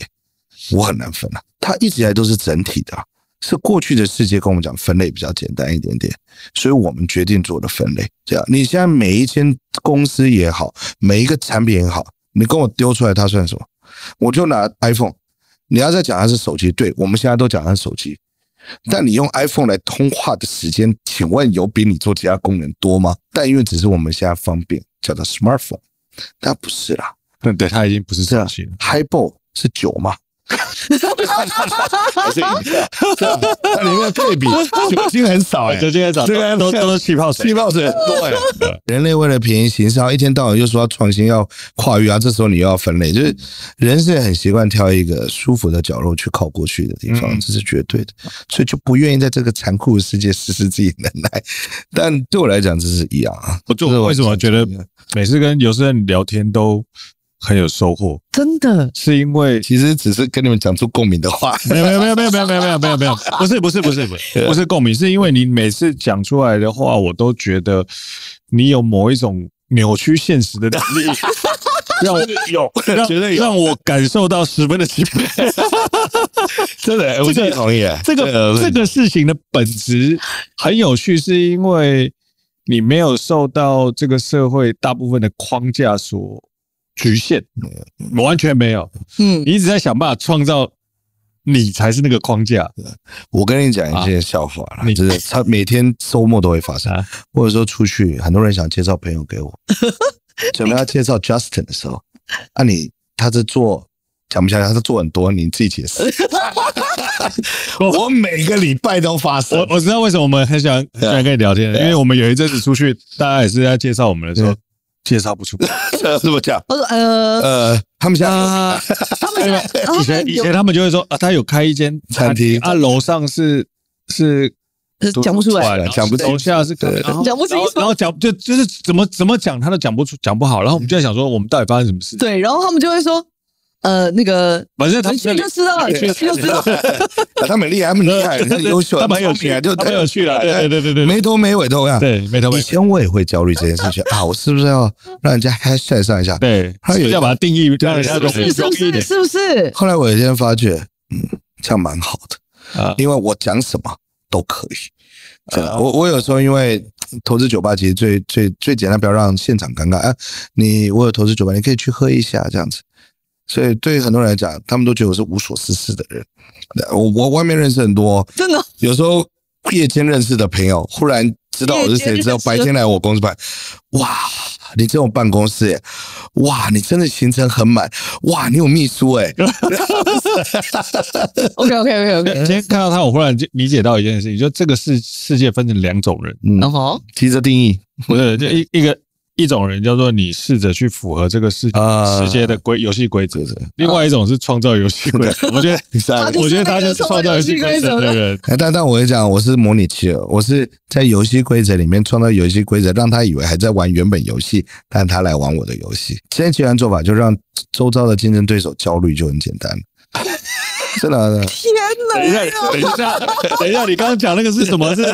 Speaker 1: 我很难分啊。它一直以来都是整体的啊、是过去的世界跟我们讲分类比较简单一点点，所以我们决定做的分类。这样，你现在每一间公司也好，每一个产品也好，你跟我丢出来它算什么？我就拿 iPhone，你要再讲它是手机，对我们现在都讲它是手机，但你用 iPhone 来通话的时间，请问有比你做其他功能多吗？但因为只是我们现在方便叫它 smartphone，它不是啦
Speaker 3: 对，他已经不是
Speaker 1: 是啊
Speaker 3: 这样。
Speaker 1: ，highball 是酒嘛， 还是饮料，那里面对比酒 精很少哎、
Speaker 3: 酒精很少，
Speaker 1: 这个
Speaker 3: 都都是气泡水，
Speaker 1: 气泡水很多哎、人类为了便宜行事，然后一天到晚又说要创新、要跨越啊，这时候你又要分类，
Speaker 3: 嗯
Speaker 1: 就是人是很习惯挑一个舒服的角落去靠过去的地方，
Speaker 3: 嗯
Speaker 1: 这是绝对的，所以就不愿意在这个残酷的世界实施自己的能 耐。但对我来讲，这是一样啊。
Speaker 3: 我
Speaker 1: 这是
Speaker 3: 就为什么觉得每次跟有些人聊天都很有收获，
Speaker 4: 真的，
Speaker 3: 是因为
Speaker 1: 其实只是跟你们讲出共鸣的话？
Speaker 3: 没有没有没有没有没有没有没有没有没有，不是不是不是不是不是共鸣，是因为你每次讲出来的话，我都觉得你有某一种扭曲现实的能力，让我 有让
Speaker 1: 绝对有
Speaker 3: 让我感受到十分的钦佩。
Speaker 1: 真的、我
Speaker 3: 这个
Speaker 1: 真的同意、哎
Speaker 3: 这个嗯这个事情的本质很有趣，是因为你没有受到这个社会大部分的框架所局限，完全没有，
Speaker 4: 嗯
Speaker 3: 你一直在想办法创造你才是那个框架。
Speaker 1: 我跟你讲一件笑话啦，
Speaker 3: 啊你
Speaker 1: 就是他每天周末都会发生
Speaker 3: 啊，
Speaker 1: 或者说出去，很多人想介绍朋友给 我，准备要介绍 Justin 的时候，啊你他是做讲不下去，他是做很多，你自己解释。我每个礼拜都发生
Speaker 3: 我，我知道为什么我们很喜欢很喜
Speaker 1: 啊
Speaker 3: 欢跟你聊天，因为我们有一阵子出去，大家也是在介绍我们的时候
Speaker 1: 对，
Speaker 3: 介绍不出。
Speaker 1: 是不是这样？
Speaker 4: 我说呃，
Speaker 1: 呃，他们现在
Speaker 3: 啊，
Speaker 4: 他们哦
Speaker 3: 以前以前他们就会说啊，他有开一间
Speaker 1: 餐厅
Speaker 3: 啊，楼上是是
Speaker 4: 呃讲不出来，
Speaker 3: 然后
Speaker 1: 讲不清楚
Speaker 3: 楼下是
Speaker 1: 对
Speaker 3: 然后
Speaker 4: 哦讲不清楚
Speaker 3: 然后讲就就是怎么怎么讲他都讲不出讲不好，然后我们就在想
Speaker 1: 嗯
Speaker 3: 说我们到底发生什么事？，
Speaker 4: 对，然后他们就会说呃那个，
Speaker 3: 反正他
Speaker 4: 你
Speaker 3: 们
Speaker 4: 去就知道了，你去就知道了，
Speaker 1: 啊他们厉害，他们厉 害，很优秀，
Speaker 3: 他们很有
Speaker 1: 聪明
Speaker 3: 趣，
Speaker 1: 啊就
Speaker 3: 他们很有趣了，对对对对对，
Speaker 1: 没啊头没尾都一样。
Speaker 3: 对没头没
Speaker 1: 以
Speaker 3: 尾，
Speaker 1: 前我也会焦虑这件事情啊，我是不是要让人家 hashtag 上一下？
Speaker 3: 对，
Speaker 1: 他有一
Speaker 3: 要把它定义让人家容易
Speaker 4: 是
Speaker 3: 容
Speaker 4: 不
Speaker 3: 易一
Speaker 4: 是？
Speaker 3: 点
Speaker 4: 是不是？
Speaker 1: 后来我有一天发觉，嗯，这样蛮好的，
Speaker 3: 啊，
Speaker 1: 因为我讲什么都可以。这样我我有时候因为嗯投资酒吧，其实最最最简单，不要让现场尴尬。啊，你我有投资酒吧，你可以去喝一下这样子。所以对很多人来讲，他们都觉得我是无所事事的人。呃我我外面认识很多，
Speaker 4: 真的
Speaker 1: 有时候夜间认识的朋友，忽然知道我是谁之后，白天来我公司办，哇，你这种办公室耶，哇，你真的行程很满，哇，你有秘书哎，
Speaker 4: ，OK OK OK
Speaker 3: 今
Speaker 4: OK，
Speaker 3: 天看到他，我忽然就理解到一件事情，就这个世世界分成两种人，
Speaker 4: 然
Speaker 1: 嗯，
Speaker 4: 后
Speaker 1: 提着定义，
Speaker 3: 不是就一一个一种人叫做你试着去符合这个世
Speaker 1: 啊
Speaker 3: 世界的规游戏规则
Speaker 1: 对对，
Speaker 3: 另外一种是创造游戏规则。我 觉得
Speaker 1: 第三
Speaker 4: 啊，
Speaker 3: 我觉得他就是创造游戏规则的 哦人，
Speaker 1: 哎，但但我跟你讲，我是模拟器，我是在游戏规则里面创造游戏规则，让他以为还在玩原本游戏，但他来玩我的游戏。现在既然做法就让周遭的竞争对手焦虑，就很简单。真的啊， 真的啊
Speaker 4: 天
Speaker 3: 等一
Speaker 4: 哪，哎
Speaker 3: 下，等一下，等一下，你刚刚讲那个是什么？是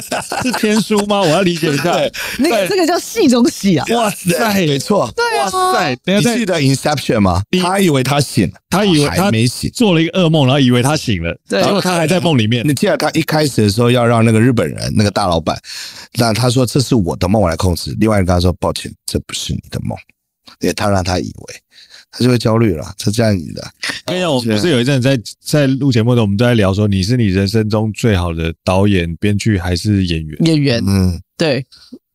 Speaker 3: 是天书吗？我要理解一下。
Speaker 4: 那个这个叫戏中戏啊，
Speaker 1: 哇塞，没错，
Speaker 4: 对啊，
Speaker 3: 塞，等
Speaker 1: 你
Speaker 3: 一下，
Speaker 1: 记得
Speaker 3: 在
Speaker 1: Inception 吗？他以为他醒了，
Speaker 3: 他以为
Speaker 1: 还
Speaker 3: 他
Speaker 1: 没醒。
Speaker 3: 做了一个噩梦，然后以为他醒了，
Speaker 4: 对
Speaker 3: 结果他还在梦 里面
Speaker 1: 你。记得他一开始的时候要让那个日本人那个大老板，那他说这是我的梦，我来控制。另外一个跟他说抱歉，这不是你的梦，也他让他以为，他就会焦虑了，这这样你的。
Speaker 3: 跟你讲，我们不是有一阵子在在录节目的时候，我们都在聊说，你是你人生中最好的导演、编剧还是演员？
Speaker 4: 演员
Speaker 1: 嗯，
Speaker 4: 对，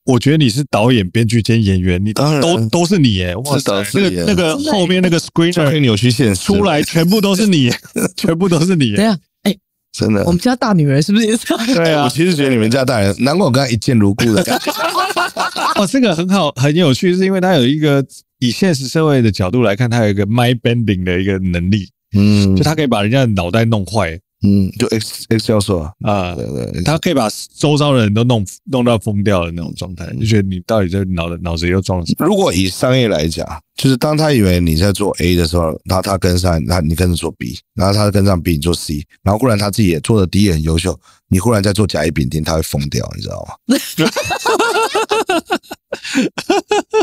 Speaker 3: 我觉得你是导演、编剧兼演员，你
Speaker 1: 当然
Speaker 3: 都都是你耶！哇塞，
Speaker 1: 是
Speaker 3: 那
Speaker 1: 的
Speaker 3: 个
Speaker 1: 嗯是的
Speaker 3: 那个后面那个
Speaker 1: 就可以
Speaker 3: screener
Speaker 1: 扭曲现实
Speaker 3: 出，来，全部都是 你耶，全部都是你耶。
Speaker 4: 等一下，哎，
Speaker 1: 真的
Speaker 4: 我。们家大女人是不是也是？
Speaker 3: 对啊
Speaker 1: 我，其实觉得你们家大人，难怪我刚才一见如故的感觉。啊
Speaker 3: 哦，这个很好，很有趣，是因为他有一个以现实社会的角度来看，他有一个 mind bending 的一个能力，
Speaker 1: 嗯
Speaker 3: 就他可以把人家的脑袋弄坏
Speaker 1: 嗯，就 X X 教授啊，
Speaker 3: 啊。
Speaker 1: 对对对，
Speaker 3: 他可以把周遭的人都弄弄到疯掉的那种状态，就觉得你到底在脑的脑子里又装了什么？
Speaker 1: 如果以商业来讲，就是当他以为你在做 A 的时候，然后他跟上，然后你跟着做 B，然后他跟上 B，你做 C，然后忽然他自己也做的 D 也很优秀，你忽然在做甲乙丙丁，他会疯掉，你知道吗？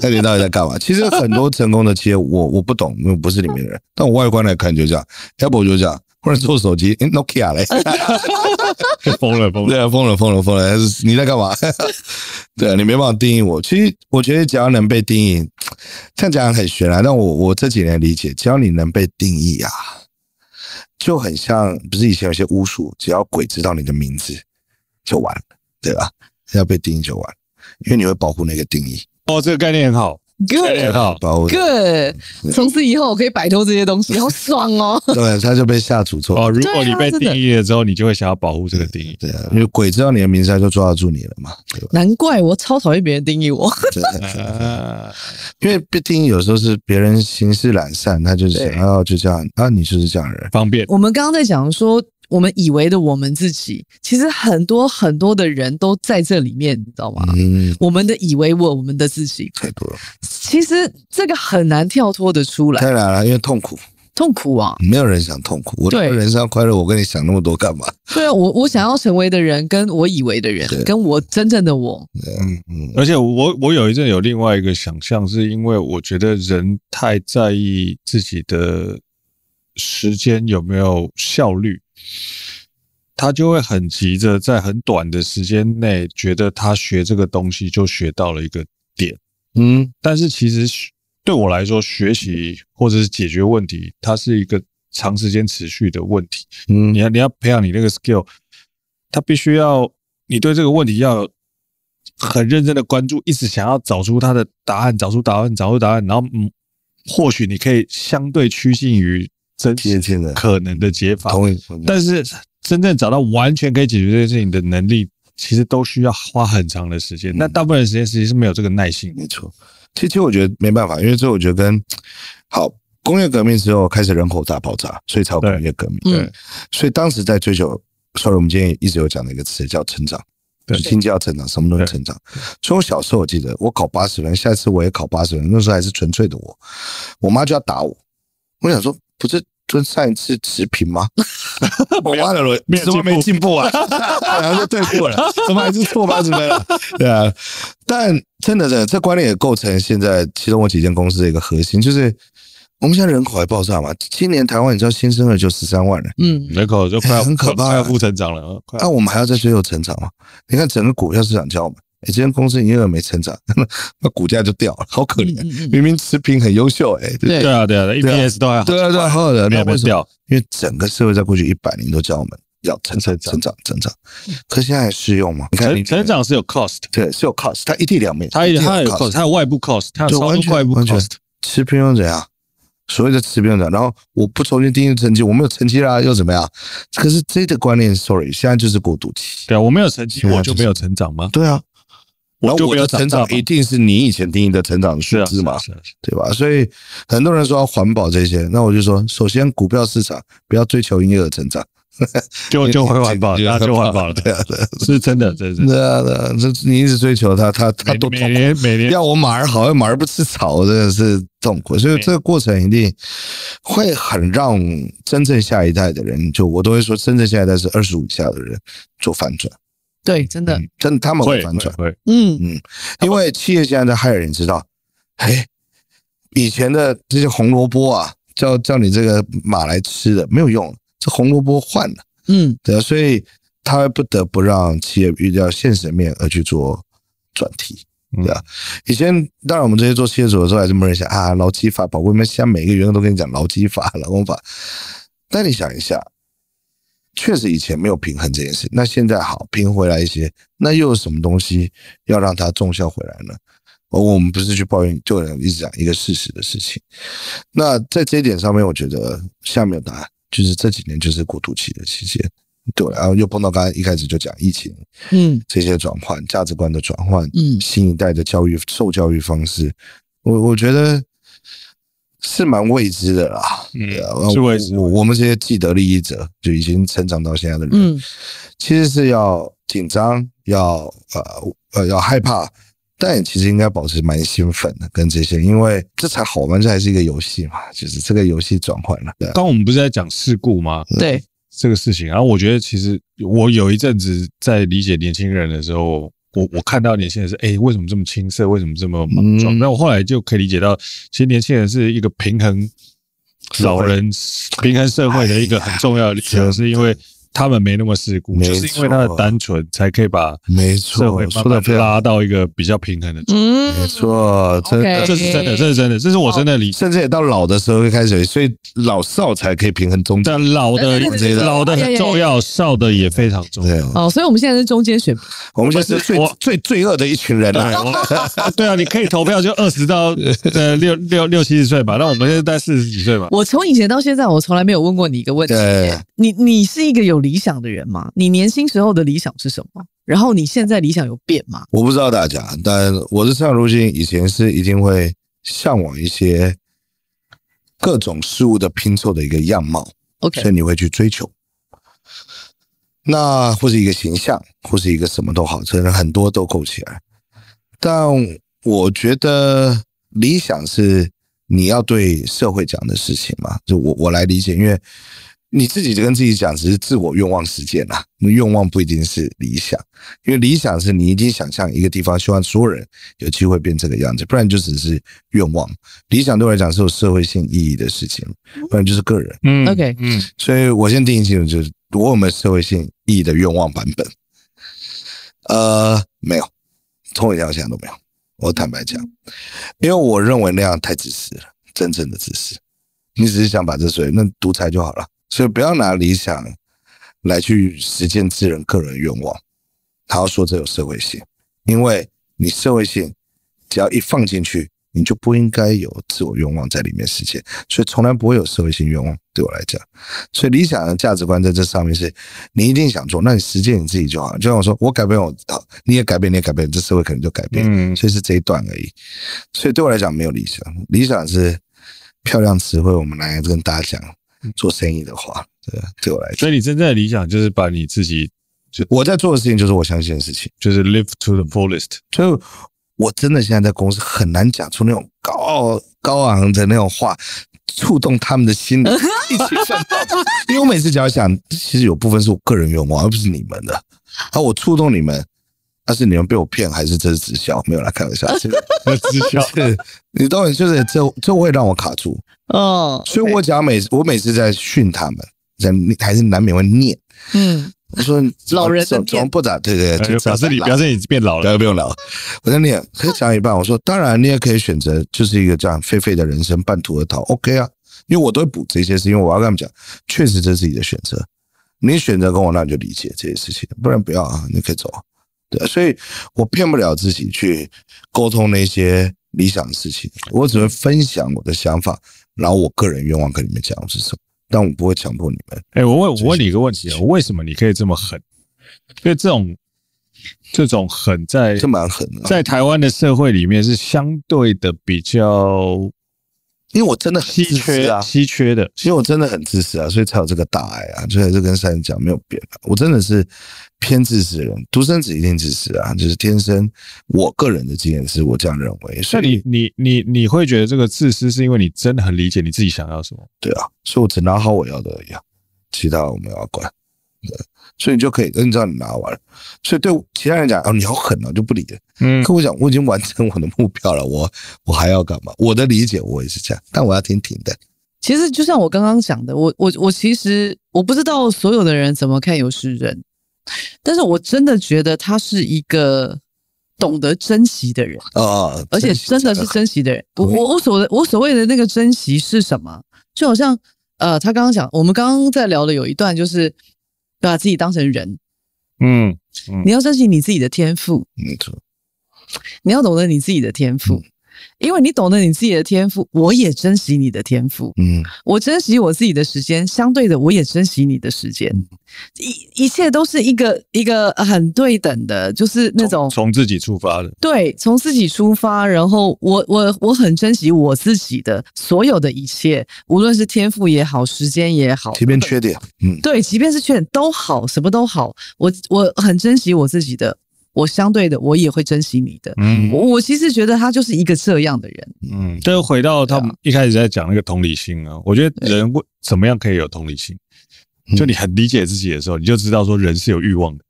Speaker 1: 那你到底在干嘛？其实很多成功的企业，我我不懂，因为我不是里面的人，但我外观来看就这样，Apple 就这样，忽然做手机，诶 n o k i a 嘞，
Speaker 3: 疯了疯了！
Speaker 1: 对啊，疯了疯了疯了！你在干 嘛？对啊，你没办法定义我。其实我觉得只要能被定义，这样讲很悬啊。但我我这几年理解，只要你能被定义啊，就很像不是以前有些巫术，只要鬼知道你的名字就完了，对吧？要被定义就完了，因为你会保护那个定义。
Speaker 3: 哦，这个概念很好。
Speaker 4: Good
Speaker 3: 好，
Speaker 1: 包的，
Speaker 4: good，从此以后我可以摆脱这些 东西，好爽哦！
Speaker 1: 对，啊他就被下诅咒。
Speaker 3: 哦，如果你
Speaker 4: 对啊
Speaker 3: 被
Speaker 4: 真的
Speaker 3: 定义了之后，你就会想要保护这个定义。
Speaker 1: 对啊，因为鬼知道你的名字，他就抓得住你了嘛，对吧？
Speaker 4: 难怪我超讨厌别人定义我，
Speaker 1: 真的真的
Speaker 3: 啊，
Speaker 1: 因为毕竟有时候是别人行事懒散，他就是想要就这样啊，你就是这样的人，
Speaker 3: 方便
Speaker 4: 我们刚刚在讲说，我们以为的我们自己，其实很多很多的人都在这里面，你知道吗？
Speaker 1: 嗯，
Speaker 4: 我们的以为我，我们的自己，
Speaker 1: 太多了，
Speaker 4: 其实这个很难跳脱的出来，
Speaker 1: 当然了，因为痛苦，
Speaker 4: 痛苦啊！
Speaker 1: 没有人想痛苦，我
Speaker 4: 对
Speaker 1: 人生要快乐，我跟你想那么多干嘛？
Speaker 4: 对啊，我我想要成为的人，跟我以为的人
Speaker 1: 对，
Speaker 4: 跟我真正的我，
Speaker 1: 嗯嗯，
Speaker 3: 而且我我有一阵有另外一个想象，是因为我觉得人太在意自己的时间有没有效率，他就会很急着在很短的时间内，觉得他学这个东西就学到了一个点。
Speaker 1: 嗯，
Speaker 3: 但是其实学对我来说，学习或者是解决问题，它是一个长时间持续的问题。
Speaker 1: 嗯
Speaker 3: 你要你要培养你那个 skill，他必须要你对这个问题要很认真的关注，一直想要找出它的答案，找出答案，找出答案，然后嗯，或许你可以相对趋近于真
Speaker 1: 贴近的
Speaker 3: 可能的解法，
Speaker 1: 同意，
Speaker 3: 但是真正找到完全可以解决这件事情的能力，其实都需要花很长的时
Speaker 1: 嗯
Speaker 3: 间。那大部分人时间其实是没有这个耐性的
Speaker 1: 没错。其实我觉得没办法，因为这我觉得跟好工业革命之后开始人口大爆炸，所以才有工业革命。
Speaker 4: 对
Speaker 3: 嗯
Speaker 1: 所以当时在追求，所以我们今天也一直有讲的一个词叫成长，
Speaker 3: 对
Speaker 1: 经济要成长，什么东西
Speaker 3: 对
Speaker 1: 成长。所以我小时候我记得我考八十分，下一次我也考八十分，那时候还是纯粹的我，我妈就要打我。我想说，不是跟上一次持平吗？我妈的逻
Speaker 3: 没有
Speaker 1: 怎么没
Speaker 3: 进
Speaker 1: 进步啊？ 然后就对付了，怎么还是错八十分了？对啊，但真的真的，这观念也构成现在其中我几间公司的一个核心，就是我们现在人口还爆炸嘛。今年台湾你知道新生儿就十三万人，
Speaker 4: 嗯，
Speaker 3: 人口就快要
Speaker 1: 很可怕啊啊
Speaker 3: 快要负成长了，哦快
Speaker 1: 那、我们还要再追求成长吗？你看整个股票市场教我们，哎、今天公司营业额没成长， 那股价就掉了，好可怜。
Speaker 4: 嗯嗯嗯嗯
Speaker 1: 明明持平很优秀、哎，对
Speaker 4: 对
Speaker 3: 对啊对啊，EPS 都还好
Speaker 1: 对啊对啊，好的，
Speaker 3: 没
Speaker 1: 那
Speaker 3: 有
Speaker 1: 为
Speaker 3: 被
Speaker 1: 什么？
Speaker 3: 掉，
Speaker 1: 因为整个社会在过去一百年都教我们要成长、成长、成长，可现在还适用吗？你看
Speaker 3: 成
Speaker 1: 你
Speaker 3: 成长是有 cost，
Speaker 1: 对是有 cost，它一地两面，
Speaker 3: 它
Speaker 1: 一
Speaker 3: 有
Speaker 1: 定
Speaker 3: 它有
Speaker 1: cost
Speaker 3: cost，它有外部 cost，它有
Speaker 1: 对，
Speaker 3: 超
Speaker 1: 完
Speaker 3: 出外
Speaker 1: 全
Speaker 3: 部
Speaker 1: 完全
Speaker 3: cost。
Speaker 1: 持平又怎样？所谓的持平又怎样？然后我不重新定义成绩，我没有成绩啦，又怎么样？可是这个观念，sorry，现在就是过渡期。
Speaker 3: 对啊，我没有成绩，
Speaker 1: 对啊
Speaker 3: 我就没有成长吗？
Speaker 1: 对啊，然后
Speaker 3: 就
Speaker 1: 我
Speaker 3: 没有
Speaker 1: 的成
Speaker 3: 长
Speaker 1: 长
Speaker 3: 大嘛
Speaker 1: 一定是你以前定义的成长
Speaker 3: 是
Speaker 1: 数
Speaker 3: 啊，
Speaker 1: 字嘛，
Speaker 3: 是啊，是啊
Speaker 1: 对吧？所以很多人说要环保这些，那我就说，首先股票市场不要追求营业额成长，
Speaker 3: 就就会环保，那就环保了，
Speaker 1: 对啊，对啊，
Speaker 3: 是真的，真的。
Speaker 1: 对啊，对啊，这你一直追求它，它它
Speaker 3: 每
Speaker 1: 都
Speaker 3: 每年每年
Speaker 1: 要我马儿好，要马儿不吃草，真的是痛苦。所以这个过程一定会很让真正下一代的人，就我都会说，真正下一代是二十五以下的人做反转，嗯
Speaker 4: 对，真的，
Speaker 1: 真的他们会
Speaker 3: 会
Speaker 1: 反转，
Speaker 3: 会，会
Speaker 4: 嗯
Speaker 1: 因为企业现在在害人，知道，哎，以前的这些红萝卜啊，叫叫你这个马来吃的没有用，这红萝卜换了，
Speaker 4: 嗯，
Speaker 1: 对啊，所以他不得不让企业遇到现实面而去做转题。
Speaker 3: 嗯
Speaker 1: 对啊以前当然我们这些做企业主的时候，还是默认想啊劳基法，保护你们现在每个员工都跟你讲劳基法、劳工法。但你想一下，确实以前没有平衡这件事，那现在好平回来一些，那又有什么东西要让它重效回来呢？而我们不是去抱怨，就一直讲一个事实的事情。那在这一点上面，我觉得下面有答案，就是这几年就是过渡期的期间，对，然后又碰到刚才一开始就讲疫情
Speaker 4: 嗯
Speaker 1: 这些转换、价值观的转换，
Speaker 4: 嗯
Speaker 1: 新一代的教育受教育方式，我我觉得是蛮未知的啦。
Speaker 3: 嗯
Speaker 1: 对啊
Speaker 3: 是未知
Speaker 1: 我我们这些既得利益者就已经成长到现在的人，
Speaker 4: 嗯，
Speaker 1: 其实是要紧张，要呃呃要害怕，但也其实应该保持蛮兴奋的跟这些，因为这才好玩，这还是一个游戏嘛，就是这个游戏转换了。对啊，
Speaker 3: 刚我们不是在讲事故吗？
Speaker 4: 对，
Speaker 3: 这个事情，然后我觉得其实我有一阵子在理解年轻人的时候，我我看到年轻人是哎、诶为什么这么青涩，为什么这么莽撞？
Speaker 1: 嗯
Speaker 3: 那、我后来就可以理解到，其实年轻人是一个平衡
Speaker 1: 社
Speaker 3: 老
Speaker 1: 会
Speaker 3: 人、平衡社会的一个
Speaker 1: 哎呀
Speaker 3: 很重要的理由，是因为他们没那么世故，
Speaker 1: 没
Speaker 3: 就是因为他的单纯，才可以把
Speaker 1: 没
Speaker 3: 社会
Speaker 1: 错，
Speaker 3: 慢
Speaker 1: 说的
Speaker 3: 慢
Speaker 1: 非常
Speaker 3: 拉到一个比较平衡的。
Speaker 4: 嗯
Speaker 1: 没错，真的
Speaker 4: OK
Speaker 3: 这是真的，这是真的，这是我真的理解。
Speaker 1: 甚至也到老的时候会开始，所以老少才可以平衡中间。
Speaker 3: 但老的
Speaker 4: 对
Speaker 1: 对对哎对
Speaker 3: 老的很重要，少的也非常重要。
Speaker 1: 对，啊
Speaker 4: 哦，所以我们现在是中间选，
Speaker 1: 我们就是最
Speaker 3: 我
Speaker 1: 最罪恶的一群人
Speaker 3: 对，
Speaker 1: 啊！
Speaker 3: 哎我 对啊，你可以投票就二十到呃六六六七十岁吧，那我们现在大概四十几岁吧。
Speaker 4: 我从以前到现在，我从来没有问过你一个问题，
Speaker 1: 对，
Speaker 4: 你你是一个有理想的人吗？你年轻时候的理想是什么？然后你现在理想有变吗？
Speaker 1: 我不知道大家，但我的成长路径以前是一定会向往一些各种事物的拼凑的一个样貌。
Speaker 4: OK，
Speaker 1: 所以你会去追求。那或是一个形象，或是一个什么都好，真的很多都勾起来。但我觉得理想是你要对社会讲的事情嘛，就我我来理解，因为你自己跟自己讲，只是自我愿望实践啦。愿望不一定是理想，因为理想是你已经想象一个地方，希望所有人有机会变这个样子，不然就只是愿望。理想对我来讲是有社会性意义的事情，不然就是个人。
Speaker 3: 嗯
Speaker 4: OK
Speaker 3: 嗯，
Speaker 1: 所以我先定义清楚，就是我有没有社会性意义的愿望版本？呃，没有，从我一条线都没有。我坦白讲，因为我认为那样太自私了，真正的自私。你只是想把这水那独裁就好了，所以不要拿理想来去实践自人个人愿望，然后说这有社会性，因为你社会性只要一放进去，你就不应该有自我愿望在里面实现，所以从来不会有社会性愿望。对我来讲，所以理想的价值观在这上面是，你一定想做，那你实践你自己就好。就像我说，我改变我，好你也改变，你也改变，这社会可能就改变。
Speaker 3: 嗯
Speaker 1: 所以是这一段而已。所以对我来讲没有理想，理想是漂亮词汇，我们来跟大家讲做生意的话，对，对我来
Speaker 3: 嗯所
Speaker 1: 讲，
Speaker 3: 以你真正的理想就是把你自己
Speaker 1: 我在做的事情就是我相信的事情。
Speaker 3: 就是 live to the fullest。
Speaker 1: 所以我真的现在在公司很难讲出那种高傲高昂的那种话，触动他们的 心里，一起奋斗。因为我每次只要想，其实有部分是我个人愿望，而不是你们的。啊，我触动你们，那、是你们被我骗，还是这是直销？没有啦，开玩 笑。这个
Speaker 3: 直销
Speaker 1: 是，你懂，就是这这会让我卡住。
Speaker 4: 哦，
Speaker 1: 所以我只要每我每次在训他们，在还是难免会念。
Speaker 4: 嗯，
Speaker 1: 我说
Speaker 4: 老人的
Speaker 1: 怎么
Speaker 4: 念
Speaker 1: 怎么不咋对对，对就
Speaker 3: 哎表示你
Speaker 1: 老
Speaker 3: 表示你变老
Speaker 1: 不
Speaker 3: 了。
Speaker 1: 要不用聊，我在念，可以讲一半。我说，当然你也可以选择，就是一个这样废废的人生，半途而逃，OK 啊？因为我都会补这些事，因为我要跟他们讲，确实这是自己的选择。你选择跟我，那你就理解这些事情，不然不要啊，你可以走啊。对啊，所以我骗不了自己去沟通那些理想的事情，我只会分享我的想法，然后我个人愿望跟你们讲我是什么，但我不会强迫你们。
Speaker 3: 哎、我问我问你一个问题啊，为什么你可以这么狠？因为这种这种狠在
Speaker 1: 这蛮狠的啊，
Speaker 3: 在台湾的社会里面是相对的比较
Speaker 1: 因为我真的很
Speaker 3: 稀
Speaker 1: 自私
Speaker 3: 缺、
Speaker 1: 啊，
Speaker 3: 稀缺的。
Speaker 1: 其实我真的很自私啊，所以才有这个大爱啊，所以这跟三人讲没有变啊。我真的是偏自私的人，独生子一定自私啊，就是天生我个人的经验是我这样认为。
Speaker 3: 那
Speaker 1: 所
Speaker 3: 你
Speaker 1: 以
Speaker 3: 你你你会觉得这个自私是因为你真的很理解你自己想要什么？
Speaker 1: 对啊，所以我只拿好我要的而已啊，其他我没有要管。对，所以你就可以按照你拿完，所以对其他人讲哦，你好狠哦，就不理了。
Speaker 3: 嗯，
Speaker 1: 可我讲我已经完成我的目标了，我我还要干嘛？我的理解我也是这样，但我要听听的。
Speaker 4: 其实就像我刚刚讲的，我我我其实我不知道所有的人怎么看有诗人，但是我真的觉得他是一个懂得珍惜的人。
Speaker 1: 啊，
Speaker 4: 而且真的是珍惜的人。我我我所谓我所谓的那个珍惜是什么？就好像呃，他刚刚讲，我们刚刚在聊的有一段就是把自己当成人，
Speaker 3: 嗯，
Speaker 4: 你要珍惜你自己的天赋，
Speaker 1: 没嗯错，
Speaker 4: 你要懂得你自己的天赋。因为你懂得你自己的天赋，我也珍惜你的天赋。
Speaker 1: 嗯，
Speaker 4: 我珍惜我自己的时间，相对的，我也珍惜你的时间。一一切都是一个一个很对等的，就是那种
Speaker 3: 从自己出发的。
Speaker 4: 对，从自己出发，然后我我我很珍惜我自己的所有的一切，无论是天赋也好，时间也好，
Speaker 1: 即便缺点，嗯，
Speaker 4: 对，即便是缺点都好，什么都好，我我很珍惜我自己的，我相对的我也会珍惜你的。
Speaker 3: 嗯
Speaker 4: 我我其实觉得他就是一个这样的人，
Speaker 3: 嗯，这又回到他们一开始在讲那个同理心啊，我觉得人为怎么样可以有同理心？
Speaker 1: 嗯
Speaker 3: 就你很理解自己的时候，你就知道说人是有欲望的，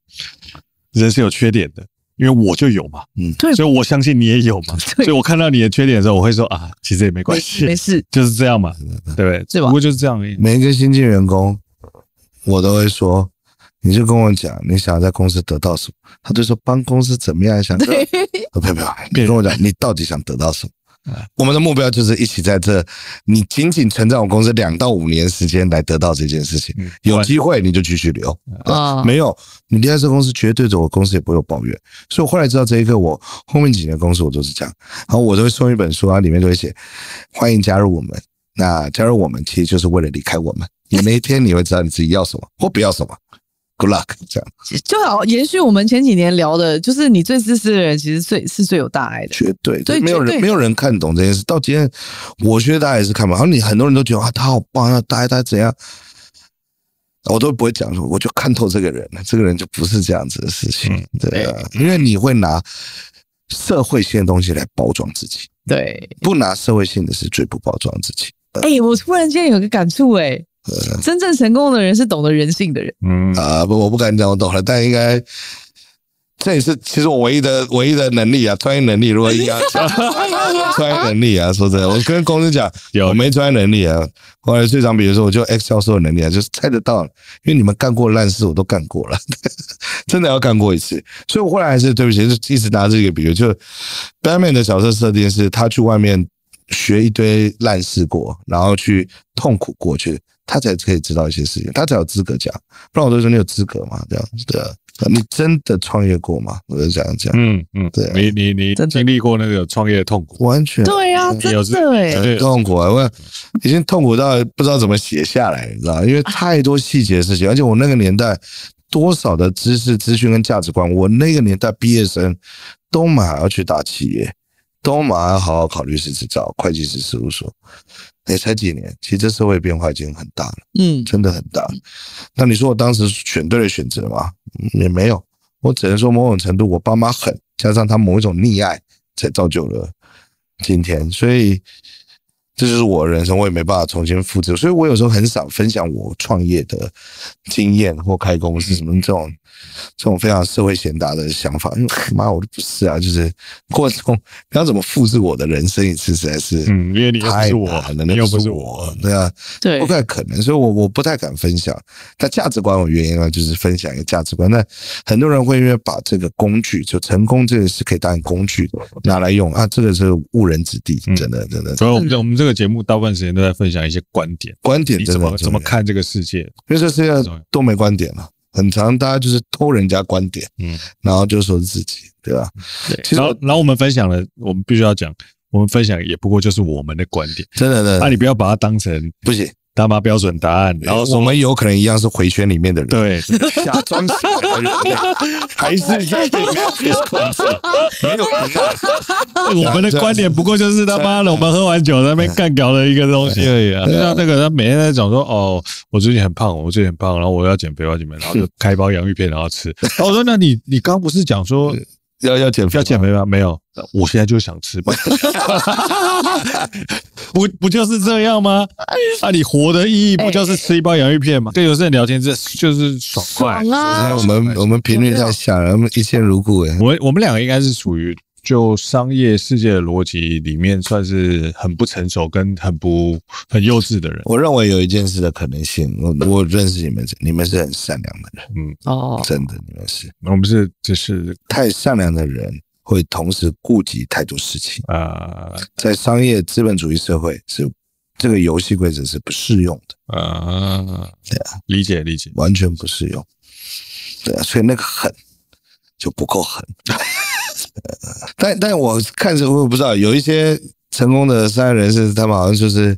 Speaker 3: 人是有缺点的，因为我就有嘛，
Speaker 1: 嗯
Speaker 4: 对
Speaker 3: 所以我相信你也有嘛，所以我看到你的缺点的时候，我会说啊，其实也没关系，
Speaker 4: 没事，
Speaker 3: 就是这样嘛，对不对？
Speaker 4: 是吧
Speaker 3: 不过就是这样而已。
Speaker 1: 每一个新进员工，我都会说，你就跟我讲你想要在公司得到什么，他就说帮公司怎么样想。
Speaker 4: 对
Speaker 1: 呃不要不要，你跟我讲你到底想得到什么。我们的目标就是一起在这，你仅仅成长我公司两到五年时间来得到这件事情。
Speaker 3: 嗯
Speaker 1: 有机会你就继续留，
Speaker 4: 啊，
Speaker 1: 没有你离开这公司，绝对对我公司也不会有抱怨。所以我后来知道这一个，我后面几年公司我都是这样，然后我都会送一本书，然后里面都会写欢迎加入我们。那加入我们其实就是为了离开我们。你那一天你会知道你自己要什么或不要什么。Good luck，这样
Speaker 4: 就好延续我们前几年聊的，就是你最自私的人，其实最是最有大爱的。
Speaker 1: 绝对
Speaker 4: 对
Speaker 1: 没有
Speaker 4: 绝对
Speaker 1: 人没有人看懂这件事。到今天，我觉得大家也是看不懂。然后你很多人都觉得啊，他好棒啊，大家他怎样，我都不会讲说，我就看透这个人了，这个人就不是这样子的事情。
Speaker 4: 嗯
Speaker 1: 对啊，因为你会拿社会性的东西来包装自己，
Speaker 4: 对，
Speaker 1: 不拿社会性的是最不包装自己。
Speaker 4: 哎、我突然间有个感触、哎，真正成功的人是懂得人性的人。
Speaker 3: 嗯，
Speaker 1: 啊，不，我不敢讲我懂了，但应该这也是其实我唯一的唯一的能力啊，专业能力。如果硬要 讲专业能力啊，说真的，我跟公司讲，
Speaker 3: 有
Speaker 1: 我没专业能力啊。后来最长，比如说我就 X 教授的能力啊，就是猜得到，因为你们干过烂事，我都干过了， 真的要干过一次。所以我后来还是对不起，就一直拿这个比喻，就 Batman 的角色设定是他去外面学一堆烂事过，然后去痛苦过去，他才可以知道一些事情，他才有资格讲。不然我都说你有资格吗？这样对啊，你真的创业过吗？我就这样讲，
Speaker 3: 嗯嗯，
Speaker 1: 对啊
Speaker 3: 你你你
Speaker 4: 真的
Speaker 3: 经历过那个创业的痛苦，
Speaker 1: 完全
Speaker 4: 对啊，真
Speaker 3: 有
Speaker 4: 的哎、
Speaker 3: 对
Speaker 1: 痛苦啊！我已经痛苦到不知道怎么写下来，你知道吗，因为太多细节的事情，而且我那个年代多少的知识、资讯跟价值观，我那个年代毕业生都马上要去大企业，都马上好好考律师执照、会计师事务所。也才几年，其实这社会变化已经很大了。
Speaker 4: 嗯，
Speaker 1: 真的很大。那你说我当时选对了选择吗？嗯也没有，我只能说某种程度我爸妈狠，加上他某一种溺爱，才造就了今天。所以这就是我的人生，我也没办法重新复制。所以我有时候很少分享我创业的经验或开公司什么
Speaker 3: 嗯
Speaker 1: 这种这种非常社会贤达的想法，因为妈我都不是啊，就是过程你要怎么复制我的人生一次，实在是
Speaker 3: 嗯，因为你又不
Speaker 1: 太
Speaker 3: 是
Speaker 1: 难了，
Speaker 3: 我，
Speaker 1: 那
Speaker 3: 你又
Speaker 1: 不
Speaker 3: 不
Speaker 1: 是
Speaker 3: 是
Speaker 1: 我
Speaker 3: 我，，
Speaker 1: 对啊。
Speaker 4: 对
Speaker 1: 不，太可能，所以我我不太敢分享。但价值观我愿意呢，就是分享一个价值观。那很多人会因为把这个工具，就成功这个是可以当工具拿来用啊，这个是误人子弟，
Speaker 3: 嗯
Speaker 1: 真的真的。
Speaker 3: 所以我们这我们这个节目大部分时间都在分享一些观点，
Speaker 1: 观点
Speaker 3: 你
Speaker 1: 真
Speaker 3: 怎
Speaker 1: 的
Speaker 3: 么
Speaker 1: 很
Speaker 3: 怎
Speaker 1: 重
Speaker 3: 么
Speaker 1: 要？
Speaker 3: 看这个世界？
Speaker 1: 因为这世界都没观点了，很常大家就是偷人家观点，
Speaker 3: 嗯，
Speaker 1: 然后就说自己，对吧？
Speaker 4: 对
Speaker 1: 其实
Speaker 3: 然
Speaker 1: 我
Speaker 3: 后然后我们分享了，我们必须要讲，我们分享也不过就是我们的观点，
Speaker 1: 真的真
Speaker 3: 那、
Speaker 1: 的、
Speaker 3: 啊你不要把它当成
Speaker 1: 不行。
Speaker 3: 大妈标准答案，
Speaker 1: 嗯
Speaker 3: 然
Speaker 1: 然
Speaker 3: 后
Speaker 1: 后我
Speaker 3: 说
Speaker 1: 们有可能一样是回圈里面的人，
Speaker 3: 对，
Speaker 1: 假装啊喜欢的人，还 是 在里面 discourse，没有人啊
Speaker 3: 我们的观点不过就是他妈的，我们喝完酒在那边干搞了一个东西而已啊。就像那个他每天在讲说，哦，我最近很胖，我最近很胖，然后我要减肥，我要减肥，然后就开包洋芋片然后 吃。然后我说，那你你刚不是讲说
Speaker 1: 要要减肥
Speaker 3: 要
Speaker 1: 吗，
Speaker 3: 减肥吗？没有，我现在就想吃吧。 不不就是这样吗？啊，你活的意义不就是吃一包洋芋片吗？跟有些人聊天，这就是爽快
Speaker 4: 爽。啊！
Speaker 1: 我们我们频率太下了，我们一见如故哎。
Speaker 3: 我我们两个应该是属于就商业世界的逻辑里面算是很不成熟跟很不很幼稚的人。
Speaker 1: 我认为有一件事的可能性，我我认识你们，你们是很善良的人，
Speaker 4: 哦，
Speaker 1: 真的，你们是
Speaker 3: 嗯我们是就是
Speaker 1: 太善良的人，会同时顾及太多事情，
Speaker 3: 啊
Speaker 1: 在商业资本主义社会是这个游戏规则是不适用的，
Speaker 3: 啊，理解理解。
Speaker 1: 完全不适用。对啊，所以那个狠就不够狠。 但但我看着我不知道，有一些成功的商业人士，他们好像就是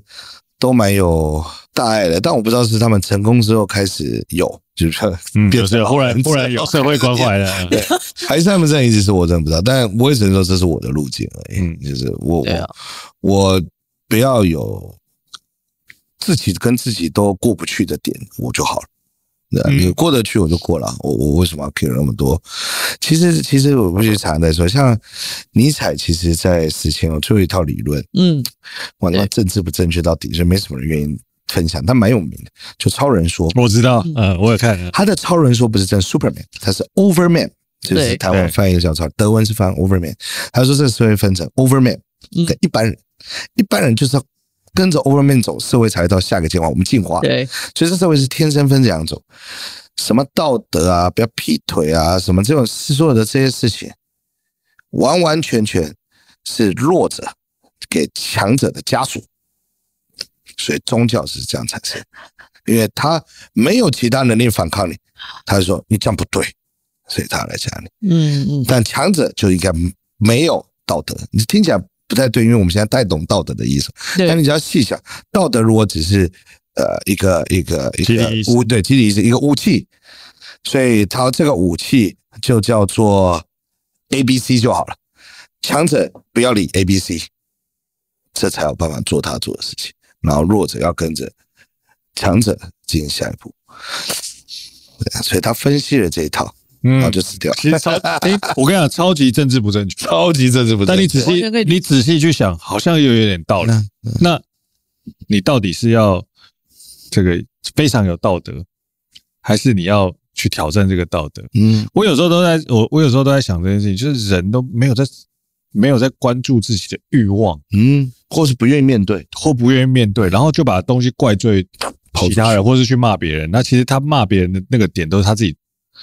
Speaker 1: 都蛮有大爱的，但我不知道是他们成功之后开始有，就是
Speaker 3: 嗯，
Speaker 1: 变
Speaker 3: 就是
Speaker 1: 成
Speaker 3: 忽
Speaker 1: 好
Speaker 3: 然
Speaker 1: 人
Speaker 3: 忽然有社会关怀了，
Speaker 1: 对，还是他们这样一直是我真的不知道，但我也只能说这是我的路径而已。
Speaker 3: 嗯
Speaker 1: 就是我、
Speaker 4: 对啊
Speaker 1: 我我不要有自己跟自己都过不去的点，我就好了。对啊、
Speaker 3: 嗯
Speaker 1: 你过得去我就过了，我我为什么要 care 那么多？其实其实我不去查来说，像尼采，其实在死前有最后一套理论，
Speaker 4: 嗯，
Speaker 1: 哇，那
Speaker 4: 对
Speaker 1: 政治不正确到底，所以没什么人愿意分享，但蛮有名的，就超人说，
Speaker 3: 我知道，嗯，我也看了，
Speaker 1: 他的超人说不是真 Superman，他是 Overman，就
Speaker 4: 对
Speaker 1: 是台湾
Speaker 3: 对
Speaker 1: 翻译叫超，德文是翻 Overman。他说这个社会分成 Overman
Speaker 4: 嗯
Speaker 1: 跟一般人，一般人就是要跟着 Overman 走，社会才会到下个阶段，我们进化。
Speaker 4: 对，
Speaker 1: 所以这社会是天生分这两种。什么道德啊，不要劈腿啊，什么这种所有的这些事情，完完全全是弱者给强者的枷锁。所以宗教是这样产生，因为他没有其他能力反抗你，他就说你这样不对，所以他来讲你。
Speaker 4: 嗯嗯，
Speaker 1: 但强者就应该没有道德，你听起来不太对，因为我们现在太懂道德的意思。
Speaker 4: 对
Speaker 1: 但你只要细想，道德如果只是呃一个一个一
Speaker 3: 激
Speaker 1: 个
Speaker 3: 励意识
Speaker 1: 武对激励意识一个武器，所以它这个武器就叫做 A B C 就好了。强者不要理 A B C，这才有办法做他做的事情。然后弱者要跟着强者进行下一步。对啊所以他分析了这一套，然后
Speaker 3: 嗯
Speaker 1: 就，死掉了。
Speaker 3: 其实超， 哎，我跟你讲，超级政治不正 确。嗯
Speaker 1: 超级政治不
Speaker 3: 但你仔
Speaker 1: 确。
Speaker 3: 细
Speaker 2: 完全可以理解
Speaker 3: 你仔细去想，好像又有点道理。那你到底是要这个非常有道德，还是你要去挑战这个道德？
Speaker 1: 嗯
Speaker 3: 我有时候都在我我有时候都在想这件事情，就是人都没有在没有在关注自己的欲望，
Speaker 1: 嗯，或是不愿意面对，
Speaker 3: 或不愿意面对，然后就把东西怪罪
Speaker 1: 跑出去
Speaker 3: 其他人，或是去骂别人。那其实他骂别人的那个点，都是他自己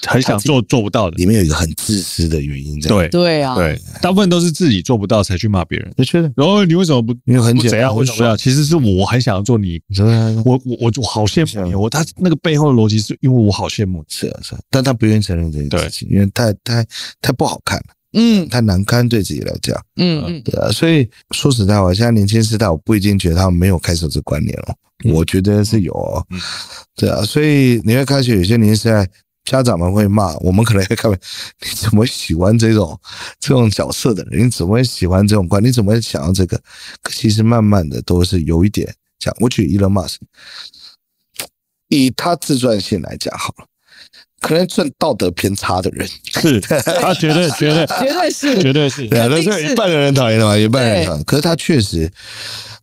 Speaker 3: 很想做做不到的。
Speaker 1: 里面有一个很自私的原因在。，
Speaker 3: 对
Speaker 4: 对啊，
Speaker 3: 对，大部分都是自己做不到才去骂别人。
Speaker 1: 我觉得
Speaker 3: 然后你为什么不
Speaker 1: 因为很
Speaker 3: 不
Speaker 1: 简
Speaker 3: 怎
Speaker 1: 单，
Speaker 3: 样？为什么要？其实是我很想要做你，
Speaker 1: 你说他
Speaker 3: 我我我我好羡慕
Speaker 1: 啊
Speaker 3: 你。我他那个背后的逻辑是因为我好羡慕
Speaker 1: 是啊是啊，但他不愿意承认这件事情，因为太太太不好看了，
Speaker 4: 嗯
Speaker 1: 太难堪对自己来讲。
Speaker 4: 嗯嗯，
Speaker 1: 对啊，所以说实在话，现在年轻时代，我不一定觉得他们没有开始有这观念了，我觉得是有、哦
Speaker 3: 嗯。
Speaker 1: 对啊，所以你会开始有些年轻时代。家长们会骂我们，可能会看你怎么喜欢这种这种角色的人？你怎么会喜欢这种观？你怎么会想要这个？可其实慢慢的都是有一点像，我举 Elon Musk，以他自传性来讲好了，可能算道德偏差的人，
Speaker 3: 你，是他啊绝对绝对
Speaker 1: 呃
Speaker 4: 绝对 是，
Speaker 3: 绝对是
Speaker 1: 对啊，那
Speaker 4: 肯定
Speaker 1: 是
Speaker 4: 是
Speaker 1: 一半的人讨厌的嘛，一半人讨厌。可是他确实，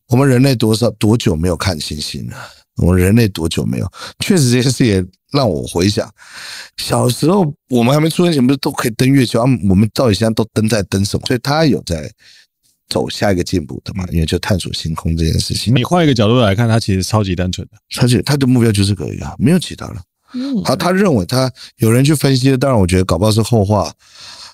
Speaker 1: 我们人类多少多久没有看星星了？我们人类多久没有？确实这件事也让我回想，小时候我们还没出生前，不是都可以登月球？啊，我们到底现在都登在登什么？所以他有在走下一个进步的嘛？因为就探索星空这件事情，
Speaker 3: 你换一个角度来看，他其实超级单纯的。
Speaker 1: 他就他的目标就是这个呀，没有其他了。
Speaker 4: 嗯
Speaker 1: 好，他认为他有人去分析，当然我觉得搞不好是后话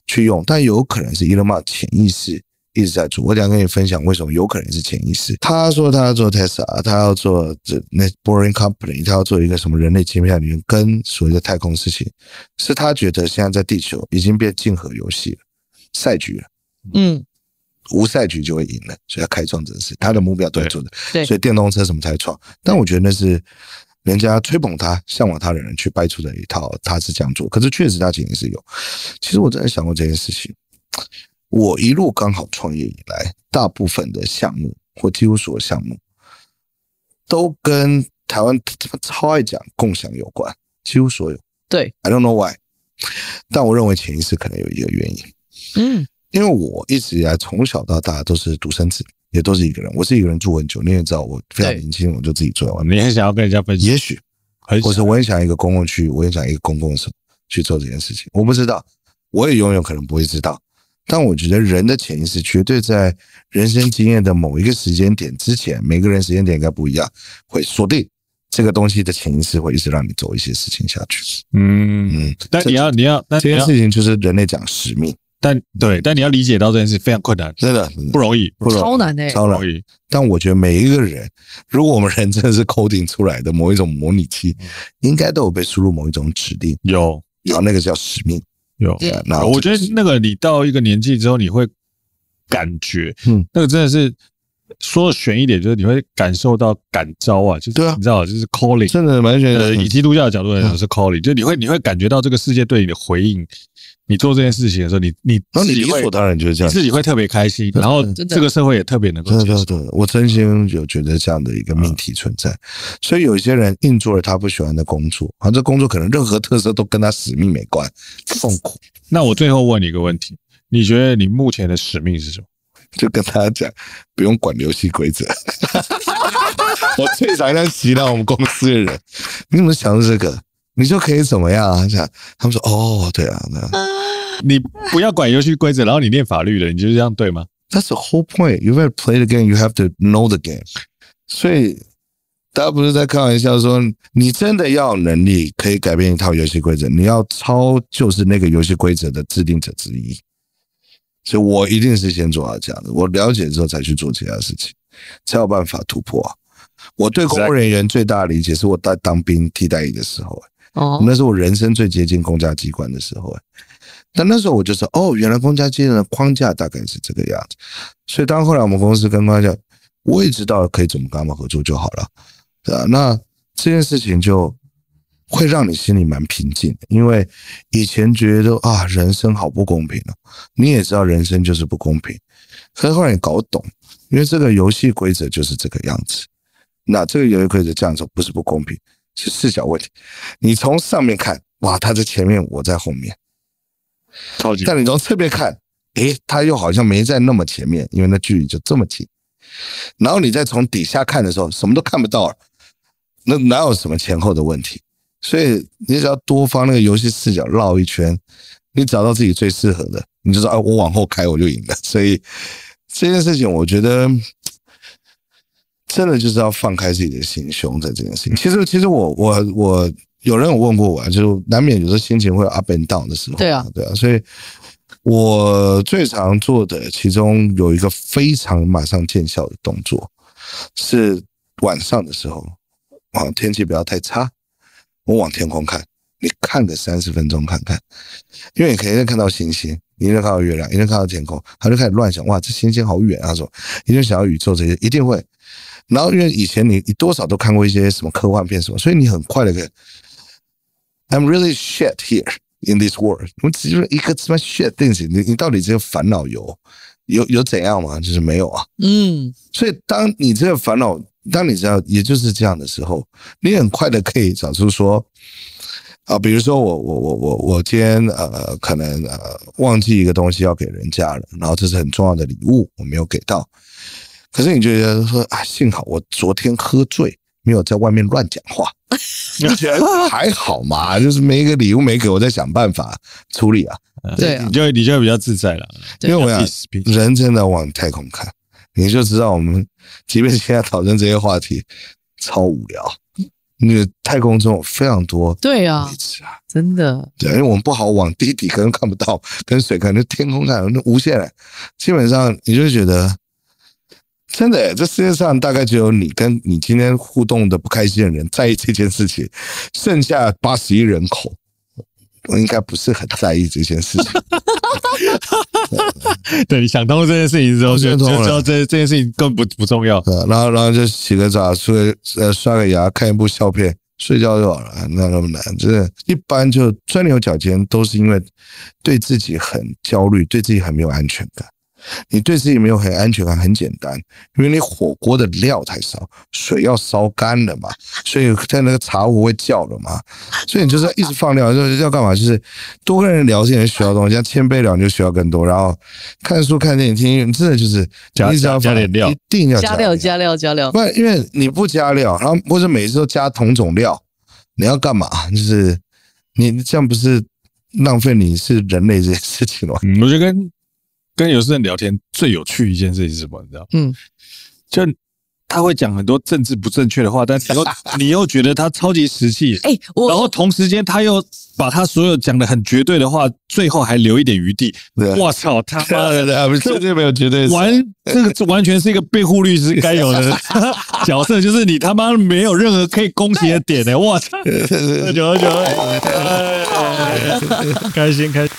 Speaker 1: 去用，但有可能是 Elon Musk 潜意识一直在做。我想跟你分享为什么有可能是潜意识。他说他要做 Tesla，他要做这那 Boring Company，他要做一个什么人类芯片里面跟所谓的太空事情，是他觉得现在在地球已经变竞合游戏了，赛局了。
Speaker 4: 嗯
Speaker 1: 无赛局就会赢了，所以他开创这事，他的目标对做的，
Speaker 4: 对
Speaker 1: 所以电动车什么才创，但我觉得那是人家吹捧他、向往他的人去掰出的一套，他是这样做，可是确实他肯定是有。其实我真的想过这件事情，我一路刚好创业以来，大部分的项目或几乎所有项目，都跟台湾他妈超爱讲共享有关，几乎所有。
Speaker 4: 对
Speaker 1: ，I don't know why，但我认为潜意识可能有一个原因。
Speaker 4: 嗯
Speaker 1: 因为我一直以来从小到大都是独生子，也都是一个人。我是一个人住很久，你也知道，我非常
Speaker 4: 对
Speaker 1: 年轻，我就自己住在外面。
Speaker 3: 你很想要跟人家分享，
Speaker 1: 也许，
Speaker 3: 很
Speaker 1: 或是我很想一个公共区，我很想一个公共什么去做这件事情，我不知道，我也永远可能不会知道。但我觉得人的潜意识绝对在人生经验的某一个时间点之前，每个人时间点应该不一样，会锁定这个东西的潜意识，会一直让你走一些事情下去。
Speaker 3: 嗯，
Speaker 1: 嗯，
Speaker 3: 但
Speaker 1: 这
Speaker 3: 你要你要，但
Speaker 1: 这
Speaker 3: 你
Speaker 1: 件
Speaker 3: 要
Speaker 1: 事情就是人类讲使命，
Speaker 3: 但对，但你要理解到这件事非常困难，
Speaker 1: 真的真的
Speaker 3: 不容易，
Speaker 1: 不容易
Speaker 4: 超难欸
Speaker 1: 超
Speaker 3: 不
Speaker 1: 难
Speaker 3: 容。易。
Speaker 1: 但我觉得每一个人，如果我们人真的是 coding 出来的某一种模拟器，应该都有被输入某一种指令，
Speaker 3: 有
Speaker 1: 然后那个叫使命。
Speaker 3: 有，
Speaker 1: 对啊然后
Speaker 3: 哦我觉得那个你到一个年纪之后，你会感觉，
Speaker 1: 嗯
Speaker 3: 嗯，那个真的是说悬一点，就是你会感受到感召啊，就是
Speaker 1: 对啊
Speaker 3: 你知道，就是 calling，
Speaker 1: 真的嗯蛮觉
Speaker 3: 呃，
Speaker 1: 得
Speaker 3: 以基督教的角度来讲是 calling，、就你会你会感觉到这个世界对你的回应。你做这件事情的时候，你你
Speaker 1: 然后
Speaker 3: 自
Speaker 1: 你
Speaker 3: 己
Speaker 1: 理
Speaker 3: 会
Speaker 1: 所当然就是这
Speaker 3: 你
Speaker 1: 样。
Speaker 3: 自己会特别开心，然后
Speaker 4: 真的
Speaker 3: 这个社会也特别能够
Speaker 1: 对
Speaker 3: 接
Speaker 1: 对
Speaker 3: 受。
Speaker 1: 对，我真心有觉得这样的一个命题存在，所以有一些人硬做了他不喜欢的工作，啊，这工作可能任何特色都跟他使命没关，痛苦。
Speaker 3: 那我最后问你一个问题：你觉得你目前的使命是什么？
Speaker 1: 就跟他讲，不用管游戏规则。 我最常这样洗脑我们公司的人，你怎么想到这个？你就可以怎么样啊？这样他们说哦，对啊，那
Speaker 3: 你不要管游戏规则，然后你念法律的，你觉得这样对吗？
Speaker 1: that's the whole point. You have to play the game, you have to know the game. 所以大家不是在开玩笑说，你真的要有能力可以改变一套游戏规则，你要超就是那个游戏规则的制定者之一。所以我一定是先做好这样的，我了解之后才去做其他事情，才有办法突破啊、我对公务人员最大的理解是我在当兵替代役的时候、啊
Speaker 4: 哦，
Speaker 1: 那是我人生最接近公家机关的时候、欸。但那时候我就说，哦，原来公家机关的框架大概是这个样子。所以当后来我们公司跟框架，我也知道可以怎么跟他们合作就好了，对啊，那这件事情就会让你心里蛮平静的，因为以前觉得啊，人生好不公平啊，你也知道人生就是不公平，可是后来你搞懂，因为这个游戏规则就是这个样子。那这个游戏规则这样走不是不公平，是视角问题。你从上面看，哇，他在前面，我在后面；
Speaker 3: 超级
Speaker 1: 但你从侧面看，诶，他又好像没在那么前面，因为那距离就这么近。然后你再从底下看的时候，什么都看不到了，那哪有什么前后的问题？所以你只要多方那个游戏视角绕一圈，你找到自己最适合的，你就说啊，我往后开我就赢了。 所以这件事情，我觉得真的就是要放开自己的心胸在这件事情。其实，其实我我我有人有问过我、啊，就是难免有时候心情会有 up and down 的时候，
Speaker 4: 对啊，
Speaker 1: 对啊，所以。我最常做的其中有一个非常马上见效的动作，是晚上的时候，啊，天气不要太差，我往天空看，你看个三十分钟看看，因为你可以看到星星，你能看到月亮，你能看到天空，他就开始乱想，哇，这星星好远啊，说一定想要宇宙这些，一定会。然后因为以前你你多少都看过一些什么科幻片什么，所以你很快的可以，I'm really shit here in this world，我只是一个他妈 shit 定型，你你到底这个烦恼有有有怎样吗？就是没有啊。
Speaker 4: 嗯，
Speaker 1: 所以，当你这个烦恼，当你知道也就是这样的时候，你很快的可以找出说，啊，比如说我我我我我今天呃可能呃忘记一个东西要给人家了，然后这是很重要的礼物，我没有给到，可是你就觉得说啊，幸好我昨天喝醉，没有在外面乱讲话，你就觉得还好嘛，就是没一个礼物没给我，再想办法处理啊。
Speaker 4: 对啊
Speaker 3: 嗯你就你就比较自在了，
Speaker 1: 因 为我想
Speaker 3: peace, peace
Speaker 1: 人真的往太空看，你就知道我们，即便现在讨论这些话题，超无聊。那个太空中有非常多
Speaker 4: 对啊
Speaker 1: 位，置啊，
Speaker 4: 真的，
Speaker 1: 对，因为我们不好往地底可能看不到，跟水可能天空看，那无限的，基本上你就觉得，真的耶，这世界上大概只有你跟你今天互动的不开心的人在意这件事情，剩下八十亿人口，我应该不是很在意这件事情。
Speaker 3: 对你想通了这件事情 之后，就
Speaker 1: 想
Speaker 3: 就
Speaker 1: 通了
Speaker 3: 知道这这件事情根本不不重要。
Speaker 1: 呃，然后然后就洗个澡，出个呃刷个牙，看一部笑片，睡觉就好了，哪有那么难？真的，一般就钻牛角尖，都是因为对自己很焦虑，对自己很没有安全感。你对自己没有很安全感，很简单，因为你火锅的料太少，水要烧干了嘛，所以在那个茶壶会叫了嘛，所以你就是要一直放料，就是要干嘛？就是多跟人聊天，能学到东西，像千杯聊你就学到更多，然后看书、看电影、听音乐，真的就是
Speaker 3: 加
Speaker 1: 你只要
Speaker 3: 加加点料
Speaker 1: 一定要
Speaker 4: 加料
Speaker 1: 料
Speaker 4: 加料加料
Speaker 1: 不，然因为你不加料，然后或者每次都加同种料，你要干嘛？ 就是你这样不是浪费你是人类这件事情吗？
Speaker 3: 嗯，我觉得跟跟有些人聊天最有趣一件事情是什么？你知道？
Speaker 4: 嗯，
Speaker 3: 就他会讲很多政治不正确的话，但是你 又你又觉得他超级实际，
Speaker 4: 哎、
Speaker 3: 然
Speaker 4: 我
Speaker 3: 后同时间他又把他所有讲的很绝对的话，最后还留一点余地。
Speaker 1: 对啊
Speaker 3: 我操他妈的！
Speaker 1: 对啊， 不是绝对没有绝对是
Speaker 3: 完，这个完全是一个辩护律师该 有的角色，就是你他妈没有任何可以攻击的欸 点呢、我操！九九九，哎哎哎哎开心开心。